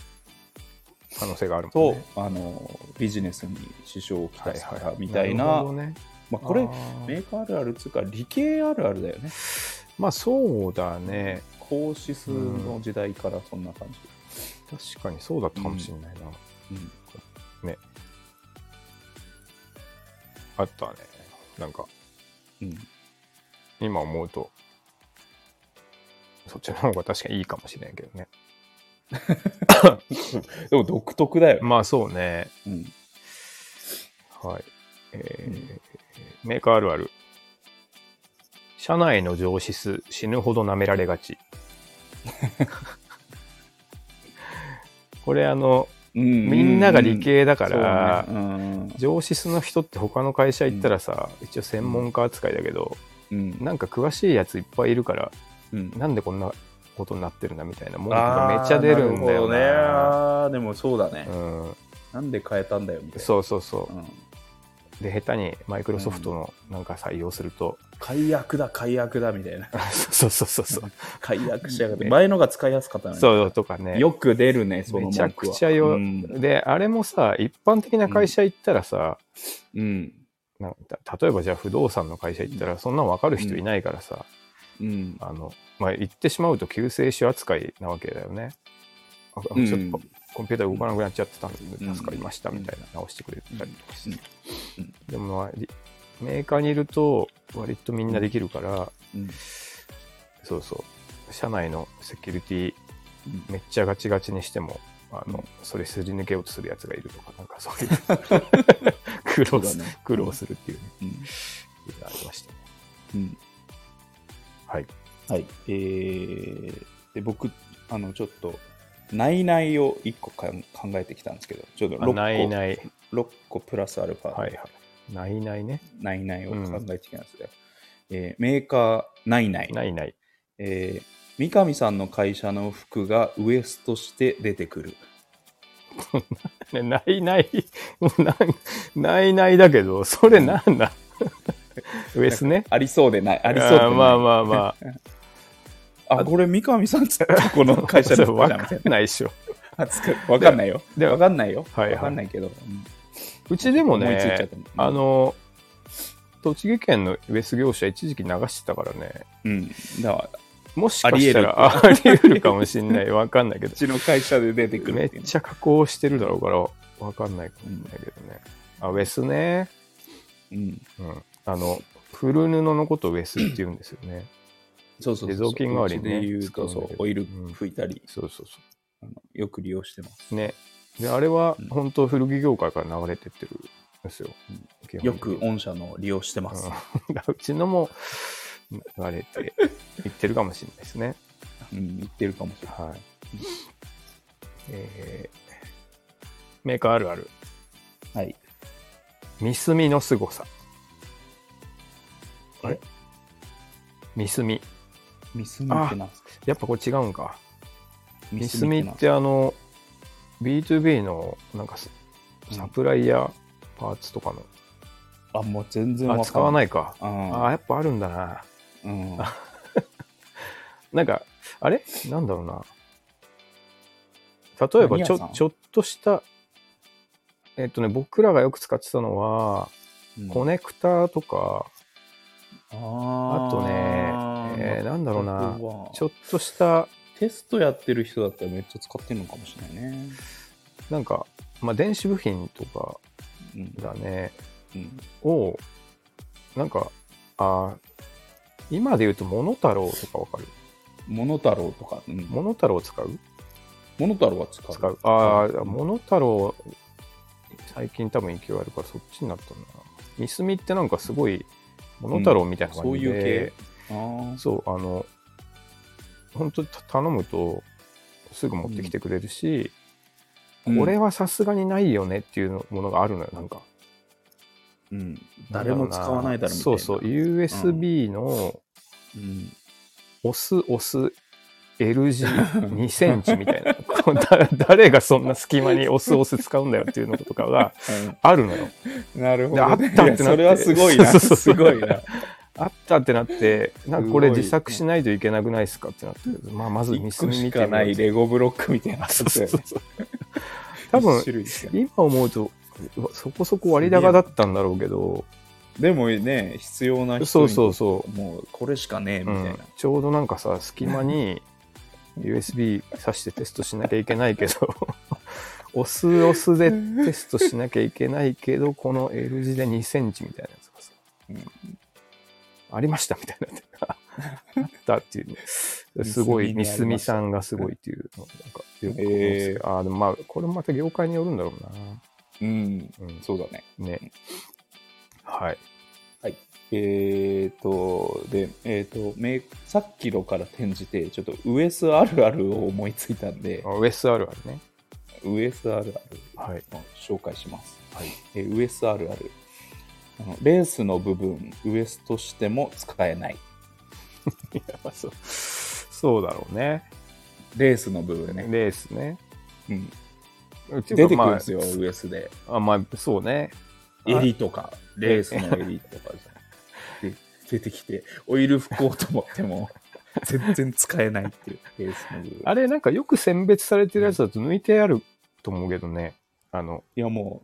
[SPEAKER 2] 可能性があるもん
[SPEAKER 1] と
[SPEAKER 2] ね。、
[SPEAKER 1] あのビジネスに支障をき
[SPEAKER 2] は
[SPEAKER 1] た
[SPEAKER 2] い
[SPEAKER 1] す
[SPEAKER 2] は
[SPEAKER 1] か
[SPEAKER 2] い
[SPEAKER 1] ら
[SPEAKER 2] はい。
[SPEAKER 1] みたいな,、
[SPEAKER 2] るほどね、
[SPEAKER 1] まあ、これ
[SPEAKER 2] あ
[SPEAKER 1] メ
[SPEAKER 2] ー
[SPEAKER 1] ーカーあるあるっつうか理系あるあるだよね
[SPEAKER 2] まあ、そうだね。
[SPEAKER 1] 高指数の時代からそんな感じ、
[SPEAKER 2] 確かにそうだったかもしれないな。
[SPEAKER 1] うん
[SPEAKER 2] あったね。なんか、
[SPEAKER 1] うん
[SPEAKER 2] 今思うと、そっちの方が確かにいいかもしれんけどね。
[SPEAKER 1] でも独特だよ、
[SPEAKER 2] まあ、そうね。
[SPEAKER 1] うん
[SPEAKER 2] はい。えー
[SPEAKER 1] うん
[SPEAKER 2] メーカーあるある。社内の上司数死ぬほど舐められ がち。これあの、
[SPEAKER 1] うん
[SPEAKER 2] みんなが理系だから、
[SPEAKER 1] そうねうん
[SPEAKER 2] 上司数の人って他の会社行ったらさ、一応専門家扱いだけど、
[SPEAKER 1] うん
[SPEAKER 2] なんか詳しいやついっぱいいるから、
[SPEAKER 1] うん、
[SPEAKER 2] なんでこんなことになってるんだみたいな文句がめっちゃ出るん
[SPEAKER 1] あー
[SPEAKER 2] だよ
[SPEAKER 1] なるほ
[SPEAKER 2] ね。
[SPEAKER 1] どねあーでもそうだね、
[SPEAKER 2] うん、
[SPEAKER 1] なんで変えたんだよみたいな、
[SPEAKER 2] そうそうそう
[SPEAKER 1] ん、
[SPEAKER 2] う。で、下手にマイクロソフトのなんか採用すると、
[SPEAKER 1] 解約だ解約だみたいな
[SPEAKER 2] そうそうそうそう。
[SPEAKER 1] 解約しやがって
[SPEAKER 2] ね
[SPEAKER 1] 前のが使いやすかったのに
[SPEAKER 2] そうとかね。
[SPEAKER 1] よく出るねその
[SPEAKER 2] め
[SPEAKER 1] 文
[SPEAKER 2] ち
[SPEAKER 1] 句
[SPEAKER 2] ゃ
[SPEAKER 1] は
[SPEAKER 2] くちゃよ、
[SPEAKER 1] うん
[SPEAKER 2] で、あれもさ、一般的な会社行ったらさ、
[SPEAKER 1] うん
[SPEAKER 2] なんかた例えばじゃあ不動産の会社行ったら、そんなん分かる人いないからさ、
[SPEAKER 1] うん
[SPEAKER 2] あの、まあ、言ってしまうと救世主扱いなわけだよね。ああ
[SPEAKER 1] うん
[SPEAKER 2] ちょっとコンピューター動かなくなっちゃってたんで
[SPEAKER 1] うん
[SPEAKER 2] 助かりましたみたいな直してくれたりとかして、
[SPEAKER 1] うんうん
[SPEAKER 2] でも、まありメーカーにいると割とみんなできるから、
[SPEAKER 1] うん
[SPEAKER 2] そうそう社内のセキュリティ
[SPEAKER 1] うん
[SPEAKER 2] めっちゃガチガチにしてもあのそれすり抜けようとするやつがいるとかなんかそういう 苦労
[SPEAKER 1] そう
[SPEAKER 2] す、
[SPEAKER 1] だね
[SPEAKER 2] 苦労するっていうね
[SPEAKER 1] うん
[SPEAKER 2] いうのがありましたね
[SPEAKER 1] うん
[SPEAKER 2] はい
[SPEAKER 1] はいえー、で僕あのちょっと内内を1個かん考えてきたんですけどちょっと6
[SPEAKER 2] あ
[SPEAKER 1] 個
[SPEAKER 2] ないない
[SPEAKER 1] 6個プラスアルファ、
[SPEAKER 2] はいはいないないね
[SPEAKER 1] ないないを考えてきたんですよ、えーメーカーないない
[SPEAKER 2] ないない
[SPEAKER 1] えー三上さんの会社の服がウエストして出てくる
[SPEAKER 2] ねないない、もうなんないないだけど、それなんだ、ウエスね。
[SPEAKER 1] ありそうでないあ
[SPEAKER 2] あ
[SPEAKER 1] りそうでない
[SPEAKER 2] ーまあまあま
[SPEAKER 1] あこれ三上さんっつったこの会社
[SPEAKER 2] あ、
[SPEAKER 1] の
[SPEAKER 2] わ
[SPEAKER 1] 服じ
[SPEAKER 2] か
[SPEAKER 1] ゃんみたい
[SPEAKER 2] んないでしょ。
[SPEAKER 1] なつくわかんないよ
[SPEAKER 2] で
[SPEAKER 1] わかんないよ
[SPEAKER 2] はいはい
[SPEAKER 1] わかんないけど、うん
[SPEAKER 2] うちでも
[SPEAKER 1] 思いついちゃっ
[SPEAKER 2] ね
[SPEAKER 1] たうん、
[SPEAKER 2] あの、栃木県のウエス業者一時期流してたからね、
[SPEAKER 1] うんだから
[SPEAKER 2] もしかしたらあ
[SPEAKER 1] あ
[SPEAKER 2] り得るかもしんない、わか んないけ
[SPEAKER 1] う
[SPEAKER 2] ど、
[SPEAKER 1] ちの会社で出てくる
[SPEAKER 2] め
[SPEAKER 1] てい
[SPEAKER 2] っ
[SPEAKER 1] う
[SPEAKER 2] ちゃ加工してるだろうから、わかんないかもしんないけどね。あ、ウエスね。
[SPEAKER 1] うん、
[SPEAKER 2] うん。あの、古布のことをウエスって言うんですよね。
[SPEAKER 1] そうそうそう
[SPEAKER 2] で雑巾代わりにね
[SPEAKER 1] うちで言うと
[SPEAKER 2] 使
[SPEAKER 1] そ
[SPEAKER 2] うんだ
[SPEAKER 1] う
[SPEAKER 2] けど
[SPEAKER 1] オイル
[SPEAKER 2] うん
[SPEAKER 1] 拭いたり、
[SPEAKER 2] そうそうそ
[SPEAKER 1] あ
[SPEAKER 2] う。
[SPEAKER 1] のよく利用してます
[SPEAKER 2] ね。で、あれは
[SPEAKER 1] うん
[SPEAKER 2] 本当古着業界から流れてってるんですよ。基
[SPEAKER 1] よ
[SPEAKER 2] 本的
[SPEAKER 1] く
[SPEAKER 2] に
[SPEAKER 1] 御社の利用してます、
[SPEAKER 2] うん うちのも流れていってるかもしれないですね。
[SPEAKER 1] うん、言ってるかもしれない
[SPEAKER 2] はい。えーメーカーあるある。
[SPEAKER 1] はい
[SPEAKER 2] ミスミの凄さ。
[SPEAKER 1] え
[SPEAKER 2] あれミスミ。
[SPEAKER 1] ミスミってなんですか
[SPEAKER 2] やっぱこれ違うんか。ミス
[SPEAKER 1] ミ
[SPEAKER 2] ミ
[SPEAKER 1] な
[SPEAKER 2] っ
[SPEAKER 1] んですか
[SPEAKER 2] てあの、B2B のなんかサ
[SPEAKER 1] うん
[SPEAKER 2] サプライヤーパーツとかの。
[SPEAKER 1] あもう全然
[SPEAKER 2] あ、使わないいか。
[SPEAKER 1] あ
[SPEAKER 2] ああ、やっぱあるんだな。
[SPEAKER 1] うん
[SPEAKER 2] なんか、あれなんだろうな。例えば
[SPEAKER 1] 何屋
[SPEAKER 2] ち
[SPEAKER 1] さん
[SPEAKER 2] ょ、ちょっとした、えっとね、僕らがよく使ってたのは、
[SPEAKER 1] うん
[SPEAKER 2] コネクターとか、
[SPEAKER 1] あ
[SPEAKER 2] あとねえーなんだろうなちょっとした、
[SPEAKER 1] テストやってる人だったらめっちゃ使ってるのかもしれないね。
[SPEAKER 2] なんか、まあ、電子部品とか
[SPEAKER 1] うん
[SPEAKER 2] だね、
[SPEAKER 1] うん
[SPEAKER 2] を、なんか、あー今で言うと、モノタロウとかわかる
[SPEAKER 1] モノタロウとか、うん
[SPEAKER 2] モノタロウ使う
[SPEAKER 1] モノタロウは使う。
[SPEAKER 2] 使う。ああ、モノタロウ、最近多分勢いあるからそっちになったんだな。ミスミってなんかすごい、モノタロウみたいな感
[SPEAKER 1] うん
[SPEAKER 2] じで、
[SPEAKER 1] そういうあー
[SPEAKER 2] そうあの、本当に頼むとすぐ持ってきてくれるし、
[SPEAKER 1] うん
[SPEAKER 2] これはさすがにないよねっていうのものがあるのよ、なんか。
[SPEAKER 1] うん誰も使わないだろみたいな。
[SPEAKER 2] そうそう、USB の
[SPEAKER 1] うん。
[SPEAKER 2] オスオス LG2 センチみたいな、 こうだ誰がそんな隙間にオスオス使うんだよっていうのとかがあるのよ。
[SPEAKER 1] なるほ
[SPEAKER 2] で
[SPEAKER 1] ど。
[SPEAKER 2] あったってなって
[SPEAKER 1] いやそれはすごいな。
[SPEAKER 2] そうそうそ
[SPEAKER 1] す
[SPEAKER 2] う
[SPEAKER 1] ごいな。
[SPEAKER 2] あったってなって、なんかこれ
[SPEAKER 1] すごい
[SPEAKER 2] 自作しないといけなくないですかってなって、まあ、まずミス
[SPEAKER 1] 一個
[SPEAKER 2] ミ
[SPEAKER 1] し
[SPEAKER 2] 見て
[SPEAKER 1] か
[SPEAKER 2] みよ
[SPEAKER 1] な
[SPEAKER 2] う
[SPEAKER 1] いレゴブロックみたいな。
[SPEAKER 2] そうそうそうそう
[SPEAKER 1] 多
[SPEAKER 2] 多分
[SPEAKER 1] 分、、種類しかない
[SPEAKER 2] 今思うと、うわそこそこ割高だったんだろうけど、
[SPEAKER 1] でもね、必要な人に
[SPEAKER 2] そうそうそ
[SPEAKER 1] もうこれしかねえみ
[SPEAKER 2] う、う
[SPEAKER 1] たいな。
[SPEAKER 2] ん、ちょうどなんかさ、隙間に USB 挿してテストしなきゃいけないけど、 押す押すでテストしなきゃいけないけど、この L 字で2センチみたいなやつがさ、
[SPEAKER 1] うん
[SPEAKER 2] ありましたみたいなの があったっていうね。すごい、
[SPEAKER 1] ミ
[SPEAKER 2] ミ
[SPEAKER 1] ス
[SPEAKER 2] ス
[SPEAKER 1] ミにありました
[SPEAKER 2] ミさんがすごいっていうのをなんかよく思うんです
[SPEAKER 1] え
[SPEAKER 2] けど、ああ、でもまあ、これもまた業界によるんだろうな。
[SPEAKER 1] ーうん、
[SPEAKER 2] うん
[SPEAKER 1] そうだね。
[SPEAKER 2] ね。はい。
[SPEAKER 1] えっ、と、で、えっ、と、めさっきのから転じて、ちょっとウエスあるあるを思いついたんで
[SPEAKER 2] あ、ウエスあるあるね。
[SPEAKER 1] ウエスあるあ
[SPEAKER 2] はい。
[SPEAKER 1] るを紹介します。
[SPEAKER 2] はい。
[SPEAKER 1] えーウエスあるある。あのレースの部分、ウエストしても使えない。
[SPEAKER 2] いや、まあそう。そうだろうね。
[SPEAKER 1] レースの部分ね。
[SPEAKER 2] レースね。
[SPEAKER 1] うん、
[SPEAKER 2] うち
[SPEAKER 1] 出てくるんですよ、ウエスで。
[SPEAKER 2] あ、まあ、そうね。
[SPEAKER 1] 襟とか、レースの襟とかじゃん。で、出てきて、オイル拭こうと思って も、全然使えないっていう、レースの部分。
[SPEAKER 2] あれ、なんかよく選別されてるやつだと抜いてあると思うけどね。あの、
[SPEAKER 1] いや、も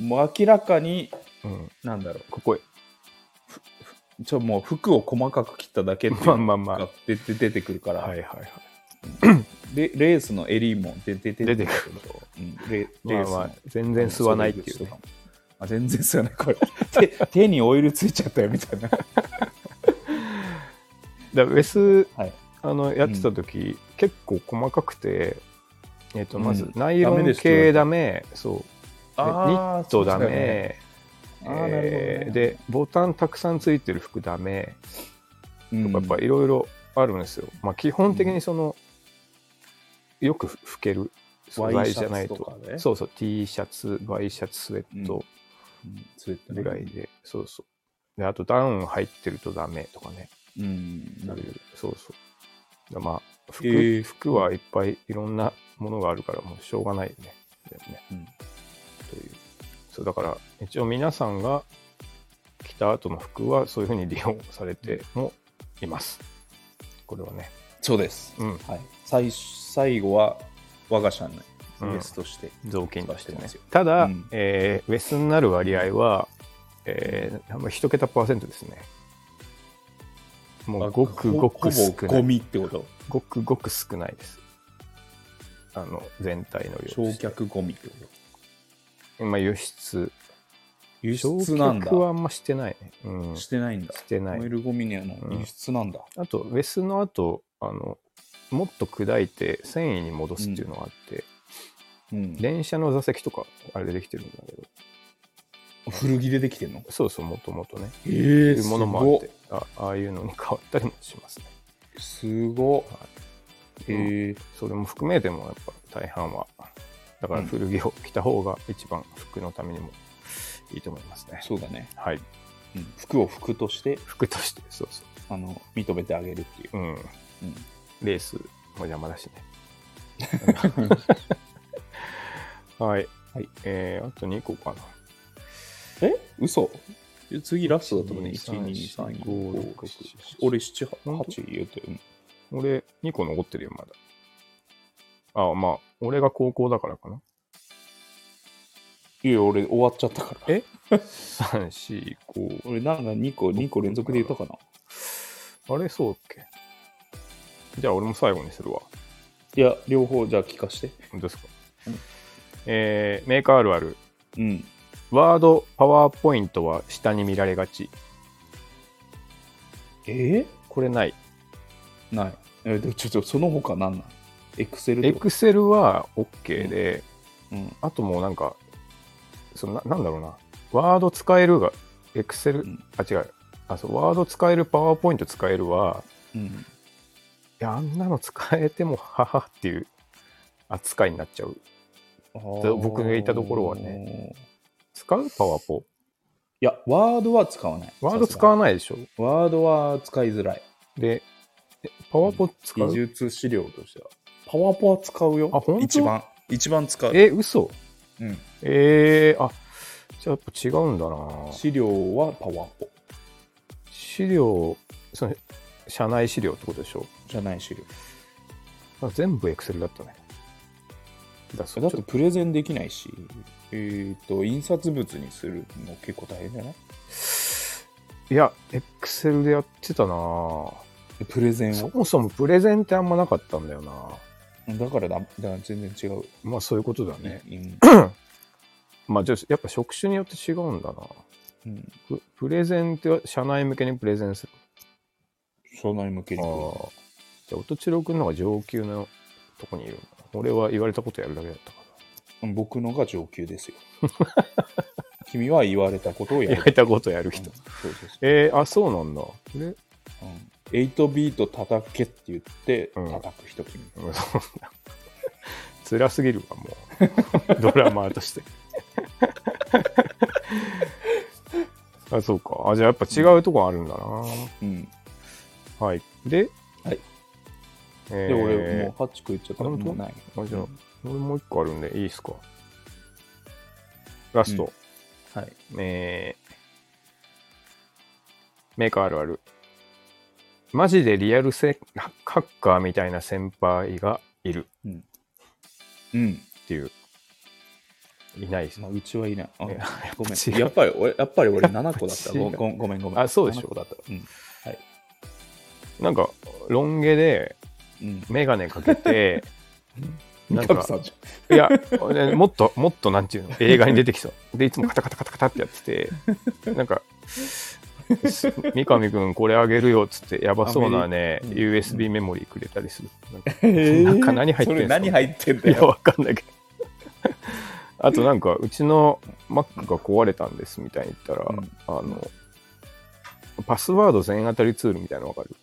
[SPEAKER 1] う、もう明らかに、
[SPEAKER 2] うん、
[SPEAKER 1] なんだろ
[SPEAKER 2] ここへ。
[SPEAKER 1] う、ちょ、もう服を細かく切っただけっていう
[SPEAKER 2] まあ
[SPEAKER 1] の
[SPEAKER 2] まあまあ。
[SPEAKER 1] が出て出てくるから、
[SPEAKER 2] はいはいはい。
[SPEAKER 1] でレースの襟も出て出
[SPEAKER 2] 出
[SPEAKER 1] て
[SPEAKER 2] て
[SPEAKER 1] く
[SPEAKER 2] く
[SPEAKER 1] るけど、うん、レレ
[SPEAKER 2] ま
[SPEAKER 1] ー
[SPEAKER 2] あ
[SPEAKER 1] ス
[SPEAKER 2] ま
[SPEAKER 1] の
[SPEAKER 2] あ、全然吸わないっていう
[SPEAKER 1] 袖口と
[SPEAKER 2] ね
[SPEAKER 1] か。もあ全然吸わない、これ。手手にオイルついちゃったよみたいな。
[SPEAKER 2] だからウェス、
[SPEAKER 1] はい
[SPEAKER 2] あのやってた時、結構細かくて、えっとま
[SPEAKER 1] うん
[SPEAKER 2] ずナイロ
[SPEAKER 1] ダメで
[SPEAKER 2] ン
[SPEAKER 1] すって言われ
[SPEAKER 2] 系
[SPEAKER 1] た
[SPEAKER 2] ダメそうニットダメ、。えーでボタンたくさんついてる服ダメ
[SPEAKER 1] うん、
[SPEAKER 2] とかやっぱいろいろあるんですよ、まあ基本的にその、よく拭ける素材じゃないと
[SPEAKER 1] ワイシャツとかね
[SPEAKER 2] そうそう T シャツワイシャツスウェット
[SPEAKER 1] うんそういったね
[SPEAKER 2] ぐらいで、そうそうであとダウン入ってるとダメとかね
[SPEAKER 1] うん、
[SPEAKER 2] な
[SPEAKER 1] な
[SPEAKER 2] る
[SPEAKER 1] る
[SPEAKER 2] よそうそう。まあ、服、
[SPEAKER 1] えー
[SPEAKER 2] 服はいっぱいいろんなものがあるから、もうしょうがないよね。でもね
[SPEAKER 1] うん
[SPEAKER 2] という。そう、だから、一応皆さんが着た後の服は、そういうふうに利用されてもいます。これはね。
[SPEAKER 1] そうです。
[SPEAKER 2] うん。
[SPEAKER 1] はい、最最後は我が社の
[SPEAKER 2] うん
[SPEAKER 1] ウエストして、
[SPEAKER 2] 雑巾としてね
[SPEAKER 1] 出してますよ。
[SPEAKER 2] ただ、
[SPEAKER 1] うん
[SPEAKER 2] えーウェスになる割合は、えー、あんま一桁パーセントですね。もう、ごくごく
[SPEAKER 1] ほ
[SPEAKER 2] 少な
[SPEAKER 1] ぼ
[SPEAKER 2] い。
[SPEAKER 1] ゴミってこと
[SPEAKER 2] ごくごく少ないです。あの、全体の量と
[SPEAKER 1] 焼
[SPEAKER 2] して。
[SPEAKER 1] 却ゴミってこと
[SPEAKER 2] まあ、輸出。
[SPEAKER 1] 輸
[SPEAKER 2] 焼
[SPEAKER 1] 出なんだ
[SPEAKER 2] 却はあんましてないね。うん。
[SPEAKER 1] し
[SPEAKER 2] して
[SPEAKER 1] ないんだ
[SPEAKER 2] てな
[SPEAKER 1] 燃え
[SPEAKER 2] い。
[SPEAKER 1] るゴミにはの
[SPEAKER 2] うん
[SPEAKER 1] 輸出なんだ、
[SPEAKER 2] あと、ウェスの後、あの、もっと砕いて繊維に戻すっていうのがあって、
[SPEAKER 1] うん
[SPEAKER 2] 電車の座席とか、あれでできてるんだけど、
[SPEAKER 1] 古着でできてんの
[SPEAKER 2] そうそう、もともとね、
[SPEAKER 1] え
[SPEAKER 2] い
[SPEAKER 1] ー
[SPEAKER 2] うものもあって、あああいうのに変わったりもしますね。
[SPEAKER 1] すご
[SPEAKER 2] は
[SPEAKER 1] っへえ
[SPEAKER 2] それも含めても、やっぱ大半は、だから古着を着た方が一番服のためにもいいと思いますね。
[SPEAKER 1] そうだね、
[SPEAKER 2] はい。
[SPEAKER 1] うん、服を服として
[SPEAKER 2] 服としてそうそ
[SPEAKER 1] あの認めてあげるっていう、
[SPEAKER 2] う、う
[SPEAKER 1] う
[SPEAKER 2] ん、
[SPEAKER 1] ん
[SPEAKER 2] レースも邪魔だしね はい、
[SPEAKER 1] はい
[SPEAKER 2] えー、あと2個かな
[SPEAKER 1] え嘘え次ラストだと思うね
[SPEAKER 2] 1 2 3 4 5 6 7
[SPEAKER 1] 俺7
[SPEAKER 2] 本当
[SPEAKER 1] 8言うてる
[SPEAKER 2] 俺2個残ってるよまだああまあ俺が高校だからかない
[SPEAKER 1] や俺終わっちゃったから
[SPEAKER 2] え345
[SPEAKER 1] 俺なんか2個2個連続で言ったかな
[SPEAKER 2] あれそうっけじゃあ俺も最後にするわ
[SPEAKER 1] いや両方じゃあ聞かして
[SPEAKER 2] 本当ですか、
[SPEAKER 1] うん
[SPEAKER 2] えーメーカーあるある
[SPEAKER 1] うん
[SPEAKER 2] ワードパワーポイントは下に見られがち
[SPEAKER 1] え
[SPEAKER 2] これない
[SPEAKER 1] ー、ないえでちょっとその他何なんエクセル
[SPEAKER 2] エ
[SPEAKER 1] とか
[SPEAKER 2] クセルは OK で、
[SPEAKER 1] うん
[SPEAKER 2] あともうなんか、そのななんだろうな、ワード使えるが、エクセル、
[SPEAKER 1] うん
[SPEAKER 2] あ、違う、あそう、ワード使える、パワーポイント使えるは、
[SPEAKER 1] うん
[SPEAKER 2] いや、あんなの使えても、ははっていう扱いになっちゃう。
[SPEAKER 1] あー
[SPEAKER 2] 僕がいたところはね使うパワーポ。
[SPEAKER 1] いやワードは使わない
[SPEAKER 2] ワード使わ
[SPEAKER 1] ない
[SPEAKER 2] ないでしょ。
[SPEAKER 1] ワードは使いづらい
[SPEAKER 2] で、えパワーポ使
[SPEAKER 1] 技
[SPEAKER 2] う
[SPEAKER 1] 術資料としては。パワポは使うよ。
[SPEAKER 2] あ本当
[SPEAKER 1] 一番。一番使う。
[SPEAKER 2] え、嘘
[SPEAKER 1] うん、
[SPEAKER 2] えー、あ、じゃあやっぱ違うんだな
[SPEAKER 1] 資料はパワポ
[SPEAKER 2] 資料、その、社内資料ってことでしょ。
[SPEAKER 1] じゃない資料。
[SPEAKER 2] あ全部エクセルだったね。だそ
[SPEAKER 1] だ
[SPEAKER 2] れ
[SPEAKER 1] ってプレゼンできないし、えっ、と、印刷物にするの結構大変じゃない
[SPEAKER 2] いや、エクセルでやってたなぁ
[SPEAKER 1] プレゼン
[SPEAKER 2] そ
[SPEAKER 1] を。
[SPEAKER 2] もそもプレゼンってあんまなかったんだよな
[SPEAKER 1] だからだ、だから全然違う。
[SPEAKER 2] まあそういうことだね。
[SPEAKER 1] うん
[SPEAKER 2] まあじゃあやっぱ職種によって違うんだな
[SPEAKER 1] うん。
[SPEAKER 2] ププレゼンっては社内向けにプレゼンする。
[SPEAKER 1] 社内向け
[SPEAKER 2] あ
[SPEAKER 1] に。
[SPEAKER 2] あ。じゃあ音千代くんの方が上級のとこにいるんだな。俺は言われたことやるだけだったから。
[SPEAKER 1] 僕のが上級ですよ。 君は言われたことをや
[SPEAKER 2] 言わ
[SPEAKER 1] る。
[SPEAKER 2] れたことやる
[SPEAKER 1] うん
[SPEAKER 2] 人。
[SPEAKER 1] そうそうそう
[SPEAKER 2] えー、あ、そうなんだ。プ
[SPEAKER 1] う
[SPEAKER 2] レ
[SPEAKER 1] ん8ビート叩けって言って、
[SPEAKER 2] うん
[SPEAKER 1] 叩く人君。
[SPEAKER 2] うんそんな。 辛すぎるわ、もう。 ドラマーとして。あ、そうか。あ、じゃあやっぱ違うとこあるんだな。
[SPEAKER 1] うん。
[SPEAKER 2] はい。で、
[SPEAKER 1] はい
[SPEAKER 2] え
[SPEAKER 1] で、俺もう8個言っちゃったら
[SPEAKER 2] 本当
[SPEAKER 1] もうない。
[SPEAKER 2] あじゃあ俺もう一個あるんでいいっすかラスト、
[SPEAKER 1] はい。
[SPEAKER 2] えーメーカーあるあるマジでリアルせハッカーみたいな先輩がいる
[SPEAKER 1] うん。
[SPEAKER 2] っていういないです
[SPEAKER 1] まあ、うちはいない。あ
[SPEAKER 2] え
[SPEAKER 1] ごめ
[SPEAKER 2] 違
[SPEAKER 1] ん。
[SPEAKER 2] う
[SPEAKER 1] やっぱり俺、やっぱり俺7個だった。
[SPEAKER 2] 違
[SPEAKER 1] ごご
[SPEAKER 2] う
[SPEAKER 1] ごめん、ごめん。
[SPEAKER 2] あそうでし
[SPEAKER 1] 7
[SPEAKER 2] ょ
[SPEAKER 1] 個だった。うん。
[SPEAKER 2] なんかロン毛で
[SPEAKER 1] うん。
[SPEAKER 2] 眼鏡かけ てな
[SPEAKER 1] 三
[SPEAKER 2] んか
[SPEAKER 1] 上さんじ
[SPEAKER 2] いや、ねもっと、もっとなんていうの、映画に出てきそう。で、いつもカタカタカタカタってやってて、なんか、す三上くんこれあげるよっつって、やばそうなね、
[SPEAKER 1] アメリうん
[SPEAKER 2] USB メモリーくれたりする。なんか
[SPEAKER 1] ゃん。へー
[SPEAKER 2] 中何入って
[SPEAKER 1] そ
[SPEAKER 2] んすか
[SPEAKER 1] れ何入ってん
[SPEAKER 2] い
[SPEAKER 1] だ
[SPEAKER 2] や、
[SPEAKER 1] よ。
[SPEAKER 2] わかんないけど。 あとなんか、うちの Mac が壊れたんですみたいに言ったら、
[SPEAKER 1] うん
[SPEAKER 2] あの、パスワード全当たりツールみたいなのわかる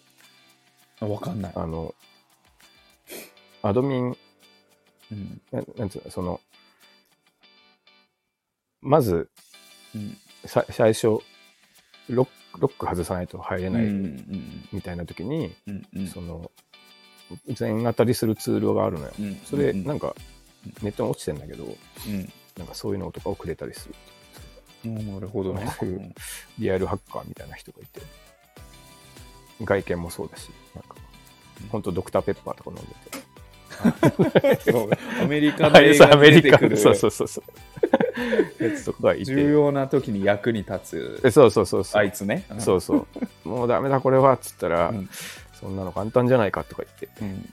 [SPEAKER 1] あわかんない。
[SPEAKER 2] あの、アドミン
[SPEAKER 1] うん。
[SPEAKER 2] ななんつうの、その、まず、
[SPEAKER 1] うん
[SPEAKER 2] さ最初ロック、ロック外さないと入れ
[SPEAKER 1] うん。う
[SPEAKER 2] なんいみたいな時に、
[SPEAKER 1] うん。うん。
[SPEAKER 2] その、全当たりするツールがあるのよ。
[SPEAKER 1] うん。
[SPEAKER 2] それ、
[SPEAKER 1] うん
[SPEAKER 2] なんか、ネットに落ちてんだけど、
[SPEAKER 1] うん。
[SPEAKER 2] なんかそういうのとかをくれたりする。
[SPEAKER 1] うんなるほど ね。
[SPEAKER 2] そういうリアルハッカーみたいな人がいて。外見もそうだし、なんか、ほんとドクターペッパーとか飲んでて。
[SPEAKER 1] そうアメリカの
[SPEAKER 2] はい
[SPEAKER 1] 映
[SPEAKER 2] そうア
[SPEAKER 1] 画
[SPEAKER 2] メ
[SPEAKER 1] に出
[SPEAKER 2] リ
[SPEAKER 1] て
[SPEAKER 2] カ
[SPEAKER 1] く
[SPEAKER 2] の、
[SPEAKER 1] る
[SPEAKER 2] そうそうそうそう。やつとかがい
[SPEAKER 1] 重
[SPEAKER 2] て。
[SPEAKER 1] 要な時に役に立つ
[SPEAKER 2] えそうそうそうそう
[SPEAKER 1] あ。いつね。
[SPEAKER 2] そうそう。もうダメだこれはっつったら、
[SPEAKER 1] うん
[SPEAKER 2] そんなの簡単じゃないかとか言って
[SPEAKER 1] うん。うん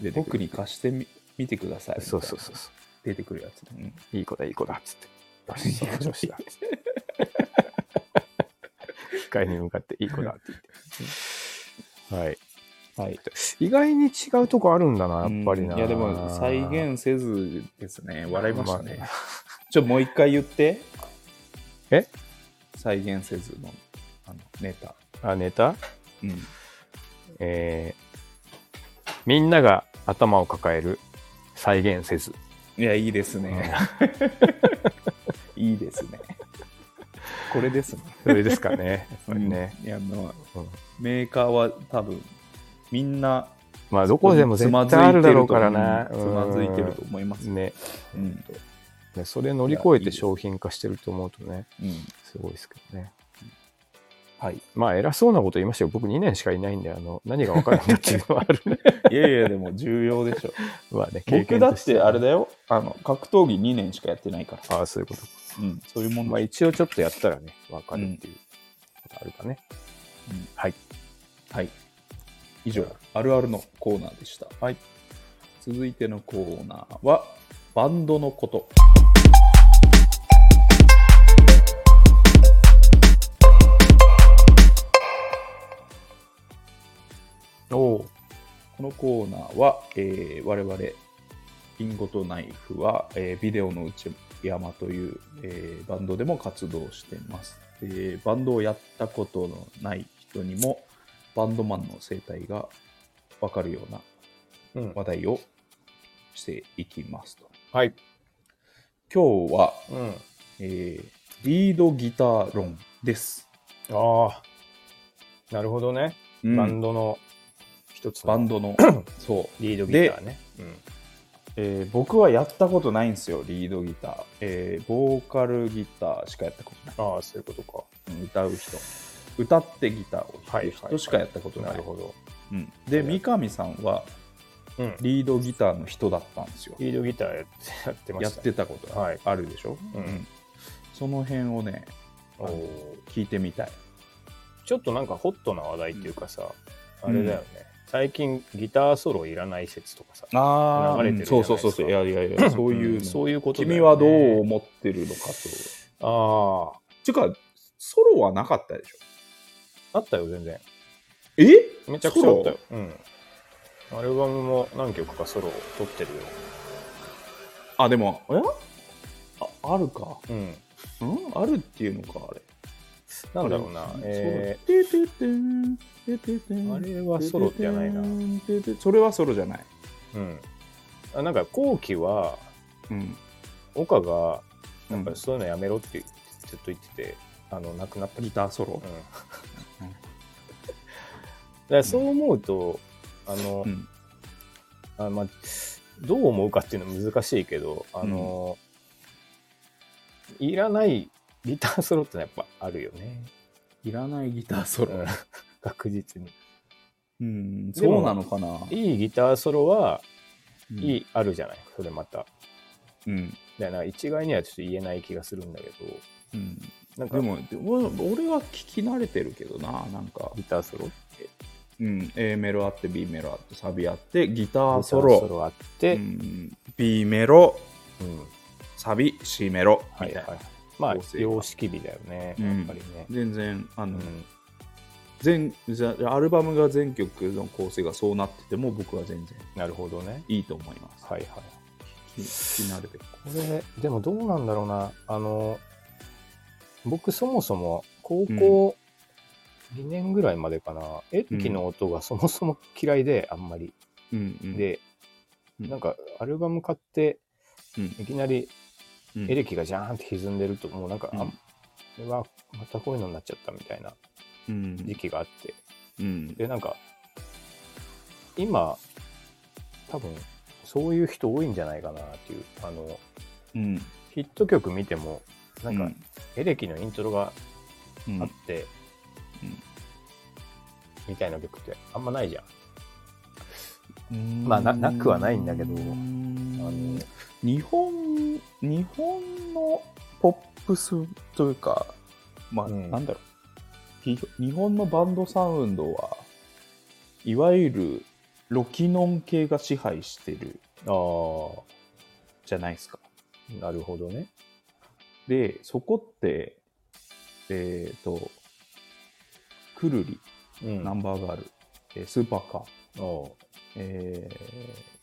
[SPEAKER 2] 出てく
[SPEAKER 1] 僕
[SPEAKER 2] る。
[SPEAKER 1] に貸してみ見てください。
[SPEAKER 2] そうそうそうそ
[SPEAKER 1] 出てくるやつね。
[SPEAKER 2] う。いい子だいい子だっつって。よし、
[SPEAKER 1] いい子だ
[SPEAKER 2] よしだっつって。機械に向かっていい子だって言って。はい。
[SPEAKER 1] うんはい。
[SPEAKER 2] 意外に違うとこあるんだな、やっぱりな。
[SPEAKER 1] うんいや、でも再現せずですね。笑いましたね。
[SPEAKER 2] まあ
[SPEAKER 1] ちょ、もう一回言って。
[SPEAKER 2] え
[SPEAKER 1] 再現せずのあのネタ。
[SPEAKER 2] あ、ネタ
[SPEAKER 1] うん。
[SPEAKER 2] えーみんなが頭を抱える再現せず。
[SPEAKER 1] いや、いいですね。 いいですね。これですね。
[SPEAKER 2] それですかね。やっぱりね。
[SPEAKER 1] うんいや、まあ、
[SPEAKER 2] うん
[SPEAKER 1] メーカーは多分、みんな、
[SPEAKER 2] まあ、どこでも絶対あるだろうからな。
[SPEAKER 1] つまずいてると思います
[SPEAKER 2] うん。ね。
[SPEAKER 1] うん。
[SPEAKER 2] ねそれ乗り越えて商品化してると思うとね、
[SPEAKER 1] うん。
[SPEAKER 2] すごいですけどね。
[SPEAKER 1] はい。
[SPEAKER 2] まあ、偉そうなこと言いましたよ。僕2年しかいないんで、あの、何が分かるんだっていうのはある ね。
[SPEAKER 1] いやいや、でも重要でしょ。
[SPEAKER 2] まあね、経
[SPEAKER 1] 僕
[SPEAKER 2] 験
[SPEAKER 1] だ
[SPEAKER 2] と
[SPEAKER 1] っ
[SPEAKER 2] して
[SPEAKER 1] てあれ
[SPEAKER 2] だ。
[SPEAKER 1] だよ。あの、格闘技2年しかやってないから。
[SPEAKER 2] ああ、そういうことか。
[SPEAKER 1] うん。そういうもん
[SPEAKER 2] ま
[SPEAKER 1] だ
[SPEAKER 2] あ、一応ちょっとやったらね、分かるっていうことあるかね。
[SPEAKER 1] うん
[SPEAKER 2] はい。
[SPEAKER 1] はい。以上、あるあるのコーナーでした。はい。続いてのコーナーは、バンドのこと。
[SPEAKER 2] おお。
[SPEAKER 1] このコーナーは、えー我々、リンゴとナイフは、えービデオの内山という、えーバンドでも活動してます、えーバンドをやったことのない人にも、バンドマンの生態がわかるような
[SPEAKER 2] うん
[SPEAKER 1] 話題をしていきますと。
[SPEAKER 2] はい。
[SPEAKER 1] 今日は、
[SPEAKER 2] うん。
[SPEAKER 1] えーリードギター論です。
[SPEAKER 2] ああ。なるほどね。
[SPEAKER 1] うん
[SPEAKER 2] ドの一つ
[SPEAKER 1] バンドの、 そう、
[SPEAKER 2] リード
[SPEAKER 1] ギター
[SPEAKER 2] ね。
[SPEAKER 1] えー僕はやったことないんですよ、リードギター。えーボーカルギターしかやったことない
[SPEAKER 2] ああ、そういうことか。。
[SPEAKER 1] うん歌う人。歌ってギターを弾
[SPEAKER 2] はい
[SPEAKER 1] く
[SPEAKER 2] はいはい
[SPEAKER 1] 人しかやったことない。
[SPEAKER 2] ほど。
[SPEAKER 1] うんで、三上さんは
[SPEAKER 2] うん。
[SPEAKER 1] リードギターの人だったんですよ。
[SPEAKER 2] リードギターやってま
[SPEAKER 1] やっ
[SPEAKER 2] したね。
[SPEAKER 1] てたこと
[SPEAKER 2] はい
[SPEAKER 1] あるでしょ、
[SPEAKER 2] うん
[SPEAKER 1] その辺をね、
[SPEAKER 2] おー
[SPEAKER 1] 聞いてみたい。
[SPEAKER 2] ちょっとなんかホットな話題っていうかさ、あれだよね、最近ギターソロいらない説とかさ、
[SPEAKER 1] あ
[SPEAKER 2] ー流れてるじゃ
[SPEAKER 1] そ
[SPEAKER 2] ないうです
[SPEAKER 1] そ
[SPEAKER 2] か
[SPEAKER 1] うそうそう。いやいやいや、そういうの、
[SPEAKER 2] んそういうことだよね
[SPEAKER 1] 君はどう思ってるのかと。
[SPEAKER 2] あ
[SPEAKER 1] てか、ソロはなかったでしょ
[SPEAKER 2] ああったよ全然
[SPEAKER 1] え
[SPEAKER 2] めちゃくちゃあったよ、うん、アルバムも何曲かソロを取ってるよ、
[SPEAKER 1] あ、でも、えああるか。
[SPEAKER 2] うん、
[SPEAKER 1] うんあるっていうのか、あれ。
[SPEAKER 2] なんだろうなえ
[SPEAKER 1] ー、てててんてててん
[SPEAKER 2] あれはソロじゃないな
[SPEAKER 1] てててんててそれはソロじゃない。
[SPEAKER 2] ーうんあなんか後期は
[SPEAKER 1] うん。
[SPEAKER 2] 岡が
[SPEAKER 1] や
[SPEAKER 2] やっぱりそういうのやめろってずっと言っててあの亡くなった
[SPEAKER 1] ギターソロ
[SPEAKER 2] うんだからそう思うとあの、
[SPEAKER 1] うん。
[SPEAKER 2] あまあ、どう思うかっていうのは難しいけど、あの、いらないギターソロってのはやっぱあるよね。
[SPEAKER 1] いらないギターソ
[SPEAKER 2] う
[SPEAKER 1] ロ
[SPEAKER 2] ん。確実に。
[SPEAKER 1] うん、
[SPEAKER 2] でも
[SPEAKER 1] そうなのかな。
[SPEAKER 2] いいギターソロは、
[SPEAKER 1] うん
[SPEAKER 2] い。い、あるじゃない。それまた。
[SPEAKER 1] うん。
[SPEAKER 2] だから一概にはちょっと言えない気がするんだけど、
[SPEAKER 1] うん、で
[SPEAKER 2] なんか、
[SPEAKER 1] も、でも俺は聞き慣れてるけどな、なんか、
[SPEAKER 2] ギターソロ
[SPEAKER 1] うん、A メロあって B メロあってサビあってギターソロ
[SPEAKER 2] ギターソロあっ
[SPEAKER 1] う
[SPEAKER 2] て、
[SPEAKER 1] ん、B メロ
[SPEAKER 2] うん。
[SPEAKER 1] サビ C メロ
[SPEAKER 2] は
[SPEAKER 1] み
[SPEAKER 2] い
[SPEAKER 1] た
[SPEAKER 2] は
[SPEAKER 1] い
[SPEAKER 2] い
[SPEAKER 1] な、
[SPEAKER 2] はい。まあ
[SPEAKER 1] 構、成が
[SPEAKER 2] 様式美だよね。
[SPEAKER 1] うん
[SPEAKER 2] やっぱりね。
[SPEAKER 1] 全然あ
[SPEAKER 2] う
[SPEAKER 1] の、
[SPEAKER 2] ん
[SPEAKER 1] 全じゃアルバムが全曲の構成がそうなってても僕は全然
[SPEAKER 2] なるほどね。
[SPEAKER 1] いいと思います、
[SPEAKER 2] はいはい。
[SPEAKER 1] 聞き聞き慣れてる
[SPEAKER 2] これでもどうなんだろうなあの僕そもそも高校2年ぐらいまでかな、エレキの音がそもそも嫌いであんまり、
[SPEAKER 1] うんうん、
[SPEAKER 2] で
[SPEAKER 1] うん
[SPEAKER 2] なんかアルバム買って
[SPEAKER 1] うん
[SPEAKER 2] いきなり
[SPEAKER 1] うん
[SPEAKER 2] エレキがジャーンって歪んでるともうなんか、
[SPEAKER 1] うん
[SPEAKER 2] あこれはまたこういうのになっちゃったみたいな
[SPEAKER 1] うん
[SPEAKER 2] 時期があって
[SPEAKER 1] うん
[SPEAKER 2] でなんか今多分そういう人多いんじゃないかなっていうあの
[SPEAKER 1] うん
[SPEAKER 2] ヒット曲見てもなん
[SPEAKER 1] う
[SPEAKER 2] かエレキのイントロが
[SPEAKER 1] うん
[SPEAKER 2] あって、
[SPEAKER 1] うん
[SPEAKER 2] みたいな曲ってあんまないじゃん。
[SPEAKER 1] うん
[SPEAKER 2] まあななくはないんだけど
[SPEAKER 1] うん
[SPEAKER 2] あの
[SPEAKER 1] 日本日本のポップスというかまあ、
[SPEAKER 2] うん
[SPEAKER 1] なんだろうひ日本のバンドサウンドはいわゆるロキノン系が支配してる
[SPEAKER 2] あ
[SPEAKER 1] じゃないですか
[SPEAKER 2] あ、なるほどね。
[SPEAKER 1] でそこってえっ、とくるり
[SPEAKER 2] うん
[SPEAKER 1] ナンバーガール、えースーパーカー、
[SPEAKER 2] おう
[SPEAKER 1] え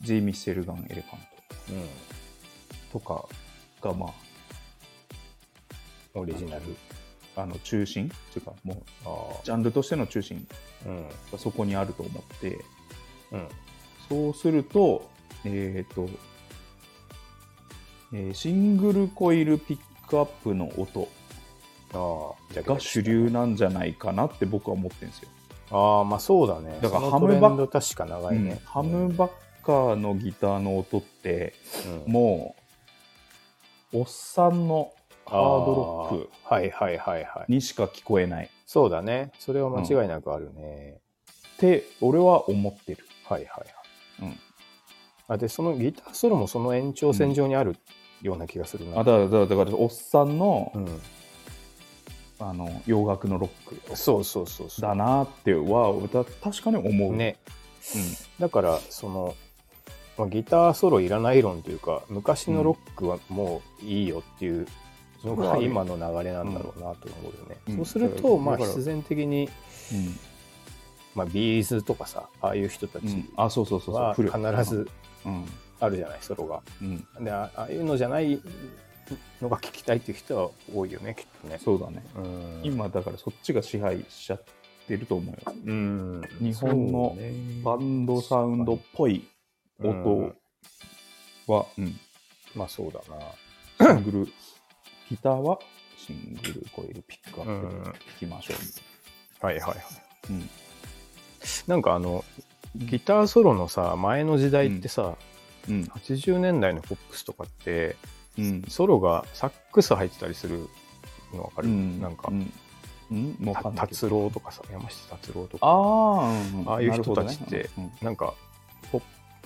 [SPEAKER 1] ージー・ミッシェルガン・エレファン
[SPEAKER 2] うん、
[SPEAKER 1] トとかがまあ
[SPEAKER 2] オリジナル。
[SPEAKER 1] あの中心っていうかもう
[SPEAKER 2] あ
[SPEAKER 1] ジャンルとしての中心
[SPEAKER 2] あ、うん、
[SPEAKER 1] がそこにあると思って
[SPEAKER 2] うん、
[SPEAKER 1] そうするとえっ、と、えーシングルコイルピックアップの音
[SPEAKER 2] ああ、じゃ
[SPEAKER 1] が主流なんじゃないかなって僕は思ってるんですよ、
[SPEAKER 2] ああ、まあそうだね。
[SPEAKER 1] だから
[SPEAKER 2] その
[SPEAKER 1] ハムバッ
[SPEAKER 2] トレンド確か長い
[SPEAKER 1] うん
[SPEAKER 2] ね。
[SPEAKER 1] ハムバッカーのギターの音って
[SPEAKER 2] うん
[SPEAKER 1] もうおっさんのハードロック
[SPEAKER 2] ああはいはいはいはい。
[SPEAKER 1] にしか聞こえないっ
[SPEAKER 2] そうだね。それは間違いなくあるね。
[SPEAKER 1] て俺は思ってる、
[SPEAKER 2] はいはいはい。
[SPEAKER 1] うん
[SPEAKER 2] あで、そのギターソロもその延長線上にあるような気がするな。
[SPEAKER 1] あだからだからだからおっさんの,、
[SPEAKER 2] うん、
[SPEAKER 1] あの洋楽のロック
[SPEAKER 2] そうそうそうそう。
[SPEAKER 1] だなってはた確かに思う、
[SPEAKER 2] ね、
[SPEAKER 1] う
[SPEAKER 2] だからその、まあ、ギターソロいらない論というか昔のロックはもういいよっていう、の
[SPEAKER 1] まあ
[SPEAKER 2] が今の流れなんだろうなと思うよね、
[SPEAKER 1] うん
[SPEAKER 2] そうす
[SPEAKER 1] だ
[SPEAKER 2] る
[SPEAKER 1] から
[SPEAKER 2] と、まあ
[SPEAKER 1] だから
[SPEAKER 2] 必然的に、
[SPEAKER 1] うん
[SPEAKER 2] まあ、ビーズとかさああいう人た
[SPEAKER 1] う
[SPEAKER 2] ち
[SPEAKER 1] んあそうそうそうそう
[SPEAKER 2] は
[SPEAKER 1] 古
[SPEAKER 2] 必
[SPEAKER 1] い
[SPEAKER 2] ず
[SPEAKER 1] うん
[SPEAKER 2] あるじゃないソロが
[SPEAKER 1] うん
[SPEAKER 2] であああいうのじゃないのが聞きたいっていう人は多いよねきっとね
[SPEAKER 1] そうだね
[SPEAKER 2] うん
[SPEAKER 1] 今だからそっちが支配しちゃってると思うよ
[SPEAKER 2] うん
[SPEAKER 1] 日本の
[SPEAKER 2] そうね
[SPEAKER 1] バンドサウンドっぽい音は、うん
[SPEAKER 2] まあそうだな
[SPEAKER 1] シングルギターはシングルコイルピックアップで聴きましょうみたい
[SPEAKER 2] はいはいはい
[SPEAKER 1] な、
[SPEAKER 2] なんかあのギターソロのさ前の時代ってさ、
[SPEAKER 1] うんうん
[SPEAKER 2] 80年代のポップスとかって
[SPEAKER 1] うん
[SPEAKER 2] ソロがサックス入ってたりするのわ
[SPEAKER 1] う
[SPEAKER 2] かる、
[SPEAKER 1] ん
[SPEAKER 2] なんか
[SPEAKER 1] う、ん、うん、もうわか
[SPEAKER 2] た
[SPEAKER 1] んないけど
[SPEAKER 2] 達郎とかさ山下達郎とか
[SPEAKER 1] あー、んん
[SPEAKER 2] ああいう
[SPEAKER 1] なるほ
[SPEAKER 2] 人
[SPEAKER 1] ど
[SPEAKER 2] た
[SPEAKER 1] ね
[SPEAKER 2] ちって
[SPEAKER 1] うん
[SPEAKER 2] なんかポッ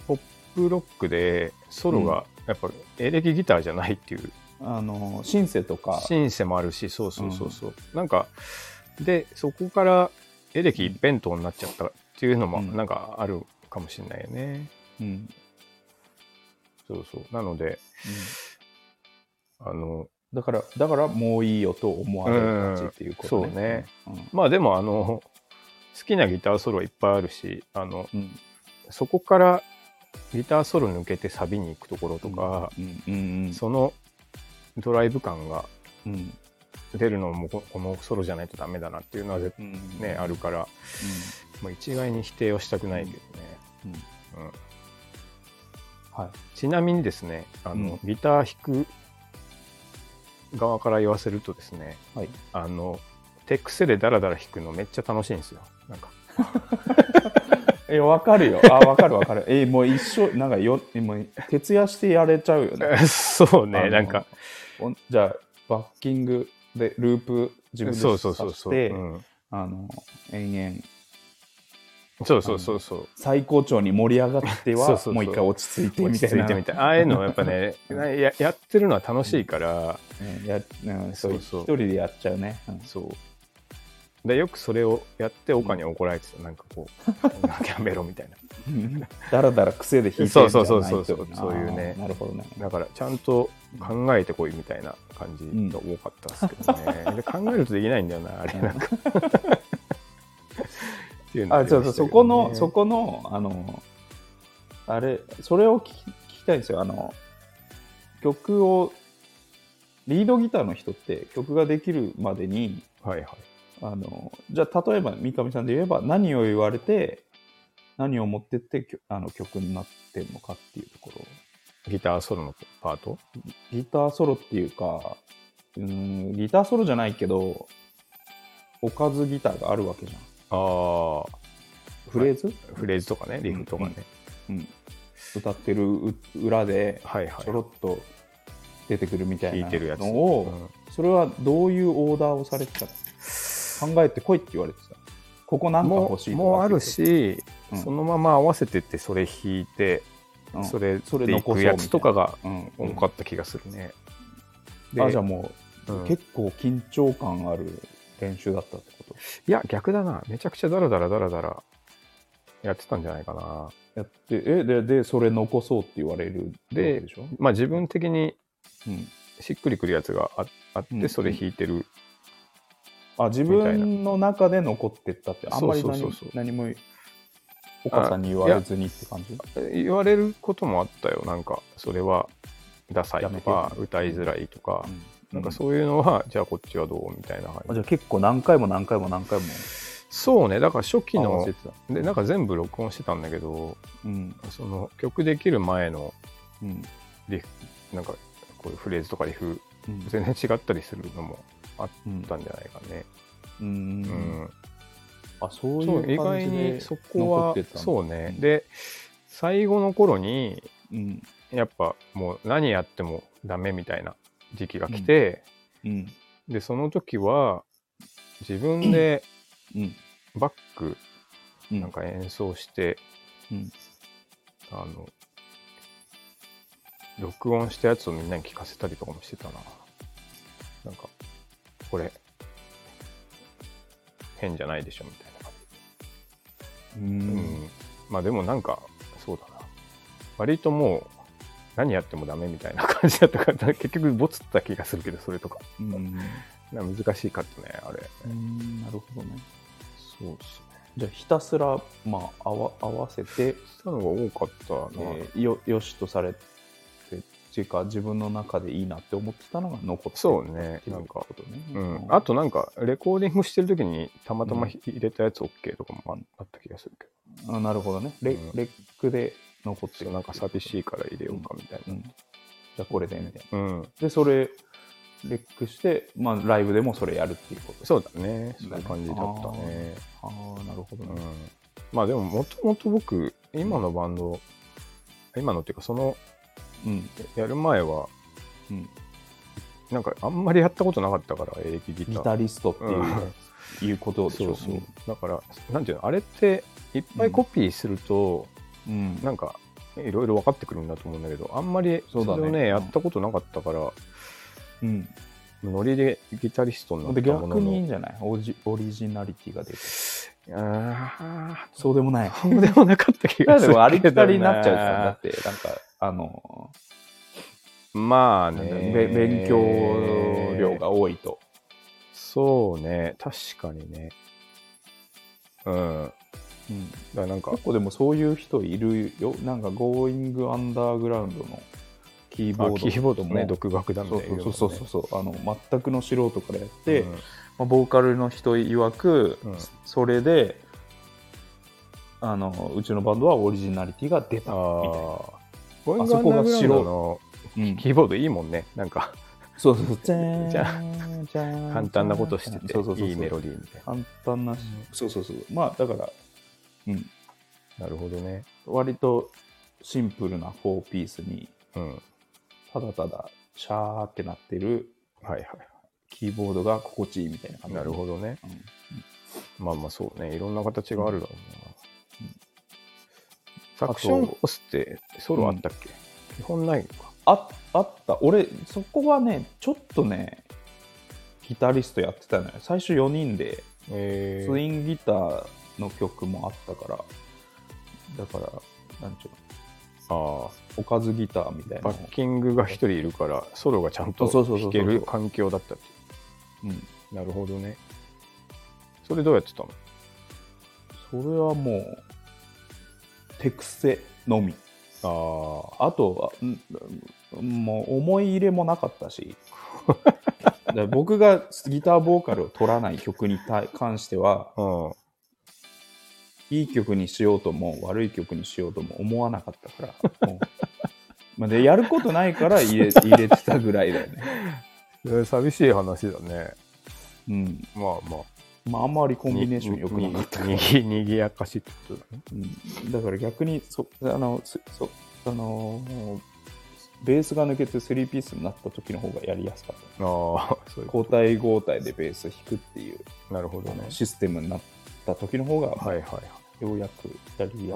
[SPEAKER 2] ポップロックでソロがやっぱエレキギターじゃないっていう、
[SPEAKER 1] あのシンセとか
[SPEAKER 2] シンセもあるしそうそうそうそう、なんかでそこからエレキ一辺倒になっちゃったっていうのも
[SPEAKER 1] うん
[SPEAKER 2] なんかあるかもしれないよね、
[SPEAKER 1] うん
[SPEAKER 2] そうそうなのであの
[SPEAKER 1] だからだからもういいよと思われがちっていうこと
[SPEAKER 2] うんそうね
[SPEAKER 1] ね。
[SPEAKER 2] まあでもあの好きなギターソロはいっぱいあるしあの
[SPEAKER 1] うん。
[SPEAKER 2] そこからギターソロ抜けてサビに行くところと
[SPEAKER 1] と
[SPEAKER 2] か、、
[SPEAKER 1] うんうん
[SPEAKER 2] そのドライブ感が
[SPEAKER 1] うん
[SPEAKER 2] 出るのもここのソロじゃないとダメだなっていうのは絶
[SPEAKER 1] うんうん
[SPEAKER 2] ね、あるから、まあ、一概に否定はしたくないけどね、
[SPEAKER 1] うんうん
[SPEAKER 2] うん
[SPEAKER 1] は
[SPEAKER 2] ちなみにですねあの、
[SPEAKER 1] う
[SPEAKER 2] ギター弾く側から言わせるとですね
[SPEAKER 1] いはい。
[SPEAKER 2] あの手癖でダラダラ弾くのめっちゃ楽しいんですよなんか
[SPEAKER 1] いや、わかるよ。 あ、わかるわかる。え、もう一生、なんかよ、もう徹夜してやれちゃうよね。
[SPEAKER 2] そう
[SPEAKER 1] あ
[SPEAKER 2] ね、
[SPEAKER 1] の
[SPEAKER 2] なんか。
[SPEAKER 1] おじゃあ、バッキングで、ループ自分で
[SPEAKER 2] そうそうそうそ
[SPEAKER 1] さ
[SPEAKER 2] う。
[SPEAKER 1] せて
[SPEAKER 2] うん
[SPEAKER 1] あの、延々、
[SPEAKER 2] そうそうそうそう。
[SPEAKER 1] 最高潮に盛り上がっては、
[SPEAKER 2] そうそうそう
[SPEAKER 1] もう一回落ち着いて
[SPEAKER 2] 落
[SPEAKER 1] み
[SPEAKER 2] ち
[SPEAKER 1] た
[SPEAKER 2] 着
[SPEAKER 1] い
[SPEAKER 2] い
[SPEAKER 1] な。
[SPEAKER 2] てみたい。ああいうのはやっぱね、なややってるのは楽しいから、
[SPEAKER 1] うんやうんそう
[SPEAKER 2] そうそう
[SPEAKER 1] 一人でやっちゃうね。うん
[SPEAKER 2] そう。で、よくそれをやって、岡に怒られてた。なんかこ う、やめろみたいな。
[SPEAKER 1] だらだら癖で弾いてるんじゃない
[SPEAKER 2] そうそうそうそう
[SPEAKER 1] とな
[SPEAKER 2] そういうね
[SPEAKER 1] あーなるほどね。
[SPEAKER 2] だから、ちゃんと考えてこいみたいな感じが多かったですけどね。で考えるとできないんだよな、あれなんか。っていうのが
[SPEAKER 1] あ、
[SPEAKER 2] り
[SPEAKER 1] そ
[SPEAKER 2] ま
[SPEAKER 1] うそう、
[SPEAKER 2] した
[SPEAKER 1] そ
[SPEAKER 2] けど
[SPEAKER 1] こ
[SPEAKER 2] ね
[SPEAKER 1] の、そこの、あの、あれ、それを聞き聞きたいんですよ。あの、曲を、リードギターの人って曲ができるまでに、
[SPEAKER 2] はいはい。
[SPEAKER 1] あの、じゃあ、例えば三上さんで言えば、何を言われて、何を持ってってきょあの曲になってんのかっていうところ。
[SPEAKER 2] ギターソロのパート
[SPEAKER 1] ギターソロっていうか、うーん、ギターソロじゃないけど、おかずギターがあるわけじゃん。
[SPEAKER 2] ああ、
[SPEAKER 1] フレーズ、
[SPEAKER 2] フレーズとかね、リフとかね。
[SPEAKER 1] うん、歌ってるう裏で
[SPEAKER 2] はいはい
[SPEAKER 1] ちょ。ろっと出てくるみたい
[SPEAKER 2] 弾い
[SPEAKER 1] な
[SPEAKER 2] てるやつ。
[SPEAKER 1] のを、それはどういうオーダーをされてたの考えてこいって言われてたここなんか
[SPEAKER 2] も
[SPEAKER 1] 欲し
[SPEAKER 2] う
[SPEAKER 1] いとか
[SPEAKER 2] もうある、し、
[SPEAKER 1] うん
[SPEAKER 2] そのまま合わせてってそれ弾いて、
[SPEAKER 1] うん
[SPEAKER 2] それ
[SPEAKER 1] それ
[SPEAKER 2] でい
[SPEAKER 1] 残そうみ
[SPEAKER 2] く
[SPEAKER 1] たい
[SPEAKER 2] や
[SPEAKER 1] な
[SPEAKER 2] つとかが
[SPEAKER 1] うん
[SPEAKER 2] 多かった気がするね。で
[SPEAKER 1] あじゃあもう、
[SPEAKER 2] うん
[SPEAKER 1] 結構緊張感ある練習だったってこと
[SPEAKER 2] いや逆だなめちゃくちゃダラダラダラダラやってたんじゃないかな。
[SPEAKER 1] やってえででそれ残そうって言われる
[SPEAKER 2] で
[SPEAKER 1] わけでしょ、
[SPEAKER 2] まあ自分的に
[SPEAKER 1] うん、
[SPEAKER 2] しっくりくるやつがああ
[SPEAKER 1] う
[SPEAKER 2] って
[SPEAKER 1] ん
[SPEAKER 2] それ弾いてる、
[SPEAKER 1] あ自分の中で残ってったってあんまり何
[SPEAKER 2] そうそうそうそう
[SPEAKER 1] 何も岡さんに言われずにって感じ
[SPEAKER 2] 言われることもあったよなんかそれはダサい
[SPEAKER 1] や
[SPEAKER 2] と
[SPEAKER 1] めてよ
[SPEAKER 2] か歌いづらいとか、
[SPEAKER 1] うん
[SPEAKER 2] なんかそういうのはじゃあこっちはどうみたいな感
[SPEAKER 1] あ
[SPEAKER 2] じ
[SPEAKER 1] じゃあ結構何回も何回も何回も
[SPEAKER 2] そうねだから初期
[SPEAKER 1] 合わ
[SPEAKER 2] の
[SPEAKER 1] せてた。
[SPEAKER 2] でなんか全部録音してたんだけど
[SPEAKER 1] うん。
[SPEAKER 2] その曲できる前の
[SPEAKER 1] うん。
[SPEAKER 2] なんかこういうフレーズとかリフ
[SPEAKER 1] うん
[SPEAKER 2] 全然違ったりするのも
[SPEAKER 1] うん
[SPEAKER 2] あったんじゃないかね、
[SPEAKER 1] う。
[SPEAKER 2] うんん
[SPEAKER 1] あ、そうい
[SPEAKER 2] そう意
[SPEAKER 1] う感
[SPEAKER 2] 外
[SPEAKER 1] じ
[SPEAKER 2] に
[SPEAKER 1] で。
[SPEAKER 2] そこは
[SPEAKER 1] 残ってたの
[SPEAKER 2] そうね
[SPEAKER 1] うん
[SPEAKER 2] で最後の頃に
[SPEAKER 1] うん。
[SPEAKER 2] やっぱもう何やってもダメみたいな時期が来て、
[SPEAKER 1] うん。
[SPEAKER 2] でその時は自分で
[SPEAKER 1] うん。
[SPEAKER 2] バック
[SPEAKER 1] うん
[SPEAKER 2] なんか演奏して、
[SPEAKER 1] うん
[SPEAKER 2] あの録音したやつをみんなに聞かせたりとかもしてたななんかこれ変じゃないでしょみたいな感
[SPEAKER 1] う
[SPEAKER 2] じ、
[SPEAKER 1] ん。
[SPEAKER 2] うんまあでもなんかそうだな割ともう何やってもダメみたいな感じだったから結局ボツった気がするけどそれとか
[SPEAKER 1] うん。
[SPEAKER 2] なんか難しいかったねあれ
[SPEAKER 1] うんなるほどね。
[SPEAKER 2] そうですね
[SPEAKER 1] じゃあひたすら、まあ、合わ合わせて、
[SPEAKER 2] したのが多かったな、
[SPEAKER 1] えーよよしとされて、っていうか、自分の中でいいなって思ってたのが残って
[SPEAKER 2] そうねなんか
[SPEAKER 1] ことね。
[SPEAKER 2] うん、あとなんかレコーディングしてる時にたまたまひ入れたやつ OK とかもああった気がするけ
[SPEAKER 1] あなるほどね。レ
[SPEAKER 2] うん
[SPEAKER 1] レックで残って
[SPEAKER 2] ど、
[SPEAKER 1] る。
[SPEAKER 2] なんか寂しいから入れようかみたい
[SPEAKER 1] うん。
[SPEAKER 2] な、
[SPEAKER 1] じゃあこれでみたいな。
[SPEAKER 2] うん
[SPEAKER 1] で、それ、レックして、まあ、ライブでもそれやるっていうこと
[SPEAKER 2] そうだねそういう感じだったね、
[SPEAKER 1] ああ、なるほど
[SPEAKER 2] うん
[SPEAKER 1] ね。、
[SPEAKER 2] まあでももともと僕今のバンド今のっていうかその
[SPEAKER 1] うん。
[SPEAKER 2] やる前は
[SPEAKER 1] うん、
[SPEAKER 2] なんかあんまりやったことなかったからエレキギター
[SPEAKER 1] ギタリストっていう,、いうことでし
[SPEAKER 2] そ
[SPEAKER 1] ょ
[SPEAKER 2] うそうだからなんていうのあれっていっぱいコピーすると、
[SPEAKER 1] うん。
[SPEAKER 2] なんかいろいろ分かってくるんだと思うんだけどあんまりそ
[SPEAKER 1] そう
[SPEAKER 2] れ
[SPEAKER 1] だね
[SPEAKER 2] をね
[SPEAKER 1] うん
[SPEAKER 2] やったことなかったから、
[SPEAKER 1] うん。
[SPEAKER 2] ノリでギタリストになっ
[SPEAKER 1] で
[SPEAKER 2] たものの
[SPEAKER 1] 逆にいいんじゃないオジオリジナリティが出て。
[SPEAKER 2] あ
[SPEAKER 1] そうでもない。
[SPEAKER 2] あそうでもなかった気
[SPEAKER 1] いや
[SPEAKER 2] が
[SPEAKER 1] で
[SPEAKER 2] するけど
[SPEAKER 1] もありきたりになっちゃうじゃん。だって、なんか、あの、
[SPEAKER 2] まあ
[SPEAKER 1] なんだろう
[SPEAKER 2] ね
[SPEAKER 1] べ勉強量が多いと。
[SPEAKER 2] そうね確かにねう
[SPEAKER 1] う
[SPEAKER 2] ん
[SPEAKER 1] ん、
[SPEAKER 2] だからなんか
[SPEAKER 1] 結構でもそういう人いるよ。なんか、Going Underground のキー
[SPEAKER 2] あ
[SPEAKER 1] ボード
[SPEAKER 2] キーボードもね
[SPEAKER 1] も
[SPEAKER 2] 独学だみた
[SPEAKER 1] そ
[SPEAKER 2] いうな言もんね、
[SPEAKER 1] そうそうそうそうあの全くの素人からやって、
[SPEAKER 2] うん
[SPEAKER 1] まあ、ボーカルの人曰く、
[SPEAKER 2] うん
[SPEAKER 1] それであのうちのバンドはオリジナリティが出たみたいな、
[SPEAKER 2] ああゴイン
[SPEAKER 1] あ
[SPEAKER 2] グア
[SPEAKER 1] そ
[SPEAKER 2] ン
[SPEAKER 1] こ
[SPEAKER 2] ダ
[SPEAKER 1] が
[SPEAKER 2] ーグラウンド
[SPEAKER 1] 白
[SPEAKER 2] の
[SPEAKER 1] うん
[SPEAKER 2] キーボードいいもんねなんか
[SPEAKER 1] そうそうそうじゃ
[SPEAKER 2] じゃ
[SPEAKER 1] ーんじゃーん
[SPEAKER 2] 簡単なことしてて
[SPEAKER 1] そうそうそうそう
[SPEAKER 2] いいメロディーみたいな
[SPEAKER 1] 簡単なしそうそうそうまあだからうん
[SPEAKER 2] なるほどね。
[SPEAKER 1] 割とシンプルな4ピースに、
[SPEAKER 2] うん。
[SPEAKER 1] ただただシャーってなってる
[SPEAKER 2] はいは
[SPEAKER 1] キーボードが心地いいみたいな感
[SPEAKER 2] い。
[SPEAKER 1] じ。
[SPEAKER 2] なるほどね。まあまあそうね。いろんな形があるだろう
[SPEAKER 1] うん
[SPEAKER 2] な。サクションホースってソロあったっけ、基本ないのか。
[SPEAKER 1] ああった俺そこはねちょっとねギタリストやってたのよ最初4人で
[SPEAKER 2] え
[SPEAKER 1] ツインギターの曲もあったからだからなんちゅうの
[SPEAKER 2] あ
[SPEAKER 1] おかずギターみたい
[SPEAKER 2] あ。
[SPEAKER 1] な
[SPEAKER 2] バ
[SPEAKER 1] の
[SPEAKER 2] ッキングが一人いるから、ソロがちゃんと
[SPEAKER 1] そうそうそ
[SPEAKER 2] 弾
[SPEAKER 1] うそ
[SPEAKER 2] け
[SPEAKER 1] う
[SPEAKER 2] る環境だったってい
[SPEAKER 1] うん、
[SPEAKER 2] うなるほどね。それどうやってたの
[SPEAKER 1] それはもう手癖のみ
[SPEAKER 2] あ
[SPEAKER 1] あとはんもう思い入れもなかったし だから僕がギターボーカルを取らない曲に対関しては
[SPEAKER 2] あ、うん。
[SPEAKER 1] いい曲にしようとも悪い曲にしようとも思わなかったから。 もうまあでやることないから入 れ入れてたぐらいだよね。
[SPEAKER 2] えー寂しい話だね。
[SPEAKER 1] うん。
[SPEAKER 2] まあまあ。
[SPEAKER 1] まああんまりコンビネーション良くなかったから。
[SPEAKER 2] にににぎやかしってことだね。
[SPEAKER 1] うんだから逆にそ、あの、すそあのーベースが抜けて3ピースになった時の方がやりやすかった。
[SPEAKER 2] ああ、そういうこ
[SPEAKER 1] 交代交代でベース弾くっていう
[SPEAKER 2] と。なるほど
[SPEAKER 1] あ
[SPEAKER 2] ね
[SPEAKER 1] の。システムになった時の方が、
[SPEAKER 2] はいはいはい。
[SPEAKER 1] ようやくやりやす
[SPEAKER 2] あ
[SPEAKER 1] かっ
[SPEAKER 2] ー
[SPEAKER 1] うん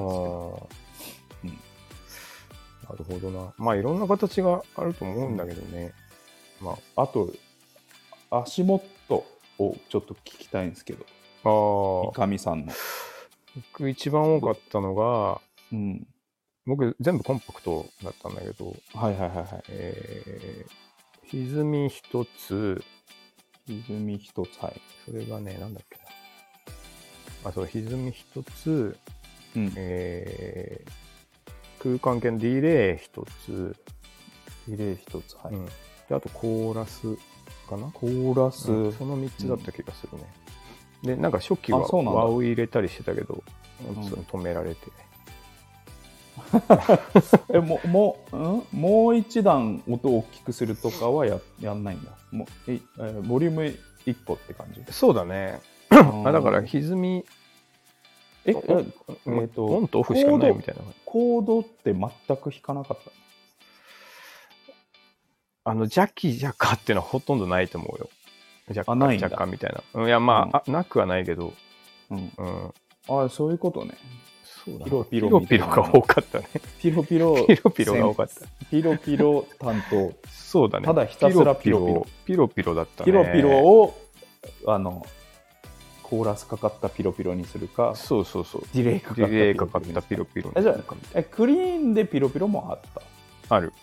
[SPEAKER 2] なるほどな。まあいろんな形があると思うんだけどね。まあ、
[SPEAKER 1] た。あと、足元をちょっと聞きたいんですけど、
[SPEAKER 2] あー
[SPEAKER 1] 三上さんの。
[SPEAKER 2] 僕一番多かったのが、
[SPEAKER 1] うん。
[SPEAKER 2] 僕全部コンパクトだったんだけど、
[SPEAKER 1] はいはいはいはい。
[SPEAKER 2] えー、歪み一つ、
[SPEAKER 1] 歪み一つ、はい。
[SPEAKER 2] それがね、なんだっけな。あ、そう、歪み一つ、
[SPEAKER 1] うん。
[SPEAKER 2] えー空間系のディレイ一つ、
[SPEAKER 1] 比例一つ、はい。
[SPEAKER 2] うん、であとコーラスかな、
[SPEAKER 1] コーラス、
[SPEAKER 2] うんその3つだった気がするね、でなんか初期は
[SPEAKER 1] あそうなんだ
[SPEAKER 2] 和を入れたりしてたけど、
[SPEAKER 1] うん
[SPEAKER 2] それ止められて
[SPEAKER 1] え、もう、もう、うん、もう一段音を大きくするとかはややんないんだ。もうええーボリューム一個って感じ。
[SPEAKER 2] そうだね あ
[SPEAKER 1] あ
[SPEAKER 2] だから、歪み
[SPEAKER 1] え、え
[SPEAKER 2] お
[SPEAKER 1] えっ、
[SPEAKER 2] え
[SPEAKER 1] と、
[SPEAKER 2] オンとオフしかないみたいな
[SPEAKER 1] コードって全く弾かなかった。
[SPEAKER 2] あの邪気邪かっていうのはほとんどないと思うよ邪
[SPEAKER 1] あ
[SPEAKER 2] か
[SPEAKER 1] ないんだ
[SPEAKER 2] 邪かみたいな、うん、いやまあ,あ、なくはないけど、
[SPEAKER 1] うん。
[SPEAKER 2] うん、
[SPEAKER 1] あそういうことね。
[SPEAKER 2] そうだ
[SPEAKER 1] ピロピロ
[SPEAKER 2] ピロ
[SPEAKER 1] みた
[SPEAKER 2] ピ
[SPEAKER 1] いな
[SPEAKER 2] ロが多かったね
[SPEAKER 1] ピロピロ、
[SPEAKER 2] ピロピロが多かった
[SPEAKER 1] ピロピロ担当。
[SPEAKER 2] そうだね
[SPEAKER 1] ただひたすらピロピロ
[SPEAKER 2] ピロピロだったね
[SPEAKER 1] ピロピロを、あの、コーラスかかったピロピロにするか、
[SPEAKER 2] そうそうそう
[SPEAKER 1] ディレイかかった
[SPEAKER 2] ディレイかかったピロピロ
[SPEAKER 1] えじゃあ
[SPEAKER 2] なんか
[SPEAKER 1] えクリーンでピロピロもあった
[SPEAKER 2] ある、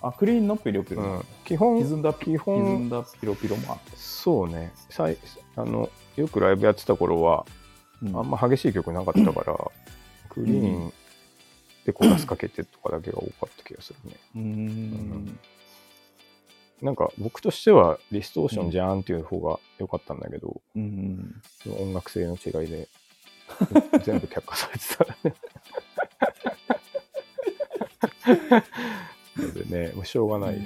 [SPEAKER 1] あクリーンのピロピ
[SPEAKER 2] う
[SPEAKER 1] ロもあっ
[SPEAKER 2] ん、基
[SPEAKER 1] た、
[SPEAKER 2] 本
[SPEAKER 1] 歪んだ
[SPEAKER 2] 基本
[SPEAKER 1] 歪んだピロピロもあった、
[SPEAKER 2] そうねさいあのよくライブやってた頃は
[SPEAKER 1] うん
[SPEAKER 2] あんま激しい曲なかったから、クリーンでコーラスかけてとかだけが多かった気がするね
[SPEAKER 1] うーん
[SPEAKER 2] なんか僕としてはディストーションじゃんっていう方が良かったんだけど、
[SPEAKER 1] うん
[SPEAKER 2] 音楽性の違い で全部却下されてた ねなのでねもうしょうがない、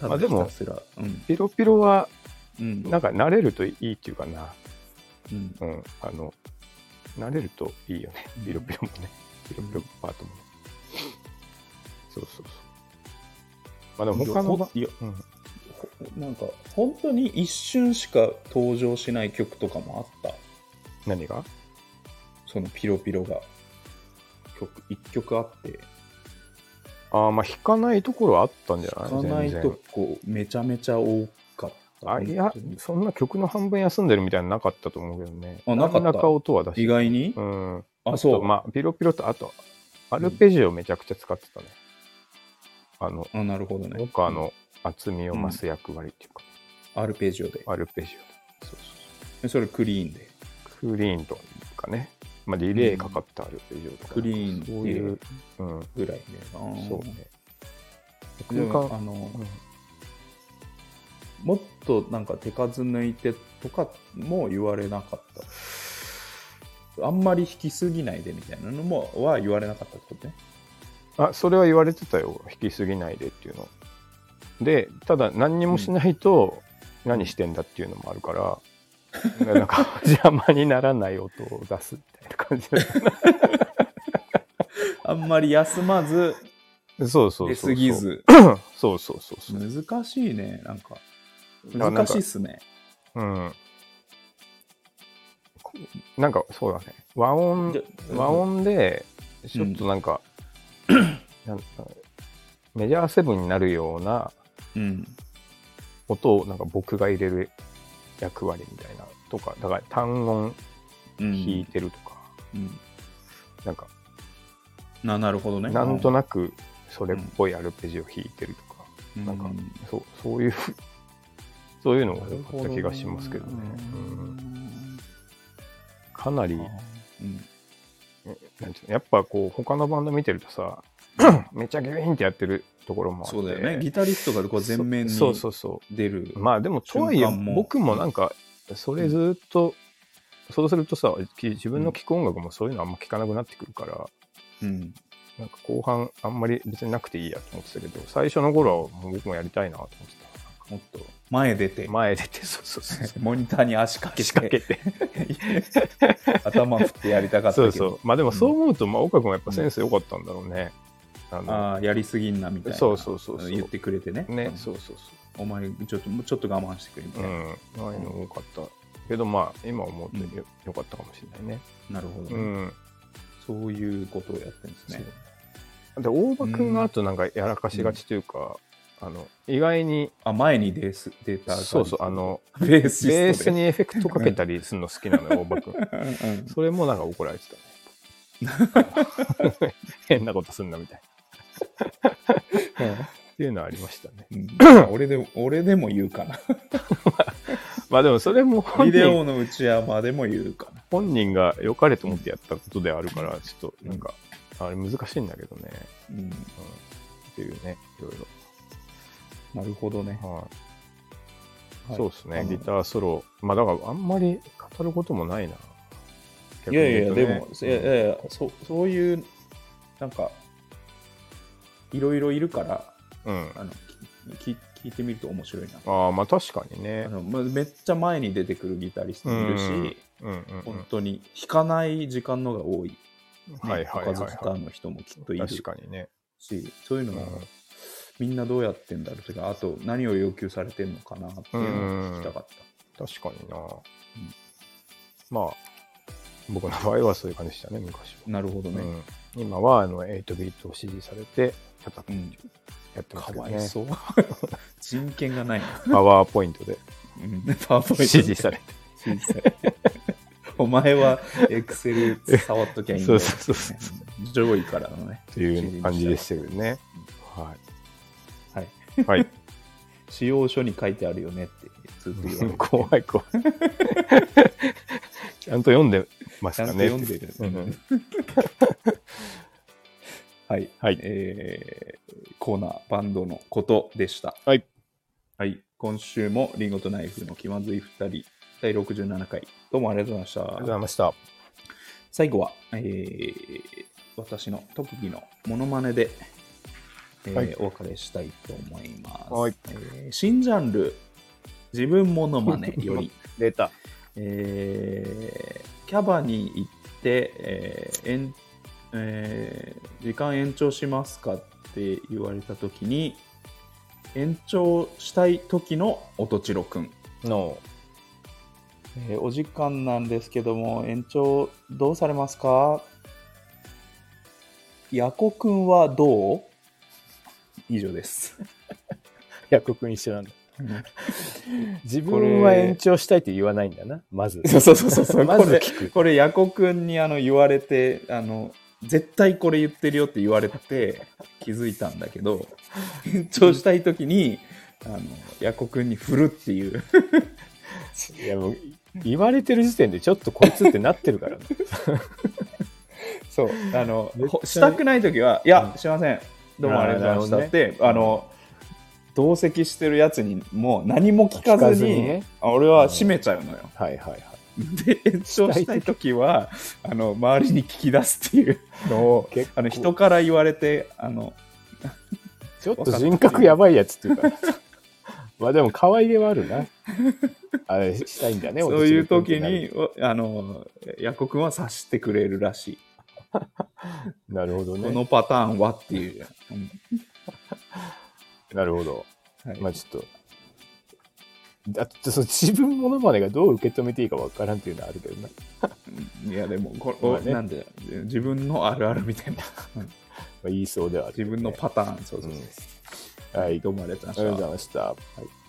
[SPEAKER 1] た
[SPEAKER 2] ま
[SPEAKER 1] だ
[SPEAKER 2] あで
[SPEAKER 1] ひ
[SPEAKER 2] も
[SPEAKER 1] たすらうん
[SPEAKER 2] ピロピロは
[SPEAKER 1] うん
[SPEAKER 2] なんか慣れるといいっていうかな、
[SPEAKER 1] うん
[SPEAKER 2] うん、あの、慣れるといいよね
[SPEAKER 1] うん。
[SPEAKER 2] ピロピロもね。ピロピロパートもね。そうそうそう。まあでも他の場
[SPEAKER 1] いや
[SPEAKER 2] うん、
[SPEAKER 1] ほなんか本当に一瞬しか登場しない曲とかもあった
[SPEAKER 2] 何が
[SPEAKER 1] そのピロピロが曲一曲あって
[SPEAKER 2] ああ、まあ弾かないところはあったんじゃない
[SPEAKER 1] 弾かないと。こめちゃめちゃ多かった
[SPEAKER 2] あいや
[SPEAKER 1] 本当に、
[SPEAKER 2] そんな曲の半分休んでるみたいなのなかったと思うけどね。
[SPEAKER 1] あなかった
[SPEAKER 2] なか音は出して
[SPEAKER 1] 意外に、
[SPEAKER 2] うん。
[SPEAKER 1] あそう
[SPEAKER 2] とまあ、ピロピロと、あと、アルペジオめちゃくちゃ使ってたね。あの、
[SPEAKER 1] あなるほどね。
[SPEAKER 2] 僕はあの、厚みを増す役割っていうか、
[SPEAKER 1] アルペジオで。
[SPEAKER 2] アルペジオ。そうそうそう。
[SPEAKER 1] えそれクリーンで。
[SPEAKER 2] クリーンとかね、まあ、リレーかかったある以上とか、
[SPEAKER 1] クリーン
[SPEAKER 2] そういう、うん、
[SPEAKER 1] ぐらいで。あー
[SPEAKER 2] そうね。
[SPEAKER 1] で
[SPEAKER 2] 空
[SPEAKER 1] も
[SPEAKER 2] 間、
[SPEAKER 1] あの
[SPEAKER 2] うん
[SPEAKER 1] もっとなんか手数抜いてとかも言われなかった。あんまり弾きすぎないでみたいなのもは言われなかったってことね。
[SPEAKER 2] あそれは言われてたよ、引きすぎないでっていうの。で、ただ、何にもしないと、何してんだっていうのもある から、なんか、邪魔にならない音を出すみたいな感じだった
[SPEAKER 1] あんまり休まず、
[SPEAKER 2] そうそうそうそ
[SPEAKER 1] 出す
[SPEAKER 2] う。
[SPEAKER 1] ぎ。ず。
[SPEAKER 2] そうそうそうそう。
[SPEAKER 1] 難しいね、なんか。
[SPEAKER 2] らなん
[SPEAKER 1] 難
[SPEAKER 2] か
[SPEAKER 1] しいっすね。
[SPEAKER 2] うん。なんかそうだね。和音、和音で、ちょっとなんか、なんかメジャーセブンになるような
[SPEAKER 1] うん。
[SPEAKER 2] 音をなんか僕が入れる役割みたいなとか、だから単音
[SPEAKER 1] うん。
[SPEAKER 2] 弾いてるとか、
[SPEAKER 1] うん
[SPEAKER 2] なんか
[SPEAKER 1] ななるほどね。
[SPEAKER 2] なんとなくそれっぽいアルペジオ弾いてるとか、
[SPEAKER 1] う
[SPEAKER 2] なんかそうそういう、そういうのが良かった気がしますけどね。うんかなり
[SPEAKER 1] うん
[SPEAKER 2] なんていうのやっぱこう他のバンド見てる とさめちゃギュインってやってるところもあって
[SPEAKER 1] そうだよね。ギタリストがこう全面に
[SPEAKER 2] そうそうそ
[SPEAKER 1] 出る
[SPEAKER 2] う。まあでもとはいえ
[SPEAKER 1] 瞬間も
[SPEAKER 2] 僕もなんかそれずっと、そうするとさき自分の聴く音楽もそういうのあんま聴かなくなってくるから、
[SPEAKER 1] うん。
[SPEAKER 2] なんか後半あんまり別になくていいやと思ってたけど最初の頃はもう僕もやりたいなと思って
[SPEAKER 1] もっと前出て
[SPEAKER 2] た、前出てそうそうそ う
[SPEAKER 1] モニターに足かけ
[SPEAKER 2] 仕掛
[SPEAKER 1] て、
[SPEAKER 2] けて
[SPEAKER 1] 頭振ってやりたかったけ
[SPEAKER 2] そ
[SPEAKER 1] ど、
[SPEAKER 2] うそうまあでもそう思うと、まあ岡君はやっぱセンス良かったんだろうね、あの
[SPEAKER 1] ああ、やりすぎんなみたいな。
[SPEAKER 2] そうそうそうそう
[SPEAKER 1] 言ってくれてね。
[SPEAKER 2] ね、
[SPEAKER 1] ん
[SPEAKER 2] そうそうそう
[SPEAKER 1] お前ちょっと、ちょっと我慢してくれみた
[SPEAKER 2] う
[SPEAKER 1] いな。
[SPEAKER 2] ん、ああいうの多かったけどまあ今思うとよ,、よかったかもしれないね
[SPEAKER 1] なるほど、
[SPEAKER 2] う
[SPEAKER 1] ね
[SPEAKER 2] ん
[SPEAKER 1] そういうことをやってるんですね。
[SPEAKER 2] で大場君があとなんかやらかしがちというか、あの意外に
[SPEAKER 1] あ、前にデースデータが
[SPEAKER 2] そうそうあ、の
[SPEAKER 1] ベース
[SPEAKER 2] ベー
[SPEAKER 1] リスト
[SPEAKER 2] ス
[SPEAKER 1] で。
[SPEAKER 2] にエフェクトかけたりするの好きな のよ大場君
[SPEAKER 1] うんうん
[SPEAKER 2] それもなんか怒られてた ね変なことすんなみたいなっていうのはありましたね
[SPEAKER 1] うん俺でも、俺でも言うかな。
[SPEAKER 2] まあでもそれも
[SPEAKER 1] ビ
[SPEAKER 2] 本
[SPEAKER 1] デ
[SPEAKER 2] 人
[SPEAKER 1] オの内山でも言うかな。
[SPEAKER 2] 本人が良かれと思ってやったことであるからちょっとなんか、あれ難しいんだけどね、
[SPEAKER 1] うん
[SPEAKER 2] うん、っていうねいろいろ
[SPEAKER 1] なるほどね。
[SPEAKER 2] はい、
[SPEAKER 1] はい
[SPEAKER 2] そうです
[SPEAKER 1] あ
[SPEAKER 2] ね
[SPEAKER 1] の、
[SPEAKER 2] ギターソロ。まあだからあんまり語ることもないな。
[SPEAKER 1] いやいやいや、
[SPEAKER 2] 逆に
[SPEAKER 1] で
[SPEAKER 2] 言う
[SPEAKER 1] も、
[SPEAKER 2] と
[SPEAKER 1] い
[SPEAKER 2] ね
[SPEAKER 1] やいやいやそそういう、なんか、いろいろいるから、
[SPEAKER 2] うん。
[SPEAKER 1] あのきき聞いてみると面白いな。
[SPEAKER 2] ああ、まあ確かに
[SPEAKER 1] あ
[SPEAKER 2] ね。
[SPEAKER 1] のまめっちゃ前に出てくるギタリストもいるし、
[SPEAKER 2] うんうんうんうん。
[SPEAKER 1] 本当に弾かない時間のが多い、ね
[SPEAKER 2] はいはいはい、
[SPEAKER 1] 他のギタ
[SPEAKER 2] は
[SPEAKER 1] ーの人もきっとい
[SPEAKER 2] い。
[SPEAKER 1] る
[SPEAKER 2] 確
[SPEAKER 1] し、
[SPEAKER 2] かにね。
[SPEAKER 1] そういうの
[SPEAKER 2] う
[SPEAKER 1] も
[SPEAKER 2] ん
[SPEAKER 1] みんなどうやってんだろうとか、あと何を要求されてんのかなっていうのを聞きたかった。
[SPEAKER 2] 確かにな。まあ、僕の場合はそういう感じでしたね、昔は。
[SPEAKER 1] なるほどね。
[SPEAKER 2] うん、今はあの8ビートを支持されて、たた
[SPEAKER 1] うん
[SPEAKER 2] やってます
[SPEAKER 1] か
[SPEAKER 2] けど
[SPEAKER 1] わ
[SPEAKER 2] ね
[SPEAKER 1] い。そう。人権がない。
[SPEAKER 2] パワーポイン トで
[SPEAKER 1] うんパワーポイント
[SPEAKER 2] 支持され
[SPEAKER 1] 指示されてお前はエクセル触っときゃいいんだよ
[SPEAKER 2] そうそうそうそ
[SPEAKER 1] 上位からのね。
[SPEAKER 2] てっていう感じでしたけどね。は
[SPEAKER 1] はい。
[SPEAKER 2] い。はい。
[SPEAKER 1] 使用書に書いてあるよねってずっと言われて。
[SPEAKER 2] 怖い怖い。ちゃんと読んでます
[SPEAKER 1] ちゃん
[SPEAKER 2] か
[SPEAKER 1] と
[SPEAKER 2] ね。
[SPEAKER 1] 読んでる。
[SPEAKER 2] うん
[SPEAKER 1] はい。
[SPEAKER 2] はい
[SPEAKER 1] えーコーナー、バンドのことでした。
[SPEAKER 2] はい。
[SPEAKER 1] はい。今週もリンゴとナイフの気まずい2人、第67回。どうもありがとうございま
[SPEAKER 2] ありがとう
[SPEAKER 1] し
[SPEAKER 2] ござ
[SPEAKER 1] た。
[SPEAKER 2] いました。
[SPEAKER 1] 最後は、えー私の特技のモノマネで、えー
[SPEAKER 2] はい
[SPEAKER 1] お別れしたいと思います、
[SPEAKER 2] はい
[SPEAKER 1] えー新ジャンル自分モノマネよ り、
[SPEAKER 2] 出た。
[SPEAKER 1] えーキャバに行って、えー延えー時間延長しますかって言われた時に延長したい時の音千代くん
[SPEAKER 2] の、
[SPEAKER 1] えーお時間なんですけども延長どうされますかやこくんはどう以上 です。
[SPEAKER 2] 役君一緒なんだ。自
[SPEAKER 1] 分は延
[SPEAKER 2] 長したいって言わないんだな、ま ず
[SPEAKER 1] そうそうそうそう。
[SPEAKER 2] まず
[SPEAKER 1] これ
[SPEAKER 2] 聞く
[SPEAKER 1] これやこくんにあの言われてあの絶対これ言ってるよって言われて気づいたんだけ ど延長したい時にあのやこくんに振るっていう。
[SPEAKER 2] いやもう言われてる時点でちょっとこいつってなってる からな。
[SPEAKER 1] そう、あの
[SPEAKER 2] 絶、
[SPEAKER 1] ほ
[SPEAKER 2] 対
[SPEAKER 1] したくないときは、いや、
[SPEAKER 2] うん
[SPEAKER 1] すいません、どうもありがとうございました、って、あの、同席してるやつにもう何も聞かず
[SPEAKER 2] 聞か
[SPEAKER 1] に、
[SPEAKER 2] ずにね
[SPEAKER 1] あ俺は閉めちゃうのよ。
[SPEAKER 2] はいはいはい。
[SPEAKER 1] で、延長したいときは、あの、周りに聞き出すっていうの を、
[SPEAKER 2] 結構
[SPEAKER 1] あの、人から言われて、あの、
[SPEAKER 2] ちょっと人格やばいやつっていう か。まあでも可愛げはある な。あれしたいんだね、
[SPEAKER 1] そういう
[SPEAKER 2] おじ
[SPEAKER 1] 時
[SPEAKER 2] ちゃんってなる
[SPEAKER 1] に、おあの、ヤコ君は察してくれるらしい。
[SPEAKER 2] なるほど
[SPEAKER 1] こ
[SPEAKER 2] ね。
[SPEAKER 1] のパターンはっていう。うん
[SPEAKER 2] なるほど。
[SPEAKER 1] はい
[SPEAKER 2] まあちょっと。あと、その自分ものまねがどう受け止めていいかわからんっていうのはあるけどな。
[SPEAKER 1] いやでもこれ、
[SPEAKER 2] まあね
[SPEAKER 1] なんで自分のあるあるみたいな
[SPEAKER 2] まあ、言いそうではあるけ
[SPEAKER 1] 自
[SPEAKER 2] どね、
[SPEAKER 1] 分のパターンそうそうそう、
[SPEAKER 2] はい。
[SPEAKER 1] どうもありがとうございま
[SPEAKER 2] ありがとう
[SPEAKER 1] し
[SPEAKER 2] ご
[SPEAKER 1] た
[SPEAKER 2] ざいました。
[SPEAKER 1] はい